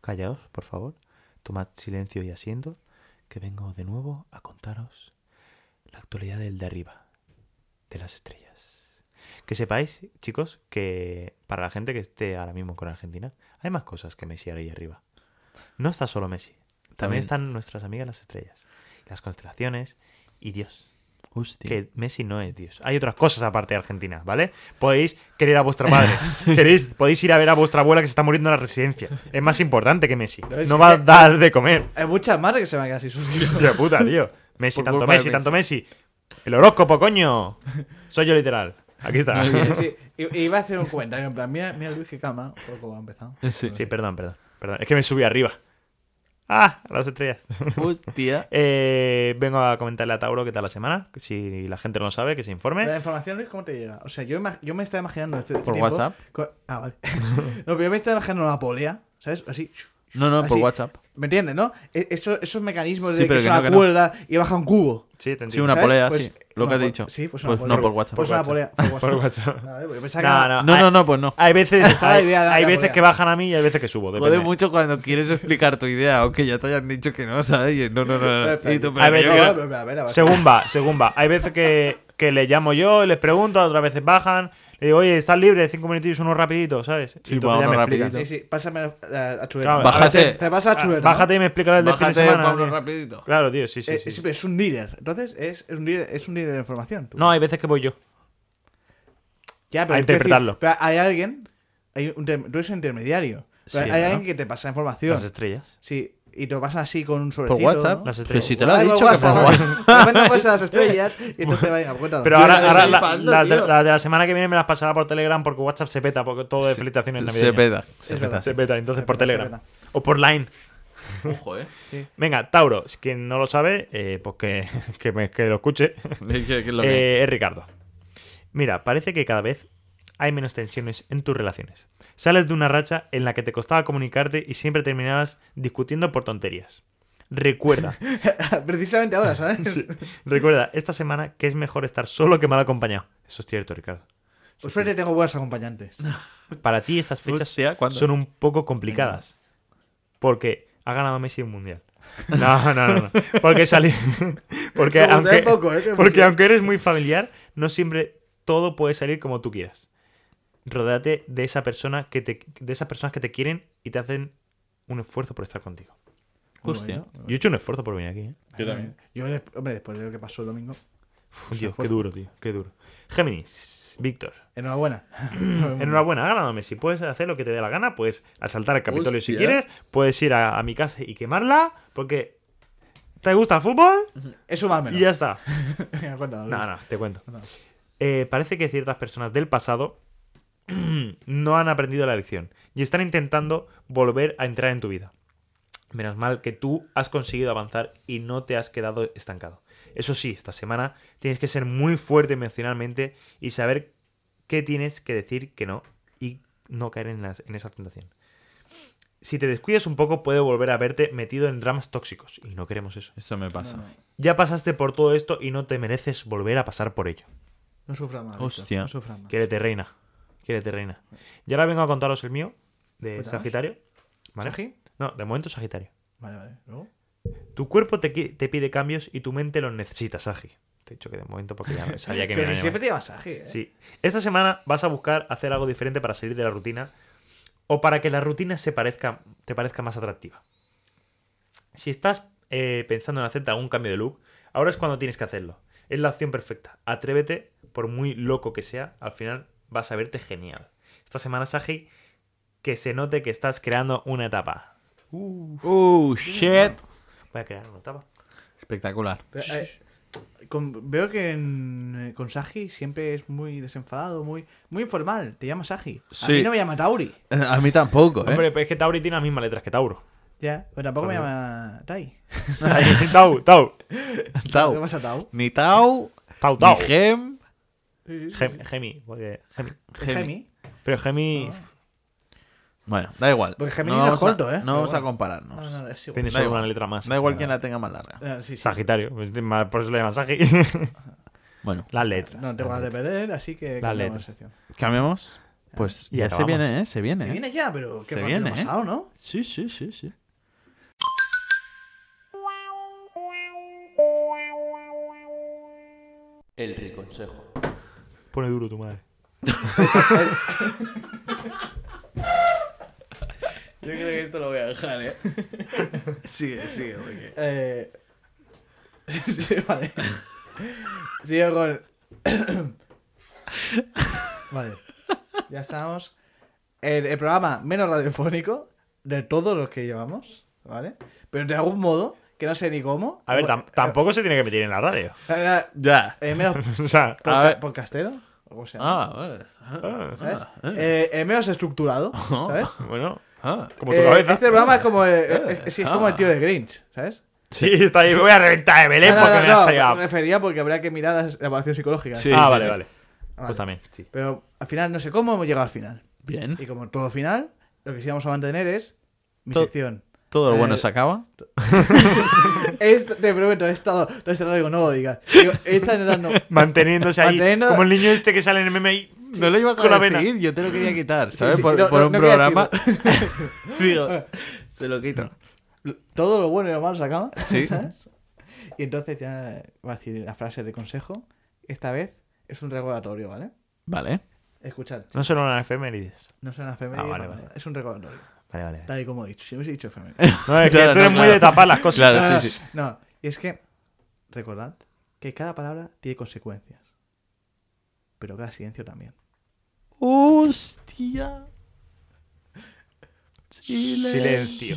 S3: Callaos, por favor. Tomad silencio y asiento, que vengo de nuevo a contaros la actualidad del de arriba, de las estrellas. Que sepáis, chicos, que para la gente que esté ahora mismo con Argentina, hay más cosas que Messi ahí arriba. No está solo Messi, también,
S2: También.
S3: están nuestras amigas las estrellas, las constelaciones y Dios.
S2: Hostia.
S3: Que Messi no es Dios. Hay otras cosas aparte de Argentina, ¿vale? Podéis querer a vuestra madre. Queréis, podéis ir a ver a vuestra abuela que se está muriendo en la residencia. Es más importante que Messi.
S4: es
S3: No va a
S4: que-
S3: dar de comer.
S4: Hay muchas madres que se van a quedar sin sus hijos.
S3: Hostia puta, tío. Messi,
S2: Por
S3: tanto
S2: culpa de
S3: Messi, tanto Messi. El horóscopo, coño. Soy yo literal. Aquí está.
S4: Ah. Sí, i- iba a hacer un comentario en plan, mira, mira Luis, qué cama, un poco ha empezado.
S2: Sí.
S3: Sí, perdón, perdón, perdón. Es que me subí arriba. Ah, a las estrellas.
S2: Hostia.
S3: Eh, vengo a comentarle a Tauro qué tal la semana. Si la gente no lo sabe, que se
S4: La
S3: informe.
S4: información, Luis, ¿cómo te llega? O sea, yo, ima- yo me estaba imaginando este, este
S2: Por
S4: tiempo
S2: WhatsApp.
S4: con- Ah, vale. No, pero yo me estaba imaginando una polea, ¿sabes? Así.
S2: No,
S3: Ah,
S2: no, por
S4: así.
S2: WhatsApp.
S4: ¿Me entiendes, no? E- eso- esos mecanismos
S2: Sí,
S4: de que
S2: pero
S4: es
S2: que
S4: una
S2: no, que no.
S4: cuerda y baja un cubo.
S3: Sí, te
S2: Sí,
S3: entiendo.
S2: una
S4: ¿sabes?
S2: polea,
S4: Pues,
S2: sí. Lo que
S4: una
S2: has
S4: po-
S2: dicho.
S4: Sí, pues una
S2: Pues
S4: polea.
S2: no por WhatsApp.
S4: Pues una polea. Por WhatsApp. pues
S3: Por WhatsApp.
S4: A ver, porque
S3: No,
S4: pensaba
S3: no.
S4: que-
S2: No,
S3: hay-
S2: no, no, pues no.
S3: Hay veces,
S4: Ah,
S3: hay,
S4: idea de la
S3: hay veces
S4: polea.
S3: que bajan a mí y hay veces que subo.
S2: Jode
S3: Depende.
S2: mucho cuando quieres explicar tu idea, aunque ya te hayan dicho que no, ¿sabes? Y No, no, no. no. Y tú,
S3: A
S2: pero
S3: ver,
S2: yo-
S3: tío.
S4: pero, pero, a ver, a ver.
S3: Según va, según va. Hay veces que, que le llamo yo, les pregunto, otras veces bajan. Le digo, oye, estás libre, cinco minutillos, uno rapidito, ¿sabes?
S2: Sí, va, uno
S3: explican.
S2: rapidito.
S4: Sí, sí, pásame a, a Chubeto.
S3: Claro,
S2: Bájate.
S3: a veces-
S4: Te vas a
S3: Ah,
S4: Chubeto. ¿no?
S3: Bájate y me explicarás el del fin de
S2: Bájate,
S3: semana.
S2: Pablo,
S3: que-
S2: rapidito.
S3: Claro, tío, sí, sí.
S4: Eh,
S3: sí.
S4: sí, pero Es, un líder. Entonces, es, es un líder, es un líder de información. tú.
S3: No, hay veces que voy yo.
S4: Ya,
S3: A
S4: quiero decir,
S3: interpretarlo.
S4: pero hay alguien. Hay un, inter- tú eres un intermediario. Pero
S3: Sí,
S4: hay
S3: ¿no?
S4: alguien que te pasa información.
S3: Las estrellas.
S4: Sí, y te lo pasan así con un
S2: Por
S4: sobrecito.
S2: WhatsApp.
S4: ¿no?
S3: Las
S2: Pero si te lo
S4: Ah,
S2: ha dicho que por
S4: WhatsApp,
S2: WhatsApp.
S4: vale. Te mandan cosas a las estrellas y entonces va a ir a cuenta.
S3: Pero
S2: Yo
S3: ahora,
S2: la que
S3: ahora
S2: estoy
S3: la-
S2: flipando,
S3: las de,
S2: tío.
S3: las de la semana que viene me las pasará por Telegram porque WhatsApp se peta, porque todo es felicitaciones
S2: Se
S3: navideñas.
S2: peda. Se
S4: Es
S2: peda.
S4: verdad.
S3: Se peta, entonces
S4: Se
S3: por
S4: peta, se
S3: Telegram.
S4: peta.
S3: O por Line.
S2: Ojo, eh.
S3: Venga, Tauro, si quien no lo sabe, eh, pues que, que me- que lo escuche.
S2: Es que- que es lo que-
S3: Eh, es Ricardo. Mira, parece que cada vez hay menos tensiones en tus relaciones. Sales de una racha en la que te costaba comunicarte y siempre terminabas discutiendo por tonterías. Recuerda,
S4: Precisamente ahora, ¿sabes?
S3: recuerda esta semana que es mejor estar solo que mal acompañado. Eso es cierto, Ricardo.
S4: Por suerte tengo buenos acompañantes.
S3: Para ti estas fechas
S2: Hostia, ¿cuándo?
S3: son un poco complicadas. Porque ha ganado Messi un mundial. No, no, no. no. Porque salí. Porque,
S4: Como
S3: aunque,
S4: tan poco, ¿eh? Que
S3: porque
S4: Messi-
S3: aunque eres muy familiar, no siempre todo puede salir como tú quieras. Rodéate de esa persona que te, de esas personas que te quieren y te hacen un esfuerzo por estar contigo.
S2: Hostia.
S3: Yo he hecho un esfuerzo por venir aquí, ¿eh?
S2: Yo también.
S4: Yo, des- hombre, después de lo que pasó el domingo.
S3: Dios, qué duro, tío. Qué duro. Géminis, Víctor.
S4: Enhorabuena.
S3: Enhorabuena, ha ganado Messi. Puedes hacer lo que te dé la gana, puedes asaltar el Capitolio si
S2: Hostia.
S3: quieres, puedes ir a, a mi casa y quemarla, porque te gusta el fútbol
S4: Eso va menos.
S3: y ya está.
S4: Me acuerdo,
S3: No,
S4: Luis.
S3: no, te cuento.
S4: No.
S3: Eh, parece que ciertas personas del pasado no han aprendido la lección y están intentando volver a entrar en tu vida. Menos mal que tú has conseguido avanzar y no te has quedado estancado. Eso sí, esta semana tienes que ser muy fuerte emocionalmente y saber qué tienes que decir que no y no caer en, las- en esa tentación. si te descuidas un poco, puede volver a verte metido en dramas tóxicos. Y no queremos eso.
S2: Esto me pasa.
S3: Ya pasaste por todo esto y no te mereces volver a pasar por ello.
S4: No sufra más.
S2: Hostia.
S4: Víctor, No sufra más.
S3: Quiérete, reina. Quiérete, reina. Y ahora vengo a contaros el mío, de
S4: Cuéntanos.
S3: Sagitario. ¿Vale?
S4: ¿Sagi?
S3: No, de momento Sagitario.
S4: Vale, vale. ¿Luego?
S3: Tu cuerpo te, qui- te pide cambios y tu mente los necesita, Sagi. Te he dicho que de momento porque ya sabía que me
S4: Pero
S3: iban
S4: que
S3: a
S4: siempre
S3: llamar.
S4: te llamas Sagi, ¿eh?
S3: Sí. Esta semana vas a buscar hacer algo diferente para salir de la rutina o para que la rutina se parezca, te parezca más atractiva. Si estás eh, pensando en hacerte algún cambio de look, ahora es cuando tienes que hacerlo. Es la opción perfecta. Atrévete, por muy loco que sea, al final vas a verte genial. Esta semana, Sagi, que se note que estás creando una etapa.
S2: Uh, shit.
S3: Voy a crear una etapa.
S2: Espectacular.
S4: Pero, eh, con- veo que en- eh, con Sagi siempre es muy desenfadado, muy, muy informal. Te llama Sagi. A
S2: Sí.
S4: mí no me llama Tauri.
S2: A mí tampoco, ¿eh?
S3: Hombre, pero es que Tauri tiene las mismas letras que Tauro.
S4: Ya, pero tampoco me
S3: Joder.
S4: llama Tai.
S3: Tau, Tau.
S4: ¿Qué
S2: Tau.
S4: pasa, Tau?
S2: Ni Tau,
S3: Tau,
S2: ni
S3: Tau.
S2: Gem.
S4: Sí, sí, sí.
S3: Gem- Gemi, porque Gemi.
S4: Es Gemi.
S3: Pero Gemi
S2: Bueno, da igual.
S4: Porque Gemini
S2: no
S4: no es
S2: vamos a-
S4: corto, ¿eh?
S2: No
S4: Pero
S2: vamos a
S4: bueno.
S2: compararnos.
S4: No, no, es igual.
S3: tiene
S2: Da
S3: solo
S2: igual.
S3: una letra más.
S2: Da igual quién la tenga más larga.
S4: Ah, sí, sí.
S3: Sagitario, por eso le llaman Sagi.
S2: Bueno,
S3: Las letras.
S4: No tengo ganas de perder, así que
S3: La letra.
S4: cambiamos de sección.
S2: cambiamos. Pues
S3: Y
S2: ya se
S3: acabamos.
S2: viene, ¿eh? Se viene.
S4: Se
S2: ¿eh?
S4: viene ya, pero
S2: Se
S4: qué rápido
S2: viene,
S4: ha
S2: ¿eh?
S4: pasado, ¿no?
S2: Sí, sí, sí, sí.
S1: El Riconsejo.
S3: Pone duro tu madre.
S2: Yo creo que esto lo voy a dejar, ¿eh? sigue, sigue, porque...
S4: Eh... sí, vale. Sigo con... vale. Ya estamos. El, el programa menos radiofónico de todos los que llevamos, ¿vale? Pero de algún modo, que no sé ni cómo.
S3: A ver,
S4: Bueno,
S3: tam- tampoco se tiene que meter en la radio.
S4: eh,
S2: Ya.
S4: eh, menos
S3: O sea,
S4: podca-
S2: A ver.
S4: podcastero. o como se llama,
S2: Ah, vale.
S3: ah,
S4: ¿sabes? Eh, el menos estructurado, ¿sabes?
S3: bueno,
S2: Ah.
S3: como tu
S4: Eh,
S3: cabeza. ah.
S4: este programa es como, eh, eh, sí, es como el tío de Grinch, ¿sabes?
S3: Sí, está ahí. Me voy a reventar de Belén
S4: No, no,
S3: porque
S4: no,
S3: me
S4: no,
S3: has
S4: me
S3: sacado.
S4: refería porque habría que mirar las- la evaluación psicológica.
S2: Sí,
S3: ah,
S2: sí,
S3: vale,
S2: sí.
S3: vale.
S4: Vale.
S3: Pues también, sí.
S4: Pero al final no sé cómo hemos llegado al final.
S2: Bien.
S3: ¿Mm?
S4: Y como todo final, lo que sí vamos a mantener es mi
S2: To-
S4: sección.
S2: Todo lo
S4: Eh,
S2: bueno se acaba.
S4: Esta- te prometo, he estado, no he estado, digo, este no lo digas. Digo, esta no, no.
S3: Manteniéndose ahí.
S4: Manteniendo-
S3: Como el niño este que sale en el meme ahí.
S2: No lo ibas
S3: con la
S2: a
S3: vena.
S2: decir, yo te lo quería quitar, ¿sabes?
S4: sí,
S2: por
S4: no,
S2: por
S4: no,
S2: un
S4: no quería
S2: programa. Digo, se lo quito.
S4: Todo lo bueno y lo malo se acaba.
S2: Sí.
S4: ¿sabes? Y entonces ya va a decir la frase de consejo. Esta vez es un recordatorio, ¿vale?
S2: Vale.
S4: Escuchad,
S3: No solo una efemérides.
S4: no son efemérides,
S3: Ah, vale,
S4: no,
S3: vale.
S4: es un recordatorio.
S3: Vale, vale. vale.
S4: Tal y como he dicho, si hubiese dicho efemérides.
S3: No, es que
S2: Claro,
S3: tú
S2: no,
S3: eres muy
S2: claro.
S3: de tapar las cosas.
S2: Claro,
S4: No,
S2: sí, sí.
S4: No, y es que recordad que cada palabra tiene consecuencias. Pero cada silencio también.
S2: Hostia.
S3: Silencio.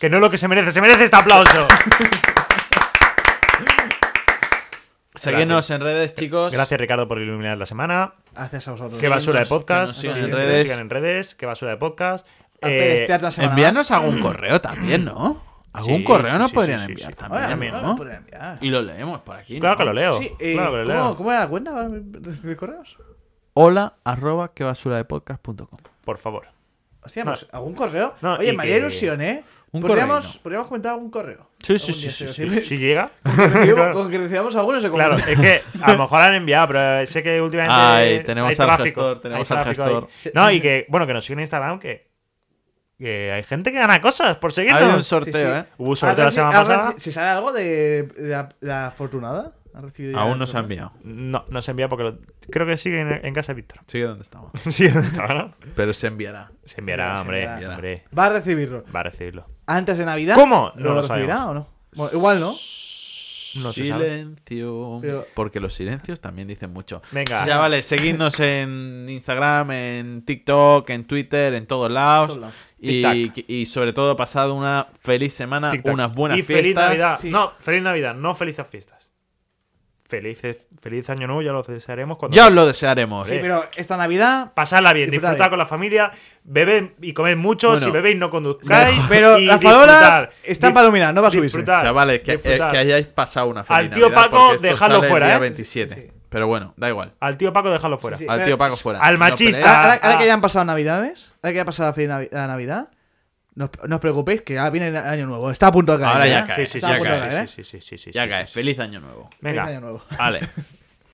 S3: Que no es lo que se merece. Se merece este aplauso.
S2: Seguidnos en redes, chicos.
S3: Gracias, Ricardo, por iluminar la semana.
S4: Gracias a vosotros.
S3: Qué basura de
S2: Síguenos,
S3: podcast. Eh,
S2: que nos sigan
S3: Sí,
S2: en
S3: que nos
S2: redes.
S3: sigan en redes. Qué basura de podcast.
S4: Ah,
S3: Eh,
S4: pero esperad la semana
S2: Envíanos
S4: más.
S2: algún correo también, ¿no? Algún
S3: Sí,
S2: correo
S3: sí,
S2: nos
S3: sí,
S2: podrían
S3: sí, sí,
S2: enviar
S3: sí.
S4: Ahora,
S2: también,
S4: ahora
S2: ¿no?
S4: lo podré enviar.
S2: Y lo leemos por aquí.
S3: claro
S2: ¿no?
S3: que lo leo.
S4: Sí, eh,
S3: claro que lo
S4: ¿cómo,
S3: leo.
S4: ¿Cómo era la cuenta de mis correos?
S2: Hola arroba que basura de podcast.com.
S3: Por favor.
S4: Hostia, pues, algún correo.
S3: No,
S4: Oye,
S3: y
S4: María
S3: que-
S4: Ilusión, ¿eh?
S2: Un
S4: podríamos,
S2: correino.
S4: podríamos comentar algún correo.
S2: Sí, sí,
S4: Algún
S2: sí,
S4: día,
S2: sí,
S4: si-
S2: sí.
S4: si-
S3: Si llega.
S4: Con que decíamos alguno se
S3: Claro,
S4: comenta.
S3: es que a lo mejor la han enviado, pero sé que últimamente.
S2: Ay, tenemos
S3: hay
S2: al
S3: tráfico,
S2: gestor, tenemos
S3: hay
S2: al
S3: tráfico
S2: gestor.
S3: ahí. No, y que, bueno, que nos sigan en Instagram, que, que hay gente que gana cosas por
S2: Hay un
S3: seguirnos.
S2: sorteo,
S4: Sí, sí.
S2: ¿eh?
S3: Hubo un sorteo la
S4: ¿Has reci-
S3: semana
S4: has reci-
S3: pasada.
S4: Si sale algo de, de la, la afortunada. ¿Has recibido ya
S2: Aún
S4: el
S2: no se ha enviado.
S4: correo?
S3: No, no se envía porque lo- creo que sigue en, en casa de Víctor.
S2: Sigue donde estamos.
S3: Sí, ¿dónde estaba, no?
S2: Pero se enviará.
S3: Se enviará,
S4: Se
S3: hombre,
S4: enviará.
S3: hombre.
S4: Va a recibirlo.
S3: Va a recibirlo.
S4: Antes de Navidad.
S3: ¿Cómo? No
S4: ¿Lo
S3: lo
S4: recibirá
S3: sabemos.
S4: o no? Bueno, igual no.
S3: No se sabe.
S2: Silencio.
S4: Pero-
S2: Porque los silencios también dicen mucho.
S3: Venga.
S2: Ya vale, seguidnos en Instagram, en TikTok, en Twitter, en todos lados.
S4: Todos lados.
S2: Y,
S3: Tic-tac.
S2: y sobre todo, pasado una feliz
S4: Ah,
S2: semana,
S3: Tic-tac.
S2: unas buenas
S3: y
S2: fiestas.
S3: feliz Navidad.
S4: Sí.
S3: No, feliz Navidad, no felices fiestas. Felices, feliz año nuevo, ya lo desearemos cuando.
S2: Ya os lo desearemos.
S4: Sí, pero esta Navidad.
S3: Pasarla bien,
S4: Disfrutad
S3: disfrutar,
S4: bien.
S3: con la familia, bebed y comed mucho.
S2: Bueno.
S3: si bebéis, no conduzcáis.
S4: Pero
S3: y
S4: las farolas
S3: disfrutar.
S4: están
S3: Di-
S4: para iluminar, no va a subirse.
S3: disfrutar,
S2: Chavales, que, eh,
S3: disfrutar.
S2: que hayáis pasado una feliz
S3: Al tío
S2: Navidad,
S3: Paco,
S2: porque esto
S3: dejadlo
S2: sale el
S3: fuera,
S2: día
S3: ¿eh?
S2: 27.
S4: Sí, sí, sí.
S2: Pero bueno, da igual.
S3: Al tío Paco, déjalo fuera.
S4: Sí, sí.
S2: Al
S4: Pero-
S2: tío Paco fuera.
S3: al
S2: No
S3: machista.
S2: peleéis.
S4: Ahora, ahora- ahora
S3: Ah.
S4: que ya han pasado Navidades, ahora que ya ha pasado la fe- Navi- la Navidad, No, os- no os preocupéis, que ya viene el año nuevo. Está a punto de caer.
S2: Ahora ya
S4: ¿eh?
S2: cae,
S3: Sí, sí, sí,
S4: Está a
S2: ya
S4: punto de
S2: cae,
S4: caer, ¿eh?
S3: sí, sí, sí, sí, sí,
S2: Ya
S3: sí,
S2: cae.
S3: sí.
S2: Feliz año nuevo.
S4: Feliz
S3: Venga,
S4: año nuevo.
S2: Vale.